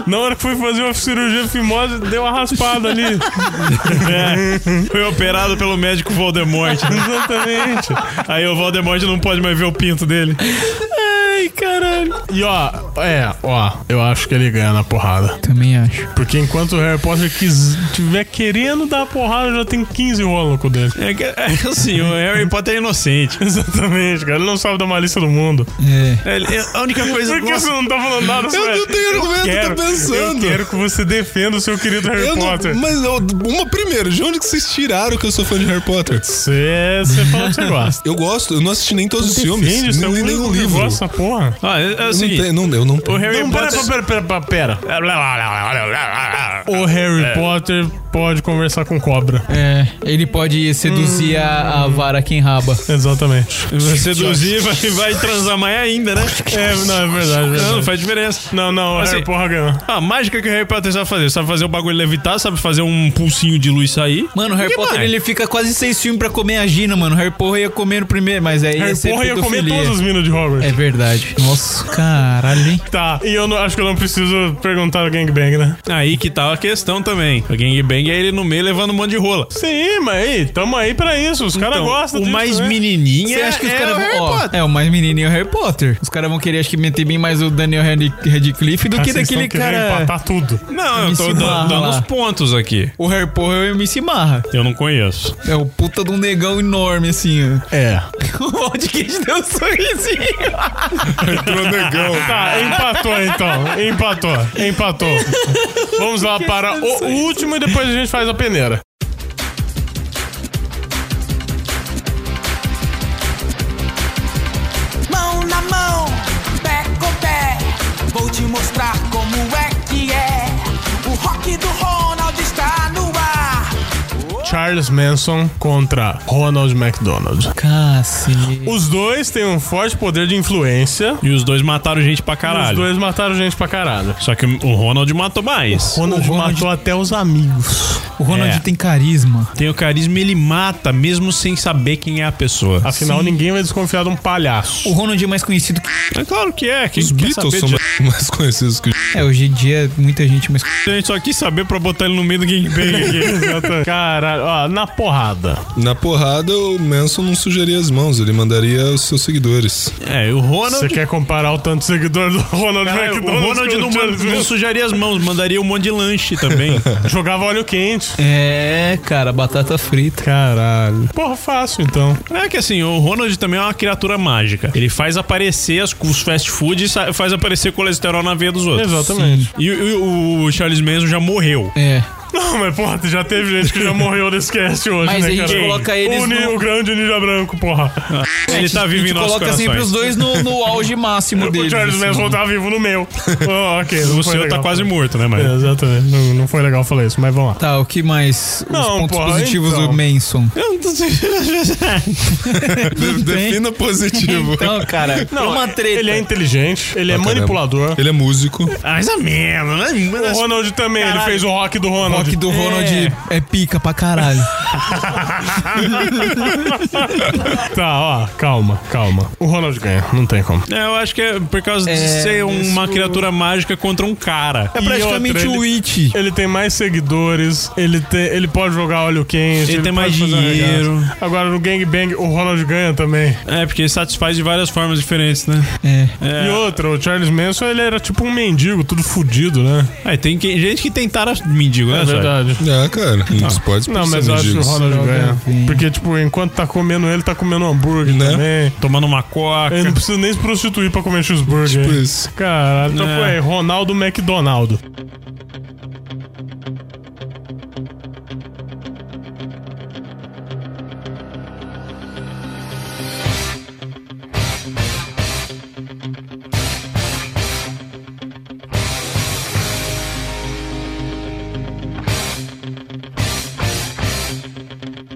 A: Na hora que foi fazer uma cirurgia fimose, deu uma raspada ali. É.
C: Foi operado pelo médico Voldemort.
A: Exatamente.
C: Aí o Voldemort não pode mais ver o pinto dele.
A: Ai, caralho. E ó, é, ó, eu acho que ele ganha na porrada.
E: Também acho.
A: Porque enquanto o Harry Potter quis, tiver querendo dar a porrada, já tem 15 rolos no cu dele.
C: É que é assim, o Harry Potter é inocente.
A: Exatamente, cara. Ele não sabe da malícia do mundo.
E: É.
C: Ele- é a única coisa
A: Por que
C: Nossa,
A: você não tá falando nada sobre
D: não tenho argumento, eu tô
A: Eu
D: pensando.
A: quero que você defenda o seu querido Harry
D: Eu não, Hum?
A: Potter.
D: mas eu- uma primeiro, de onde que vocês tiraram que eu sou fã de Harry Potter?
A: Você, você fala o que você gosta.
D: Eu gosto, eu não assisti nem todos os filmes,
A: Defende, você é
D: não
A: o
D: li
A: único
D: nenhum
A: que
D: livro.
A: gosta, porra.
C: Ah, é, é o
D: Eu não,
C: seguinte.
D: tenho, não, eu não
C: O Harry
A: Não, pera,
C: Potter...
A: pera, pera, pera, pera. O Harry Potter pode conversar com cobra.
E: É, ele pode seduzir a, a vara que enraba.
A: Exatamente.
C: Vai seduzir vai, vai transar mais ainda, né?
A: É, não, é verdade, é
C: Não,
A: verdade.
C: não faz diferença.
A: Não, não, o
C: Assim,
A: Harry Porra ganhou.
C: A mágica que o Harry Potter sabe fazer. Sabe fazer o bagulho levitar, sabe fazer um pulsinho de luz sair.
E: Mano, o Harry
C: Que
E: Potter
C: mais?
E: ele fica quase seis filmes pra comer a Gina, mano. O Harry Porra ia comer no primeiro, mas aí ia
A: Harry
E: ser
A: Porra ia comer
E: pedofilia.
A: todas as minas de Hogwarts.
E: É verdade. Nossa, caralho, hein?
A: Tá, e eu não, acho que eu não preciso perguntar o Gangbang, né?
C: Aí que tá a questão também. O gangbang é ele no meio levando um monte de rola.
A: Sim, mas aí, tamo aí pra isso. Os caras
C: Então,
A: gostam
C: o
A: disso,
C: mais
A: né?
C: menininha
E: Você acha que os
C: é
E: caras
C: o
E: vão.
C: Harry
E: ó,
C: Potter.
E: é, o mais menininho é o Harry Potter. Os caras vão querer, acho que, meter bem mais o Daniel Rad- Radcliffe do
A: Ah,
E: que
A: vocês
E: daquele
A: estão querendo
E: cara.
A: empatar tudo.
C: Não, Ah, eu tô
E: Esse
C: dando,
E: barra
C: dando
E: lá.
C: os pontos aqui.
E: O Harry Potter é o MC Marra.
C: Eu não conheço.
E: É o puta de um negão enorme, assim. ó.
A: É.
E: Onde que a gente deu um sorrisinho?
D: Entrou negão.
A: Tá, empatou então. Empatou, empatou. Vamos lá para o último e depois a gente faz a peneira.
L: Mão na mão, pé com pé, vou te mostrar como é que é. O rock do Ronald está no ar.
A: Charles Manson contra Ronald McDonald.
E: Cacete.
A: Os dois têm um forte poder de influência.
C: E os dois mataram gente pra
A: Os
C: caralho.
A: dois mataram gente pra caralho.
C: Só que o Ronald matou mais.
A: Ronald,
E: Ronald-
A: matou até os amigos.
E: O Ronald
C: É.
E: tem carisma.
C: Tem o carisma, ele mata, mesmo sem saber quem é a pessoa.
A: Afinal, ninguém vai desconfiar de um palhaço.
E: O Ronald é mais conhecido que.
C: É claro que é. Quem
D: Os
C: quer
D: Beatles
C: saber
D: são
C: de-
D: mais- mais conhecidos que
E: É, hoje em dia muita gente mais.
C: A gente só quis saber pra botar ele no meio do gangbang aqui.
A: Exatamente. Caralho, ó, na porrada.
D: Na porrada, o Manson não sugeria as mãos, ele mandaria os seus seguidores.
C: é, o Ronald...
A: Você quer comparar o tanto de seguidor do Ronald
C: Caralho, o
A: McDonald?
C: Ronald
A: com
C: não,
A: o Charles
C: man- não
A: Manson?
C: sujaria as mãos, mandaria um monte de lanche também.
A: Jogava óleo quente.
E: É, cara, batata frita.
A: Caralho. Porra, fácil então.
C: É que assim, o Ronald também é uma criatura mágica. Ele faz aparecer as, os fast food e sa- faz aparecer colesterol na veia dos outros.
A: Exatamente.
C: E, e o Charles Manson já morreu.
E: É.
A: Não, mas porra, já teve gente que já morreu nesse cast hoje,
E: Mas
A: né,
E: a gente
A: cara?
E: coloca eles
A: o, ni-
E: no-
A: o grande ninja branco, porra.
C: Ele tá vivo em
E: gente
C: nossos
E: coloca
C: corações.
E: sempre os dois no, no auge máximo
A: o
E: deles.
A: Charles
E: assim,
A: Manson
E: mano.
A: tá vivo no meu. Oh, ok. não foi
C: O seu tá
A: legal.
C: quase morto, né,
A: É,
C: mano?
A: exatamente. Não, não foi legal falar isso, mas vamos lá.
E: Tá, o que mais? Os
A: Não,
E: pontos
A: porra,
E: positivos
A: então.
E: do Manson.
D: De- Defina positivo.
E: Então, cara,
A: Não,
E: uma treta.
A: Ele é inteligente, ele é
D: caramba.
A: manipulador.
D: Ele é músico.
C: Ah, Mais ou menos, né?
A: O Ronald também, ele
C: Caralho.
A: fez o rock do Ronald.
E: rock do Ronald é, pica pra caralho.
A: tá, ó, calma, calma. O Ronald ganha, não tem como.
C: É, eu acho que é por causa de ser um, uma criatura mágica contra um cara.
A: E outra,
E: é
A: ele- Ele tem mais seguidores, ele, tem, ele pode jogar óleo quente.
C: Ele tem mais
A: pode fazer uma
C: dinheiro.
A: regaça. Agora no Gangbang, o Ronald ganha também.
C: É, porque ele satisfaz de várias formas diferentes, né? É.
A: E outra, o Charles Manson, ele era tipo um mendigo, tudo fudido, né?
C: É, tem que- gente que tentara mendigo, né?
A: É verdade.
D: É, cara, não se pode
A: Não,
D: ser
A: mas eu acho que o
D: mendigos.
A: Ronald ganha. Porque, tipo, enquanto tá comendo ele, tá comendo hambúrguer também.
C: Tomando uma coca.
A: Ele não precisa nem se prostituir pra comer cheeseburger. Tipo
D: isso.
A: Caralho, então
C: É.
A: foi aí, Ronaldo McDonaldo.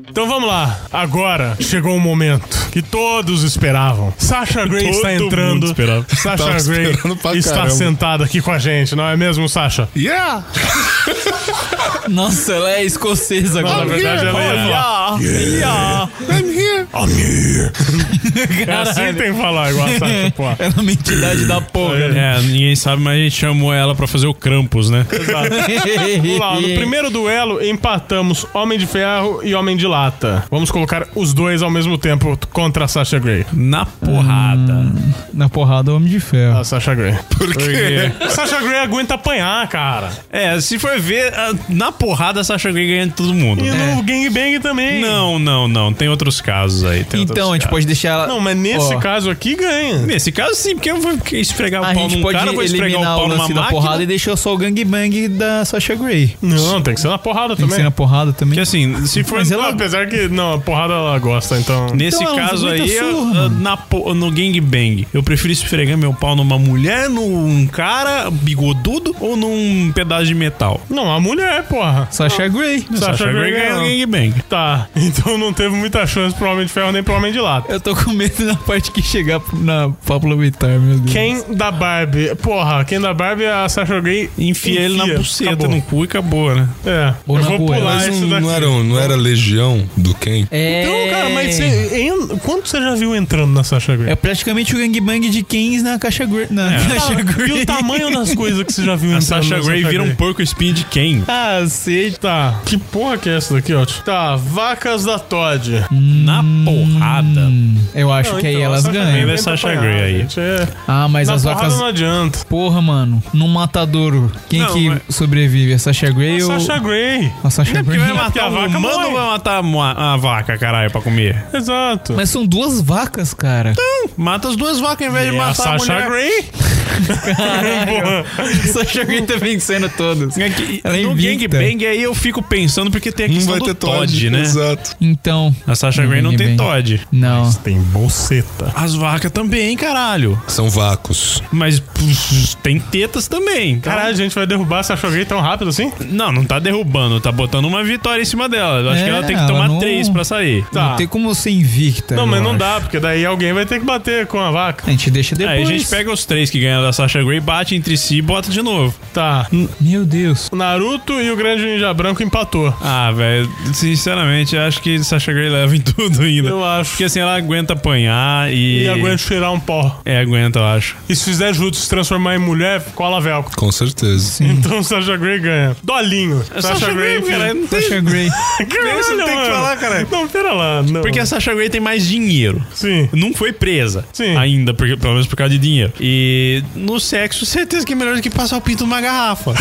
A: Então vamos lá. Agora chegou o momento que todos esperavam. Sasha Grey
C: Todo
A: está
C: mundo
A: entrando.
C: esperava.
A: Sasha
C: Tava
A: Grey
C: esperando pra
A: está
C: caramba.
A: sentada aqui com a gente, não é mesmo, Sasha?
D: Yeah!
E: Nossa, ela é escocesa
A: Não,
E: agora.
A: na verdade, ela é ia falar.
E: Yeah.
D: I'm here.
A: É assim que tem que falar igual a Sasha, pô.
E: Ela é uma entidade da porra.
C: É, ninguém sabe, mas a gente chamou ela pra fazer o Krampus, né?
A: Exato. Vamos lá, no primeiro duelo empatamos Homem de Ferro e Homem de Lata. Vamos colocar os dois ao mesmo tempo contra a Sasha Grey.
C: Na porrada.
E: Na porrada, o Homem de Ferro.
A: A Sasha Grey.
D: Por
C: quê?
A: Sasha Grey aguenta apanhar, cara.
C: É, se for ver, a- na porrada a Sasha Grey ganha de todo mundo. É.
A: E no Gangbang também.
C: Não, não, não. Tem outros casos aí. tem outros
E: Então, a gente
C: casos.
E: pode deixar ela.
A: Não, mas nesse
E: Ó.
A: caso aqui ganha.
C: Nesse caso, sim, porque eu vou esfregar o
E: A
C: pau
E: gente
C: num
E: pode
C: cara, eu vou esfregar o
E: eliminar o,
C: pau numa
E: lance da
C: máquina.
E: porrada e deixar só o gangbang da Sasha Grey.
A: Não, tem que ser na porrada
E: Tem que
A: também. é
E: ser na porrada também.
C: Porque assim, se for.
A: Mas ela, apesar que, não, a porrada ela gosta, então.
C: Nesse
E: Então,
C: caso
E: muita
C: aí,
E: surra,
C: eu-
E: mano.
C: na, po- no gangbang, eu prefiro esfregar meu pau numa mulher, num cara bigodudo ou num pedaço de metal?
A: Não, a mulher, porra.
E: Sasha Grey.
A: Sasha
C: Sasha Grey
A: Grey
C: ganha o
A: ganhou.
C: gangbang.
A: Tá, então não teve muita chance pro Homem de Ferro nem pro Homem de Lata.
E: Eu tô com medo na parte que chegar na Pablo Vittar, meu Deus.
A: Quem da Barbie? Porra, quem da Barbie é a Sasha Grey
C: Enfia ele na buceta,
A: Acabou.
C: no cu e acabou, né?
A: É,
E: Ou
A: eu
E: na
A: vou
E: goela.
A: pular
D: Mas
A: isso
D: não,
A: daqui.
D: não era, um, não era legião do Ken?
E: É.
A: Então, cara, mas você, en- quanto você já viu entrando na Sasha Grey?
E: É praticamente o gangbang de Kings na caixa Grey. Na
A: É.
E: caixa Grey.
A: E o tamanho das coisas que você já viu
C: A
E: Então,
A: entrando
C: Sasha
A: na
C: Grey vira um porco espinho de quem?
A: Tá.
E: Ah,
A: Aceita. Que porra que é essa daqui, ó? Tá, vacas da Todd.
C: Na
E: Hum.
C: porrada.
E: Eu acho
A: Não,
E: que aí
A: então,
E: elas
A: a Sasha Grey
E: ganham.
C: vai Sasha
A: apanhar,
C: Grey aí.
A: gente, é.
E: Ah, mas
A: Na
E: as
A: porrada
E: vacas.
A: não adianta.
E: Porra, mano. Num matadouro. Quem
C: Não,
E: que
C: mas-
E: sobrevive? A Sasha Grey
A: A
E: ou.
A: Sasha Grey.
E: A Sasha
C: é Porque
E: Grey.
C: vai
A: Porque a
C: matar o
A: vaca
C: humano
A: morre.
C: ou vai matar a mo- a vaca, caralho, pra comer?
A: Exato.
E: Mas são duas vacas, cara.
C: Mata as duas vacas em vez de
A: E a
C: matar a,
A: Sasha
C: mulher.
A: Grey?
E: Sasha Grey tá vencendo todas.
C: É que-
E: Ela é
C: no
E: invicta.
C: Gangbang aí eu fico pensando porque tem a
D: Não
C: questão
D: vai
C: do
D: ter
C: Todd,
D: Todd,
C: né?
D: Exato.
E: Então.
C: A Sasha
E: No
C: Grey não tem
E: gangbang.
C: Todd.
E: Não.
A: Tem bolseta.
C: As vacas também, caralho.
D: São vacos.
C: Mas puf, tem tetas também. Então,
A: Caralho, a gente vai derrubar a Sasha Grey tão rápido assim?
C: Não, não tá derrubando, tá botando uma vitória em cima dela. Eu acho
E: É,
C: que ela tem que
E: ela
C: tomar
E: não-
C: três pra sair. Tá.
E: Não tem como ser invicta.
A: Não,
E: eu
A: mas não
E: acho.
A: dá, Ah, porque daí alguém vai ter que bater com a vaca.
E: A gente deixa depois.
C: Aí É, a gente pega os três que ganham da Sasha Grey, bate entre si e bota de novo.
A: Tá.
E: Meu Deus.
A: O Naruto e o Grande Ninja Branco empatou.
C: Ah, velho, sinceramente, eu acho que Sasha Grey leva em tudo ainda.
A: Eu acho.
C: Porque assim, ela aguenta apanhar
A: E,
C: e.
A: aguenta Então. cheirar um pó.
C: É, aguenta, eu acho.
A: E se fizer jutsu se transformar em mulher, cola velcro.
D: Com certeza.
C: Hum.
A: Então Sasha Grey ganha. Dolinho.
C: cara, É, não tem
E: Sasha Grey.
A: Caralho,
C: Você não tem que
A: mano.
C: falar, cara.
A: Não, pera lá. Não.
C: Porque a Sasha Grey tem mais dinheiro.
A: Sim.
C: Não foi presa
A: Sim.
C: ainda, porque, pelo menos por causa de dinheiro. E no sexo, certeza que é melhor do que passar o pinto numa garrafa.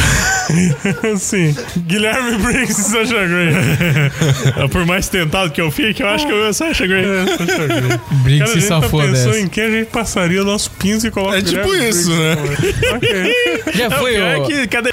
A: Sim. Guilherme Briggs e Sasha É, Grey.
C: por mais tentado que eu fique, eu acho que eu Sasha Grey.
A: Sasha Grey.
E: Briggs
A: Cara, a
E: se
A: gente tá
E: safou
A: pensando
E: dessa.
A: em quem a gente passaria o nosso pins e coloca
D: É
A: o
D: tipo
A: Guilherme
D: isso, né?
E: Já foi,
C: É
E: o...
C: que cadê?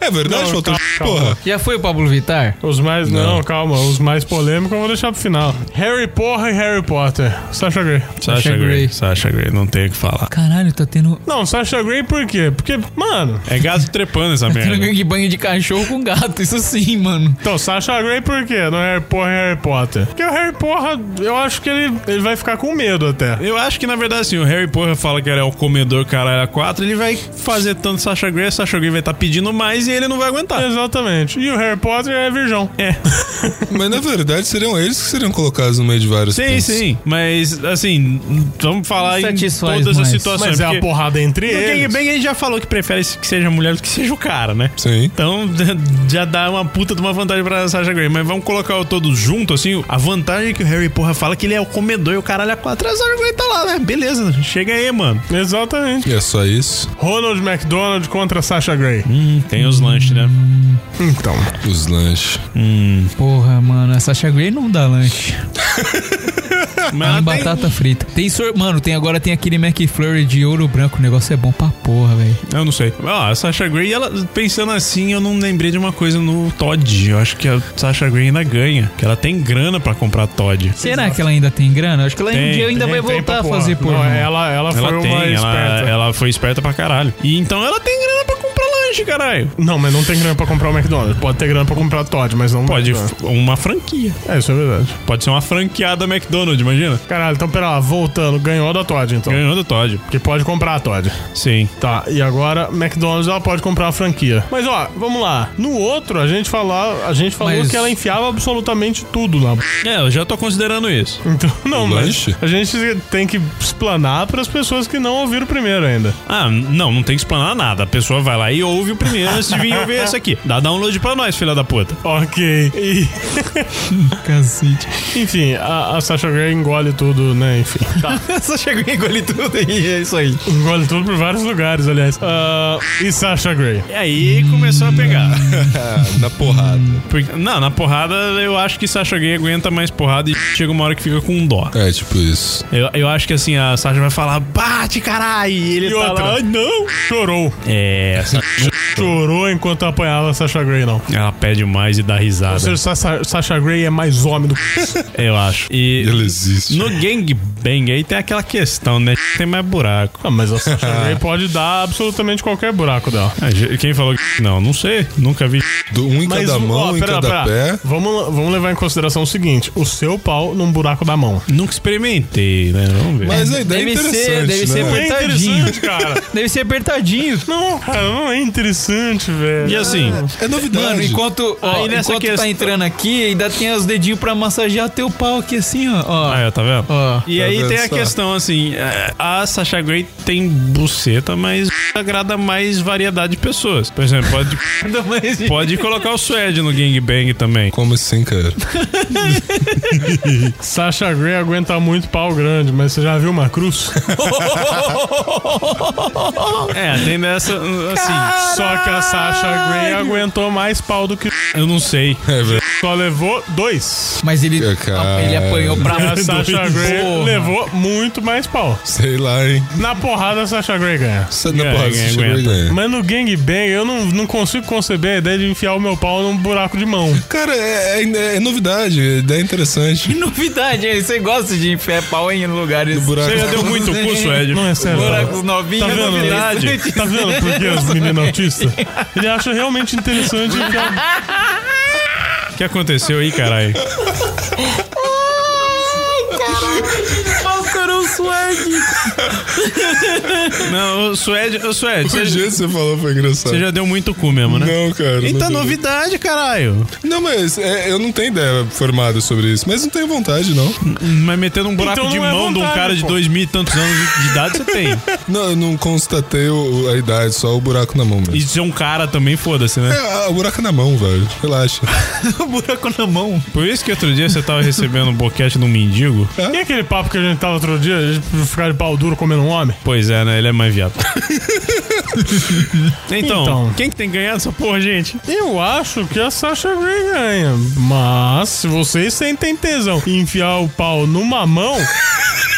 D: É verdade,
A: Não,
D: faltou.
A: calma,
D: Porra.
E: Já foi o Pablo Vittar?
A: Os mais. Não.
D: Não.
A: calma. Os mais polêmicos eu vou deixar pro final. Harry Porra e Harry Potter. Sasha Grey.
E: Sasha Grey.
C: Sasha Grey, não tem o que falar.
E: Caralho, tá tendo
A: Não, Sasha Grey por quê? Porque, mano.
C: É gato trepando essa merda.
E: Tranquilo que banho de cachorro com gato, isso sim, mano.
A: Então, Sasha Grey por quê? Não é Harry Porra e Harry Potter. Porque o Harry Porra, eu acho que ele, ele vai ficar com medo até.
C: Eu acho que, na verdade, assim, o Harry Porra fala que ele é o comedor caralho a quatro, ele vai fazer tanto Sasha Grey, a Sasha Grey vai estar pedindo mais e ele não vai aguentar.
A: Exatamente. E o Harry Potter é virgão.
C: É.
D: Mas na verdade seriam eles que seriam colocados no meio de vários
C: Sim,
D: pins.
C: sim. Mas, assim, vamos falar em todas
E: Satisfaz
C: as
E: mais.
C: situações.
A: Mas é a
C: porque
A: porrada entre
C: No Gang
A: eles.
C: Bang a gente já falou que prefere que seja a mulher do que seja o cara, né?
D: Sim.
C: Então já dá uma puta de uma vantagem pra Sasha Grey. Mas vamos colocar o todos junto, assim. A vantagem é que o Harry Porra fala que ele é o comedor e o caralho a quatro. A Sasha Grey tá lá, né? Beleza, chega aí, mano.
A: Exatamente.
D: E é só isso.
A: Ronald McDonald contra Sasha Grey.
C: Tem os lanches, né?
A: Então.
D: Os lanches.
E: Porra, mano, a Sasha Grey não dá lanche.
A: Ah,
C: Mas ela
E: Tem
C: tem-
E: É um batata frita. Tem sor... Mano, tem agora tem aquele McFlurry de ouro branco. O negócio é bom pra porra, velho.
C: Eu não sei. Ó, a Sasha Grey, ela, pensando assim, eu não lembrei de uma coisa no Todd. Eu acho que a Sasha Grey ainda ganha. Que ela tem grana pra comprar Todd.
E: Será que ela ainda tem grana? Acho que ela
C: Tem,
E: um dia ainda
A: tem-
E: vai
A: tem pra
E: voltar a
A: porra.
E: fazer porra.
A: Não, é ela, ela foi
C: Ela
A: uma
C: tem, ela,
A: esperta.
C: ela foi esperta pra caralho. E então ela tem grana pra comprar lanche, caralho.
A: Não, mas não tem grana pra comprar o McDonald's. Pode ter grana pra comprar Todd, mas não.
C: Pode
A: McDonald's.
C: f- uma franquia.
A: É, isso é verdade.
C: Pode ser uma franqueada McDonald's, imagina.
A: Caralho, então pera lá, voltando, ganhou da Todd então.
C: Ganhou do Todd.
A: Que pode comprar a Todd.
C: Sim.
A: Tá, e agora McDonald's ela pode comprar a franquia. Mas ó, vamos lá. No outro, a gente falar, a gente falou
E: Mas-
A: que ela enfiava absolutamente tudo lá.
C: É, eu já tô considerando isso.
A: Então, não,
D: O
A: mas
D: lanche?
A: a gente tem que explanar pras pessoas que não ouviram primeiro ainda.
C: Ah, não, não tem que explanar nada. A pessoa vai lá e ouve o primeiro antes de vir ouvir esse aqui. Dá download pra nós, filha da puta.
A: Ok. E,
E: Cacete.
A: enfim, a, a Sasha Grey engole tudo, né? Enfim.
E: Só chegou e engole tudo e é isso aí.
A: Engole tudo por vários lugares, aliás. Ah, e Sasha Grey.
C: E aí começou a pegar.
D: Na porrada.
C: Porque- não, na porrada eu acho que Sasha Grey aguenta mais porrada e chega uma hora que fica com dó.
D: É, tipo isso.
C: Eu, eu acho que assim, a Sasha vai falar, bate, caralho! E ele
A: E
C: tá
A: outra.
C: lá,
A: Ai, não! Chorou.
C: É, essa-
A: Chorou enquanto apanhava a Sasha Grey, não.
C: ela pede mais e dá risada.
A: Ou seja, Sasha, Sasha Grey é mais homem do que.
C: Eu acho. E
D: Ele existe.
C: no gangbang aí tem aquela questão, né? Tem mais buraco.
A: Ah, mas a Sasha Grey pode dar absolutamente qualquer buraco dela.
C: Ah, ge- Quem falou que não? Não sei. Nunca vi.
D: Do- um em
A: Mas,
D: cada mão,
A: ó,
D: um em
A: pera lá,
D: cada
A: pera lá.
D: pé.
A: Vamos, vamos levar em consideração o seguinte: o seu pau num buraco da mão.
C: Nunca experimentei, né? Vamos ver.
D: Mas a ideia é
E: Deve ser-
D: interessante,
E: deve
D: né?
E: ser
A: Não é
E: Coitadinho.
A: interessante, cara.
E: Deve ser apertadinho.
A: Não, cara, não é interessante, velho.
C: E assim,
D: É novidade.
E: Mano, enquanto, ó,
C: Aí nessa
E: enquanto
C: questão-
E: tá entrando aqui, ainda tem os dedinhos pra massagear teu pau aqui assim, ó. ó.
A: É.
C: aí, ó, tá vendo?
E: Ó.
C: E
D: Tá
C: aí
D: vendo
C: tem a
D: só?
C: questão assim, é, a Sasha Grey tem buceta, mas agrada mais variedade de pessoas. Por exemplo, pode,
E: Ainda mais-
C: pode colocar o Suede no gangbang também.
D: Como assim, cara?
A: Sasha Grey aguenta muito pau grande, mas você já viu uma cruz?
C: É, tem dessa assim.
A: Só que a Sasha Grey aguentou mais pau do que.
C: Eu não sei.
D: É, velho.
A: Só levou dois.
E: Mas ele, ah,
D: Cara.
E: ele apanhou pra
A: A Sasha Grey
E: Porra.
A: levou muito mais pau.
D: Sei lá, hein?
A: Na porrada, a Sasha Grey ganha.
D: Sai na
C: Ganha,
D: porrada,
C: ganha,
D: você chegou e
C: aguenta.
D: ganha.
A: Mas no gangbang, eu não, não consigo conceber a ideia de enfiar o meu pau num buraco de mão.
D: Cara, é, é- é novidade, é ideia interessante.
E: Que novidade, hein? Você gosta de enfiar pau em lugares.
D: buraco.
C: Você já deu muito cu, Suede.
A: Não é sério.
E: Buracos novinhos,
A: Tá vendo?
E: novidade.
A: Tá vendo por que os meninos autistas? Ele acha realmente interessante enfiar.
C: O que aconteceu aí, caralho? Não, o Suede, o Suede,
D: O
C: você,
D: jeito que você falou foi engraçado.
C: você já deu muito cu mesmo, né?
D: Não, cara.
C: Eita,
D: não, deu.
C: novidade, caralho.
D: não mas é, eu não tenho ideia formada sobre isso. Mas não tenho vontade, não.
C: Mas metendo um buraco
A: Então
C: de
A: não é
C: mão de um
A: vontade,
C: cara de
A: pô.
C: dois mil e tantos anos de idade, você tem.
D: Não, eu não constatei o- a idade, só o buraco na mão mesmo.
C: E ser um cara também, foda-se,
D: É,
C: né?
D: ah, o buraco na mão, velho. Relaxa.
E: buraco na mão.
C: Por isso que outro dia você tava recebendo um boquete de um mendigo.
A: E é aquele papo que a gente tava outro dia, a gente ficar de pau duro comendo um homem?
C: Pois é, né? Ele é mais viado. então,
A: Então.
C: quem que tem ganhado essa porra, gente?
A: Eu acho que a Sasha Grey ganha. Mas se vocês sentem tesão em enfiar o pau numa mão,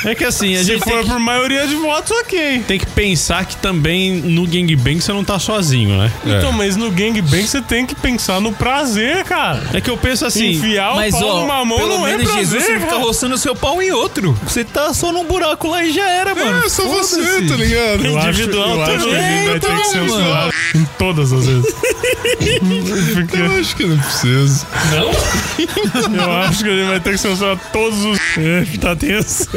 C: É que assim, a
A: se
C: gente
A: for
C: tem que,
A: por maioria de votos, ok.
C: tem que pensar que também no gangbang você não tá sozinho, né?
D: É.
A: Então, mas no gangbang você tem que pensar no prazer, cara.
C: É que eu penso assim...
A: enfiar o
E: Mas
A: pau
E: ó,
A: numa mão
E: pelo
A: não é
E: menos
A: prazer,
E: Jesus
A: cara.
E: fica roçando seu pau em outro. Você tá só num buraco lá e já era, mano.
D: É, só você, tá ligado?
A: Eu acho-
D: Individual
A: eu acho que a
D: também,
A: gente vai ter que ser
D: então,
A: usuário
D: mano.
A: em todas as vezes. Porque
D: Eu acho que não precisa.
A: Não? Eu acho que a gente vai ter que censurar todos os. É, tá tenso.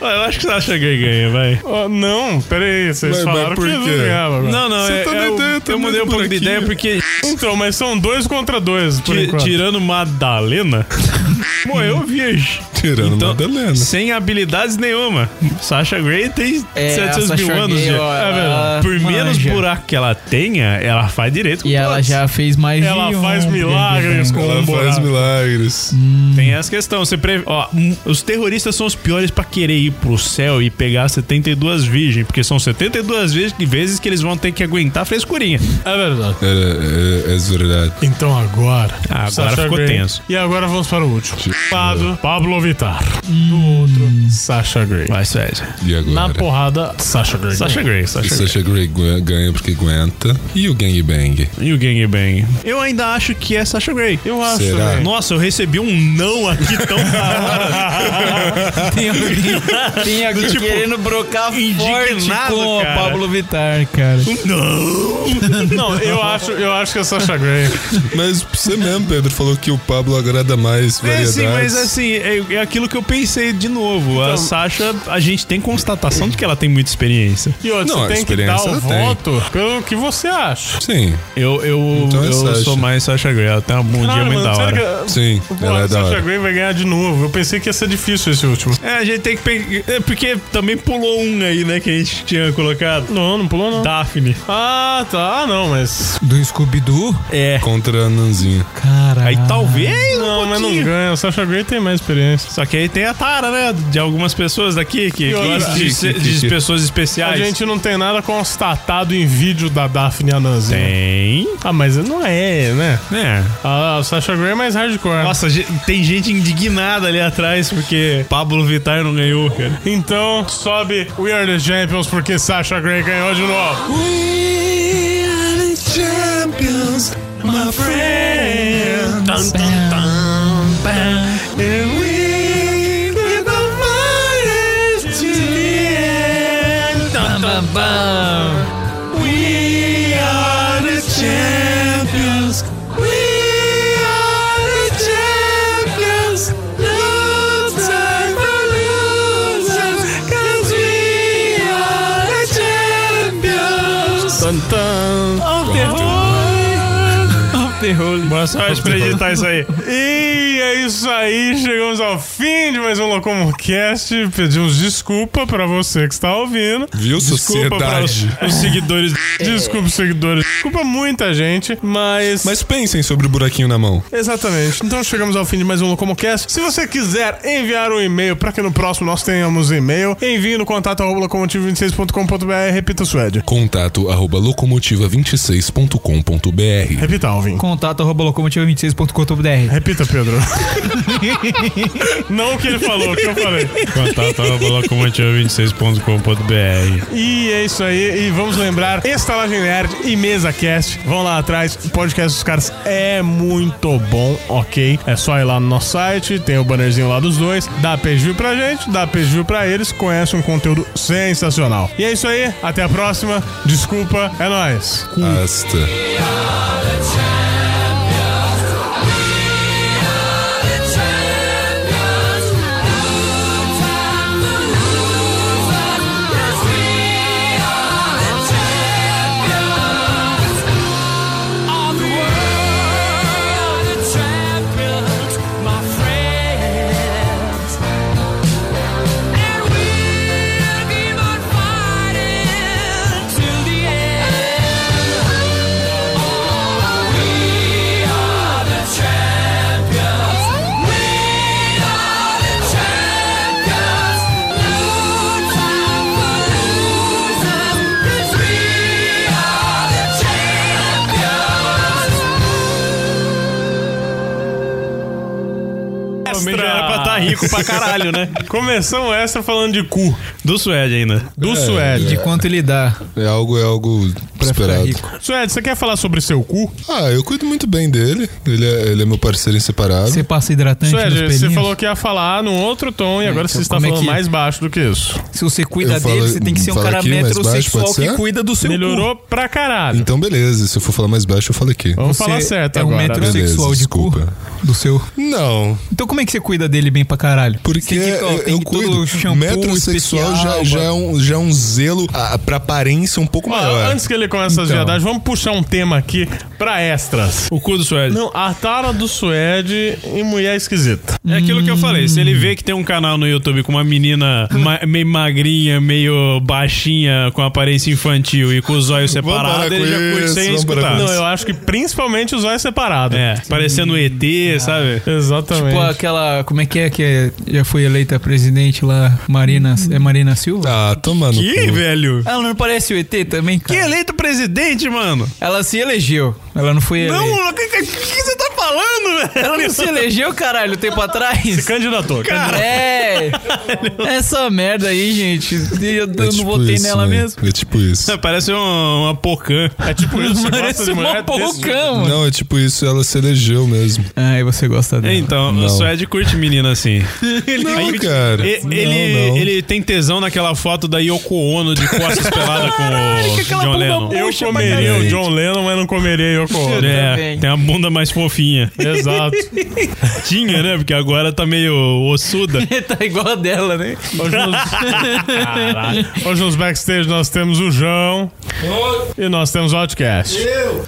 A: Eu acho que você acha que ganha, vai. não, pera aí, vocês
C: Mas- mas
A: falaram
C: por
A: que eles
C: quê?
A: ganhavam. agora.
C: Não, não, Você é- tá na é o- ideia, tá eu mudei um pouco de buraquinho. ideia porque-
A: Então, mas são dois contra dois, por
C: Ti-
A: enquanto.
C: tirando Madalena, morreu virgem.
D: Tirando Madalena.
C: Então, Sem habilidades nenhuma. Sasha Grey tem
E: É, a
C: 700
E: Sasha
C: mil anos.
E: Grey,
C: de-
E: ó,
C: É, velho,
E: ela
C: Por menos
E: manja.
C: buraco que ela tenha, ela faz direito.
E: E ela já fez mais
C: Ela
E: de
C: faz
E: um,
C: milagres
E: porque-
C: com
D: Ela
C: um
D: faz
C: buraco.
D: milagres.
C: Tem essa questão. Você pre... Ó, hum, os terroristas são os piores pra querer ir pro céu e pegar 72 virgens, porque são 72 vezes, vezes que eles vão ter que aguentar a frescurinha.
A: É verdade.
D: É, é, é verdade.
A: Então agora.
C: Ah, agora
A: Sacha
C: ficou
A: Grey.
C: tenso.
A: E agora vamos para o último. Lado, Pablo Vittar. Sasha Grey.
C: Vai, Sérgio.
D: E agora?
A: Na porrada, Sasha Grey.
C: Sasha Grey, Sasha Grey.
D: Sasha Grey gu- ganha porque aguenta. E o gangbang?
C: E o gangbang? Eu ainda acho que é Sasha Grey. Eu acho.
D: Será?
C: velho. Nossa, eu recebi um não aqui tão
E: Tem alguém, tem alguém
C: Tipo,
E: querendo brocar forte
C: indignado,
E: com a
C: cara.
E: Pablo Vittar, cara.
A: Não, eu acho, eu acho que é Sasha Grey.
D: Mas você mesmo, Pedro, falou que o Pablo agrada mais
C: É,
D: variedades.
C: sim, mas assim, é, é aquilo que eu pensei de novo. a Sasha, a gente tem constatação de que ela tem muita experiência.
A: E outra,
D: Não, a
A: você tem que dar
D: experiência
A: o
D: ela tem.
A: voto pelo que você acha.
C: assim.
D: Sim.
C: Eu, eu,
D: Então é
C: eu
D: Sasha.
C: sou mais Sasha Grey. Ela tem um bom dia
A: Caralho,
C: muito da
A: sério
C: hora.
A: Ah, que-
D: Sim,
A: Pô,
D: ela é
A: a
D: da
A: Sasha
D: hora.
A: Grey vai ganhar de novo. Eu pensei que ia ser difícil esse último.
C: É, a gente tem que pegar. é, Porque também pulou um aí, né? Que a gente tinha colocado.
A: Não, não pulou não.
C: Daphne.
A: Ah, tá. Ah, não, mas.
E: Do Scooby-Doo?
C: É.
D: Contra a Nanzinha.
E: Cara.
C: Aí talvez.
A: Não,
C: um
A: mas não
C: pouquinho.
A: ganha. O Sasha Grey tem mais experiência.
C: Só que aí tem a tara, né? De algumas pessoas daqui que
A: outra-
C: gostam de, ser- de pessoas
A: A
C: especiais.
A: gente não tem nada constatado em vídeo da Daphne Ananzi.
C: tem.
A: Ah, mas não é, né?
C: É.
A: A Sasha Grey é mais hardcore.
C: Nossa, ge- tem gente indignada ali atrás porque Pablo Vittar não ganhou, cara.
A: Então, sobe We Are The Champions porque Sasha Grey ganhou de novo.
C: Boa sorte pra editar isso aí.
A: E é isso aí, chegamos ao fim de mais um Locomocast. Pedimos desculpa pra você que está ouvindo.
D: Viu,
A: Desculpa para os,
D: sociedade?
A: os seguidores. Desculpa, os seguidores. Desculpa muita gente, mas.
D: Mas pensem sobre o buraquinho na mão.
A: Exatamente. Então chegamos ao fim de mais um Locomocast. Se você quiser enviar um e-mail para que no próximo nós tenhamos e-mail, envie no contato arroba locomotivo26.com.br. Repita, Suede.
D: Contato arroba locomotiva26.com.br
A: Repita, Alvin.
E: Contato arroba locomotiva26.com.br.
A: Repita, Pedro. Não o que ele falou, o que eu falei.
C: Contato locomotiva26.com.br.
A: E é isso aí. E vamos lembrar: Estalagem Nerd e Mesa Cast. Vão lá atrás. O podcast dos caras é muito bom, ok? É só ir lá no nosso site. Tem o bannerzinho lá dos dois. Dá page view pra gente, dá page view pra eles. Conhece um conteúdo sensacional. E é isso aí. Até a próxima. Desculpa. É nóis.
D: Hasta.
C: Também já era pra
E: tá
C: estar rico pra caralho, né?
A: Começamos essa falando de cu.
C: Do Suede ainda.
A: Do
D: É,
A: Suede.
E: De quanto ele dá.
D: É algo, é algo
E: pra
D: Esperado.
E: ficar rico.
A: Suede, você quer falar sobre seu cu?
D: Ah, eu cuido muito bem dele. Ele é, ele é meu parceiro inseparável.
E: Você passa hidratante nos
A: Suede,
E: pelinhos?
A: você falou que ia falar num outro tom e agora
E: então
A: você está
E: como é
A: falando
E: que-
A: mais baixo do que isso.
E: Se você cuida
D: Eu
E: dele,
D: falo-
E: você tem que ser um
D: fala
E: cara
D: aqui, mais baixo,
E: metrosexual
D: pode
E: que
D: ser?
E: cuida do seu
A: Melhorou pra caralho.
D: Então, beleza. Se eu for falar mais baixo, eu falo aqui.
A: Vamos
E: Você
A: falar certo
E: é um
A: agora. né?
E: metrosexual
D: Beleza,
E: de cu
D: desculpa.
E: do seu.
D: Não,
E: Então como é que você cuida dele bem pra caralho?
D: porque
E: Você tem que, ó,
D: eu,
E: tem
D: eu
E: todo
D: cuido.
E: o shampoo
D: Metrosexual já,
E: especial, Ah,
D: já,
E: mano.
D: é um, já é um zelo a, a- pra aparência um pouco
A: Ó,
D: maior.
A: antes que ele comece as
E: Então.
A: viadagens, vamos puxar um tema aqui pra extras.
C: O cu do Suede.
A: Não, a tara do Suede e mulher esquisita.
C: É aquilo que eu falei. Se ele vê que tem um canal no YouTube com uma menina
A: Hum.
C: ma- meio magrinha, meio baixinha, com aparência infantil e com os olhos
D: parar
C: separados,
D: com
C: ele já curte
D: isso,
C: sem
D: vamos parar
C: escutar.
D: com
A: Não, eu acho que principalmente os olhos separados. Uhum.
C: É, parecendo ET, sabe?
A: Exatamente.
E: Pô, aquela. Como é que é que é- já foi eleita presidente lá? Marina. É Marina Silva?
D: Ah, toma no
C: Ih,
D: cu.
C: velho.
E: Ela não parece o ET também?
C: Que
E: cara?
C: eleito presidente, mano.
E: Ela se elegeu. Ela não foi eleita.
C: Não, o que, que- que você tá falando,
E: Ela
C: velho?
E: não se elegeu, caralho, tempo atrás.
A: Candidatou.
E: É. Essa merda aí, gente. Eu, eu
D: É
E: não
D: tipo
E: votei
D: isso,
E: nela
D: né?
E: mesmo. Tá
D: É tipo isso.
C: Parece um- uma pocã.
A: É tipo isso, você gosta
E: Parece
A: de mulher
E: uma
A: desse...
E: porcão, mano.
D: Não, é tipo isso, ela se elegeu mesmo.
E: Ai, Ah, você gosta dela.
C: Então,
D: Não.
C: o Suede curte menina assim.
D: Não, cara.
C: E-
D: Não,
C: ele,
D: não.
C: ele tem tesão naquela foto da Yoko Ono de costas pelada com o John Lennon.
A: Eu
E: Puxa pra
A: comeria o
E: cacete.
A: John Lennon, mas não comeria Yoko Ono.
C: É,
E: também.
C: tem a bunda mais fofinha.
A: Exato.
C: Tinha, né? Porque agora tá meio ossuda.
E: tá igual a dela, né?
A: Hoje nos... Hoje nos backstage nós temos o João e nós temos o Outcast.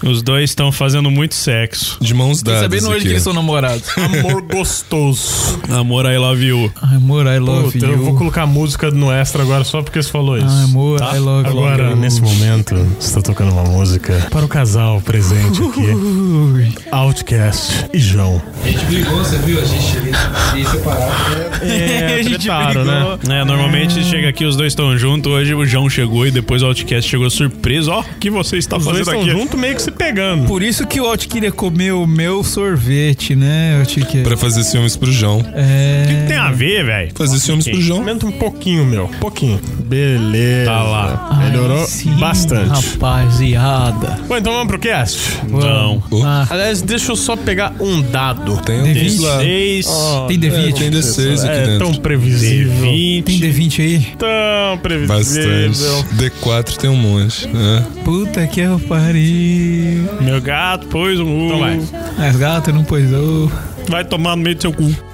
C: Os dois estão fazendo muito sexo.
D: De mãos dadas.
E: Sabendo hoje que
D: aqui.
E: eles são namorados.
A: Amor gostoso.
C: Amor, I love you.
E: Amor, I love
A: Puta, eu vou
E: you.
A: colocar a música no extra agora só porque você falou isso. Tá?
E: Amor, I love you.
A: Agora, nesse momento, está tocando uma música para o casal presente aqui. Outcast e João. A gente brigou, você viu? A gente separado, É, né?
C: É, normalmente chega aqui, os dois estão juntos. Hoje o João chegou e depois o Outcast chegou surpreso. Ó, o que você está
A: Os dois
C: fazendo
A: estão
C: aqui?
A: juntos meio que se pegando.
E: Por isso que o Alt queria comer o meu sorvete, né? Eu tinha que...
D: Pra fazer ciúmes pro João.
E: É...
C: Tem a ver, velho.
D: Fazer ciúmes pro João.
A: Aumenta um pouquinho, meu. Um pouquinho. Beleza.
C: Tá lá.
E: Ai,
A: Melhorou
E: sim,
A: bastante.
E: Rapaziada.
A: Bom, então vamos pro cast.
C: Não.
E: Ah,
A: Aliás, deixa eu só pegar um dado.
D: Tem um
E: D20.
D: dos lá.
C: Seis.
E: tem
D: É,
E: D20?
D: tem D6 aqui
A: É
D: dentro.
A: tão previsível.
E: Tem
C: 20.
E: D20 aí?
A: Tão previsível.
D: Bastante. D4 tem um monte. né?
E: Puta que eu pariu.
C: Meu gato pôs um.
A: Então vai.
E: Mas gato não pois eu.
C: Vai tomar no meio do seu cu.